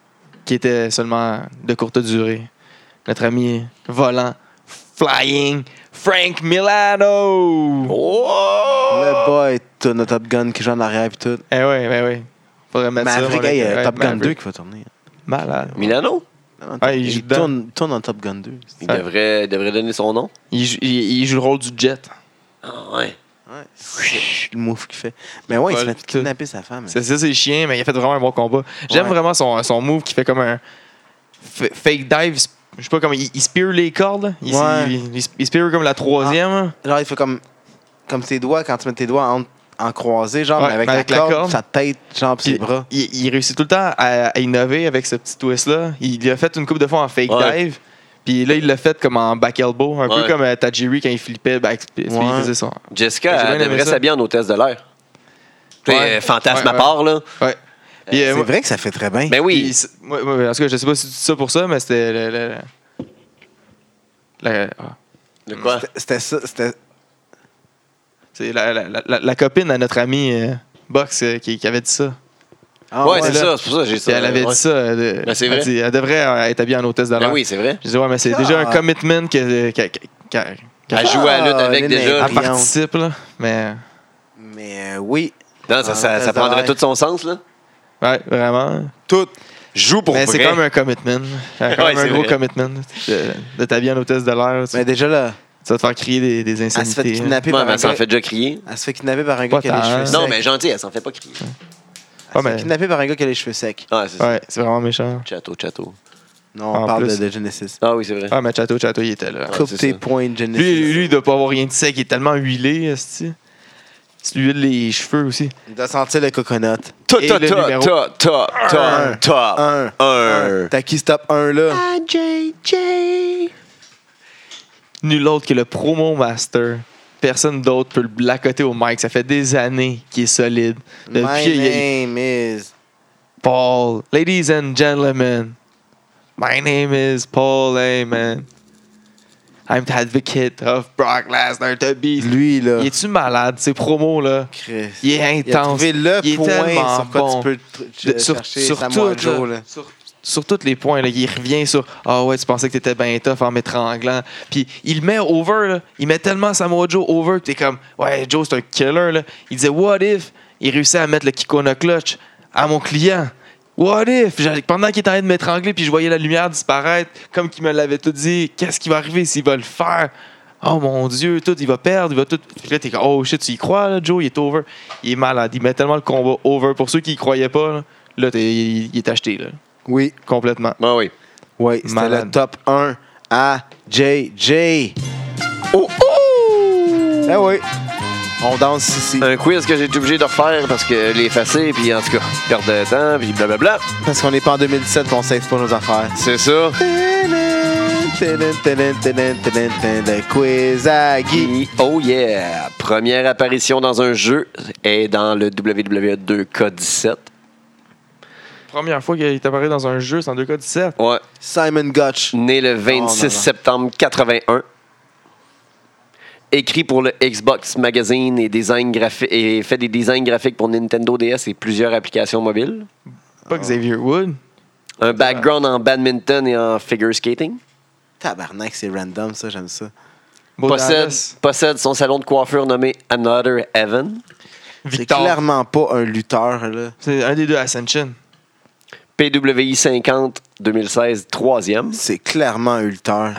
A: qui était seulement de courte durée. Notre ami volant, flying, Frank Milano!
C: Le boy, t'as notre Top Gun qui joue en arrière et tout.
A: Eh oui, eh oui. Faudrait mettre
C: Mais
A: ça.
C: après,
A: on
C: il y
A: l'a-
C: a Top
A: ouais,
C: Gun
A: Maverick.
C: 2 qui va tourner.
A: Malade.
B: Milano?
A: Ah, il joue
C: il,
A: dedans.
C: tourne, il tourne en Top Gun 2.
B: Il
A: Ouais.
B: devrait, il devrait donner son nom.
A: Il, joue- il- il joue le rôle du jet.
B: Ah ouais.
C: C'est le move qu'il fait. Mais ouais, il se
A: Paul,
C: fait kidnapper sa femme.
A: C'est ça, c'est chiant, mais il a fait vraiment un bon combat. J'aime
C: Ouais.
A: vraiment son, son move qui fait comme un f- fake dive. sp- Je sais pas comment. Il, il spear les cordes. là. Il,
C: Ouais. Ah,
A: il- il- il spear comme la troisième. là.
C: Genre, il fait comme, comme tes doigts, quand tu mets tes doigts en, en croisé, genre,
A: Ouais,
C: mais avec,
A: mais
C: la,
A: avec la
C: corde,
A: corde.
C: sa tête, genre, pis ses
A: Puis
C: bras.
A: il, il réussit tout le temps à, à innover avec ce petit twist-là. Il l'a fait une coupe de fois en fake
B: Ouais.
A: dive. Puis là, il l'a fait comme en back elbow. Un
B: Ouais.
A: peu comme euh, Tajiri quand il flippait back spin, puis il
C: Ouais.
A: faisait ça. J'ai bien
B: Jessica, elle
A: aimé
B: devrait
A: ça.
B: s'habiller en hôtesse de l'air. T'es
A: Ouais.
B: euh, fantasme
A: Ouais,
B: à
A: ouais.
B: part, là.
A: Ouais. Puis, euh,
C: C'est
A: moi-
C: vrai Eh que ça fait très bien.
B: Ben
A: Puis
B: oui.
A: c'est- moi- moi, en tout cas, je sais pas si tu dis ça pour ça, mais c'était le. le- la, ah.
B: De quoi?
C: C'était ça, c'était.
A: C'est la, la- la- la- la copine à notre ami euh, Box euh, qui, qui avait dit ça.
C: Ah,
B: ouais, c'est
C: là.
B: ça. C'est pour ça que j'ai
A: Puis
B: ça.
A: elle avait
B: Ouais.
A: dit ça. euh, de-
B: Ben, c'est
A: elle
B: vrai.
A: dit, elle devrait euh, être habillée en hôtesse de
B: Ben
A: l'air.
B: oui, c'est vrai.
A: Je dis, ouais, mais c'est
C: Ah.
A: déjà un commitment que- que- que-
B: Ah,
A: qu'elle
B: Elle joue à la lutte
C: Ah,
B: avec
C: Lynn
B: déjà.
C: Henry.
A: participe, là. Mais,
C: Mais euh, oui.
B: Non, ça, ça, ça prendrait tout son sens, là.
A: ouais, vraiment.
B: Tout. Joue pour
A: mais c'est
B: vrai.
A: comme un commitment. C'est comme
B: Ouais,
A: un
B: c'est
A: gros
B: vrai.
A: commitment de, de t'habiller en hôtesse de l'air. Tu,
C: Mais déjà, là,
A: tu vas te faire crier des, des
C: elle se fait
A: insanités. hein.
B: Ouais,
C: kidnapper par
B: mais
C: un
B: elle s'en
C: gars.
B: fait déjà crier.
C: Elle se fait kidnapper par un gars
A: Pas
C: qui a les
A: tant,
C: cheveux
A: hein.
C: secs.
B: Non, mais gentille, elle s'en fait pas crier.
A: Ouais,
C: Elle se fait
A: mais-
C: kidnapper par un gars qui a les cheveux secs.
B: Ah, c'est ça.
A: Ouais, c'est vraiment méchant.
B: Château, château.
C: Non,
A: En
C: on parle de,
A: plus.
C: de Genesis.
B: Ah oui, c'est vrai.
A: Ah, mais Chateau, Chateau, il était là.
B: Ouais,
C: Coupe
B: c'est
C: tes
B: ça.
C: points, Genesis.
A: Lui, lui, il doit pas avoir rien de sec. Il est tellement huilé, esti. Tu lui huiles les cheveux aussi.
C: Il doit sentir le coconut.
B: Ta,
A: Et
B: ta,
A: le
B: ta,
A: numéro-
B: ta, ta, ta,
C: Un.
B: ta.
C: Un.
B: Un.
C: T'as qui stop un là?
A: Nul autre que le promo master. Personne d'autre peut le blacoter au mic. Ça fait des années qu'il est solide.
C: My
A: Le vieux, il-
C: name is.
A: Paul. Ladies and gentlemen, my name is Paul Heyman. I'm the advocate of Brock Lesnar to be.
C: Lui, là.
A: Il est-tu malade, ces promos là?
C: Chris.
A: Il est
C: Il a
A: intense.
C: trouvé le
A: Il est tellement
C: point sur quoi
A: bon.
C: tu peux tr-
A: De-
C: ch-
A: sur-
C: chercher
A: sur
C: Samoa
A: tout,
C: Joe.
A: là.
C: Là.
A: sur, sur tous les points. Là, il revient sur Ah ouais, tu pensais que t'étais bien tough en m'étranglant. Puis il met over, là. il met tellement Samoa Joe over que t'es comme Ouais, Joe, c'est un killer. Là. Il disait What if il réussit à mettre le Kikona clutch à mon client What if J'allais- Pendant qu'il était en train de m'étrangler, puis je voyais la lumière disparaître, comme qu'il me l'avait tout dit Qu'est-ce qui va arriver s'il va le faire Oh mon Dieu, tout, il va perdre, il va tout. Puis là, t'es comme, oh shit, tu y crois, là, Joe, il est over. Il est malade, il met tellement le combat over. Pour ceux qui y croyaient pas, là, là, t'es- il, il est acheté, là,
C: Oui,
A: complètement.
B: Ah oui.
C: oui, c'était
A: Malade.
C: le top 1 à JJ. Oh, oh! Eh oui. On danse ici.
A: Euh.
B: Un quiz que j'ai été obligé de refaire parce que l'effacer, puis en tout cas, perdre de temps, puis blablabla.
C: Parce qu'on n'est pas en 2017 qu'on save pas nos affaires.
B: C'est ça.
C: Le quiz à Guy.
B: Oh yeah! Première apparition dans un jeu est dans le WWE 2K17.
A: Première fois qu'il est apparu dans un jeu, c'est en 2K17.
B: Ouais. Oh,
C: Simon Gotch.
B: Né le 26
C: non, non.
B: septembre 81. Écrit pour le Xbox Magazine et, design graphi- et fait des designs graphiques pour Nintendo DS et plusieurs applications mobiles.
A: Pas Xavier Wood.
B: Un background en badminton et en figure skating.
C: Tabarnak, c'est random ça, j'aime ça.
A: Beau
B: Possède,
A: Dallas.
B: possède son salon de coiffure nommé Another Heaven.
C: C'est
A: Victor.
C: clairement pas un lutteur là.
A: C'est un des deux Ascension.
B: PWI 50 2016, troisième.
C: C'est clairement un lutteur.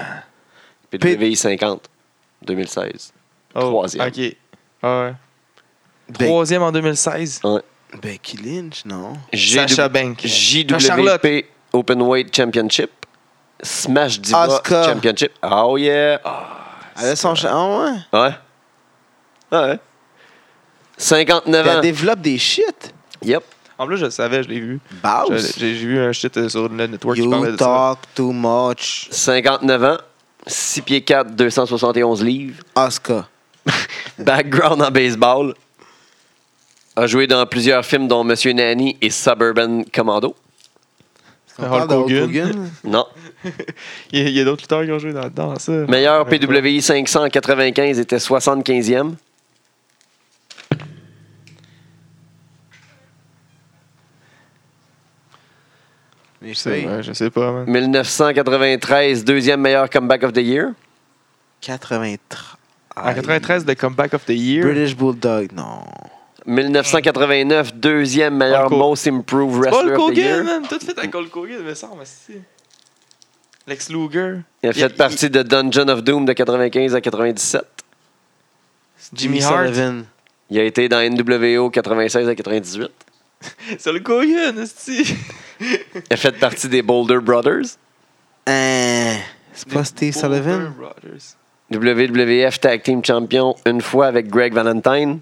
B: PWI 50 2016. Troisième.
A: Oh, OK. Ah ouais.
C: Ben-
A: Troisième en 2016.
B: Ouais.
C: Becky Lynch, non.
A: Sacha Banks. Ah, Charlotte.
B: JWP Openweight Championship. Smash Diva
C: Asuka.
B: Championship. Oh yeah. Ah,
C: Elle a son cha- Ah ouais.
B: Ouais. Ah, Ouais. 59
C: Elle
B: ans.
C: développe des shit.
B: Yep.
A: En plus, je le savais, je l'ai vu. Je-
C: Bounce.
A: J'ai j'ai vu un shit euh, sur le network qui parlait
C: You
A: de ça.
C: talk too much.
B: 59 ans. 6 pieds 4, 271 livres.
C: Asuka.
B: Background en baseball. A joué dans plusieurs films, dont Monsieur Nanny et Suburban Commando.
C: Est-ce On parle de Hulk Hogan.
B: Non.
A: Il y a- il y a, d'autres lutteurs qui ont joué dans, dans ça.
B: Meilleur PWI 595 était 75e.
C: Les
A: Je sais,
C: filles.
A: ouais, je sais pas, man.
B: 1993, deuxième meilleur comeback of the year.
C: 93.
A: En 93, The Comeback of the Year.
C: British Bulldog, non.
B: 1989, deuxième meilleur
A: Hulk Hogan.
B: Most Improved Wrestler
A: Hulk
B: of the
A: Hogan,
B: Year.
A: man. Tout fait avec Hulk Hogan, mais ça, mais si. Lex Luger.
B: Il a
A: Il-
B: fait
A: il-
B: partie de Dungeon of Doom de 95 à 97.
A: Jimmy Hart.
C: Sullivan.
B: Il a été dans NWO 96 à 98.
A: C'est Hulk Hogan, esti.
B: Il a fait partie des Boulder Brothers.
C: Euh, c'est pas Steve Sullivan?
A: Boulder Brothers.
B: WWF Tag Team Champion une fois avec Greg Valentine.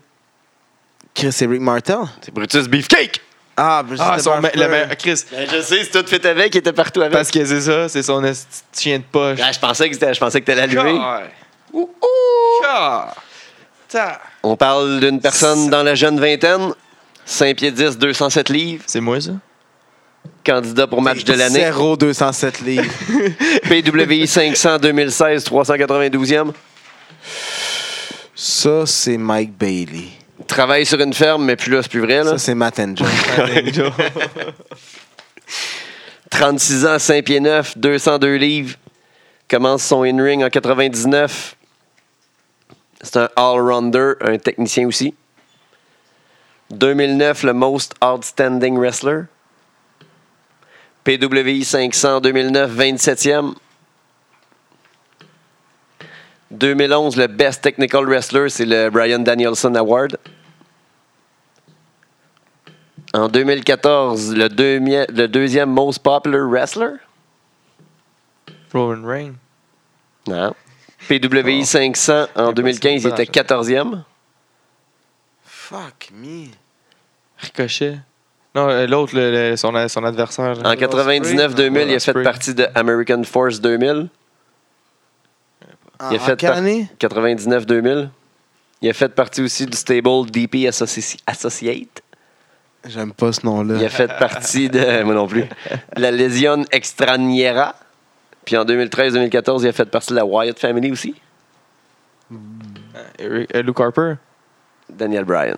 C: Chris et Rick Martel?
B: C'est Brutus Beefcake!
C: Ah, Bruce
A: Ah,
C: the
A: son me-
C: Barber.
A: le meilleur. Chris.
B: Ben, je sais, c'est tout fait avec, il était partout avec.
A: Parce que c'est ça, c'est son esti de chien de poche.
B: Ah, je pensais que c'était- je pensais que t'allais allumer.
A: Car. Car. Ta.
B: On parle d'une personne dans la jeune vingtaine, 5 pieds 10, 207 livres,
A: C'est moi, ça?
B: candidat pour match de l'année,
C: 0207 livres.
B: PWI 500 2016, 392e,
C: Ça, c'est Mike Bailey.
B: travaille sur une ferme, mais plus là, c'est plus vrai. Là.
C: Ça, c'est Matt and Joe.
A: Madden Joe.
B: 36 ans, 5 pieds 9, 202 livres, commence son in-ring en 99. C'est un all-rounder, un technicien aussi. 2009, le Most Outstanding Wrestler. PWI 500 2009, 27e. 2011, le Best Technical Wrestler, c'est le Brian Danielson Award. En 2014, le, deuxi- le deuxième Most Popular Wrestler.
A: Roman Reigns.
B: Non. PWI
A: Oh.
B: 500 en
A: pas
B: 2015, il
A: ça,
B: était
A: ça.
B: 14e.
C: Fuck me.
A: Ricochet. Non, euh, l'autre, le- le- son, son adversaire. là.
B: En 99-2000, il a fait
A: Ospreay.
B: partie de American Force 2000. Il
C: En,
B: a
C: Ah, en
B: fait
C: quelle
B: par-
C: année?
B: 99-2000. Il a fait partie aussi du stable DP Associ- Associate.
C: J'aime pas ce nom-là.
B: Il a fait partie de. Moi non plus. de la Legion Extraniera. Puis en 2013-2014, il a fait partie de la Wyatt Family aussi.
A: Eric- euh, Luke Harper.
B: Daniel Bryan.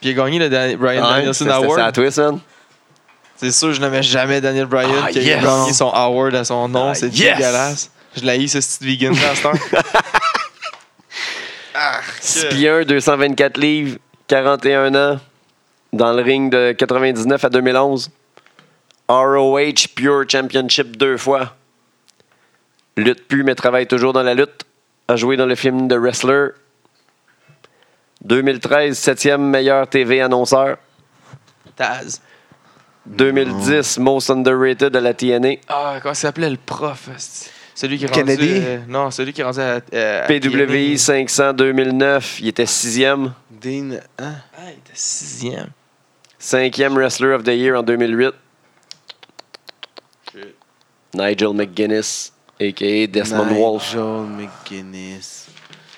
A: Puis il a gagné le Dan- Brian Danielson
B: Ouais, Ah, c'était- c'était ça à
A: Award.
B: twist, man.
A: C'est sûr, je n'aimais jamais Daniel Bryan
B: Ah,
A: qui
B: yes!
A: a gagné son award à son nom.
B: Ah,
A: c'est
B: yes!
A: dégueulasse. Je l'ai ce petit vegan là, à cette heure.
B: 6 pieds 1, 224 livres, 41 ans, dans le ring de 99 à 2011. ROH Pure Championship deux fois. Lutte plus, mais travaille toujours dans la lutte. A joué dans le film The Wrestler. 2013, 7e meilleur TV annonceur.
A: Taz.
B: 2010,
A: Mm.
B: Most Underrated de la TNA.
A: Ah, comment ça s'appelait le prof? esti? Celui qui est
C: Kennedy?
A: rendu. euh, non, celui qui est rendu à. euh, à
B: PWI
A: TNA.
B: 500 2009, il était 6e.
C: Dean. hein?
A: Ah, il était sixième.
B: 5e Wrestler of the Year en 2008. Nigel McGuinness, a.k.a. Desmond
C: Nigel
B: Walsh.
C: McGuinness.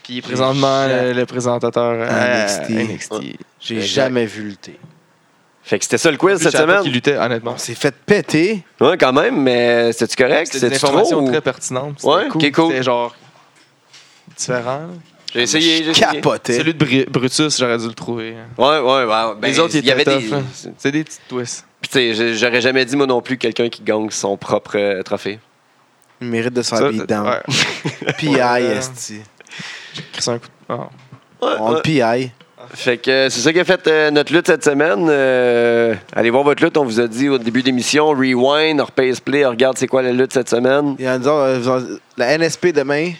A: Puis présentement,
C: J'ai-
A: le, le présentateur à NXT.
C: NXT.
A: NXT.
C: J'ai
B: Exact.
C: jamais vu le thé.
B: Fait que c'était ça le quiz cette
A: Qui
B: semaine.
A: luttait, honnêtement.
C: On s'est fait péter.
B: Ouais, quand même, mais c'était-tu correct?
A: C'était des
B: C'était-tu
A: informations
B: trop? ou-
A: très pertinentes. C'était
B: Ouais, ok, cool.
A: C'était genre différent. là.
B: J'ai essayé, j'ai essayé.
C: Capoté.
A: Celui de Br- Brutus, j'aurais dû le trouver.
B: Ouais, ouais, ouais. ben,
A: Les autres,
B: il y avait des...
A: là. C'est des petits twists.
B: Puis, tu sais, j'ai- j'aurais jamais dit, moi non plus, quelqu'un qui gagne son propre euh, trophée.
C: Il mérite de se
A: Ça,
C: faire beat down.
A: ouais.
C: PI,
A: Ouais.
C: esti.
A: Crisser un coup de- ah.
B: Ouais,
C: On
B: ouais.
C: le PI.
B: Fait que euh, c'est ça qui a fait euh, notre lutte cette semaine. Euh, allez voir votre lutte, on vous a dit au début d'émission, rewind, on repasse play, on regarde c'est quoi la lutte cette semaine.
C: Il y a disons, euh, disons, la NSP demain.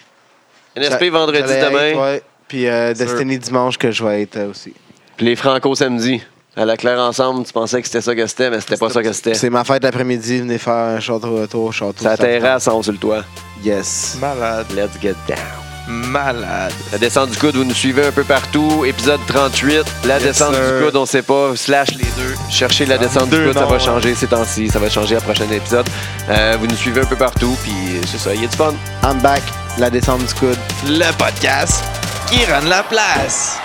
B: NSP
C: Ça-
B: vendredi
C: j'allais
B: demain.
C: être, ouais. Puis euh, Destiny dimanche que je vais être euh, aussi.
B: Puis les Franco samedi. À la claire ensemble, tu pensais que c'était ça que c'était, mais c'était pas ça que c'était.
C: C'est ma fête l'après-midi. Venez faire un château retour, château.
B: C'est à la
C: Safran.
B: terrasse en haut sur le toit.
C: Yes.
A: Malade.
B: Let's get down.
A: Malade.
B: La descente du coude, vous nous suivez un peu partout. Épisode 38. La
A: Yes,
B: descente
A: sir.
B: du coude, on sait pas. Slash les deux. Cherchez la descente du
A: deux
B: coude, ça
A: noms,
B: va
A: ouais.
B: changer ces temps-ci. Ça va changer à prochain épisode. Euh, vous nous suivez un peu partout, puis c'est ça. Il y a du fun.
C: I'm back. La descente du coude.
A: Le podcast qui rend la place.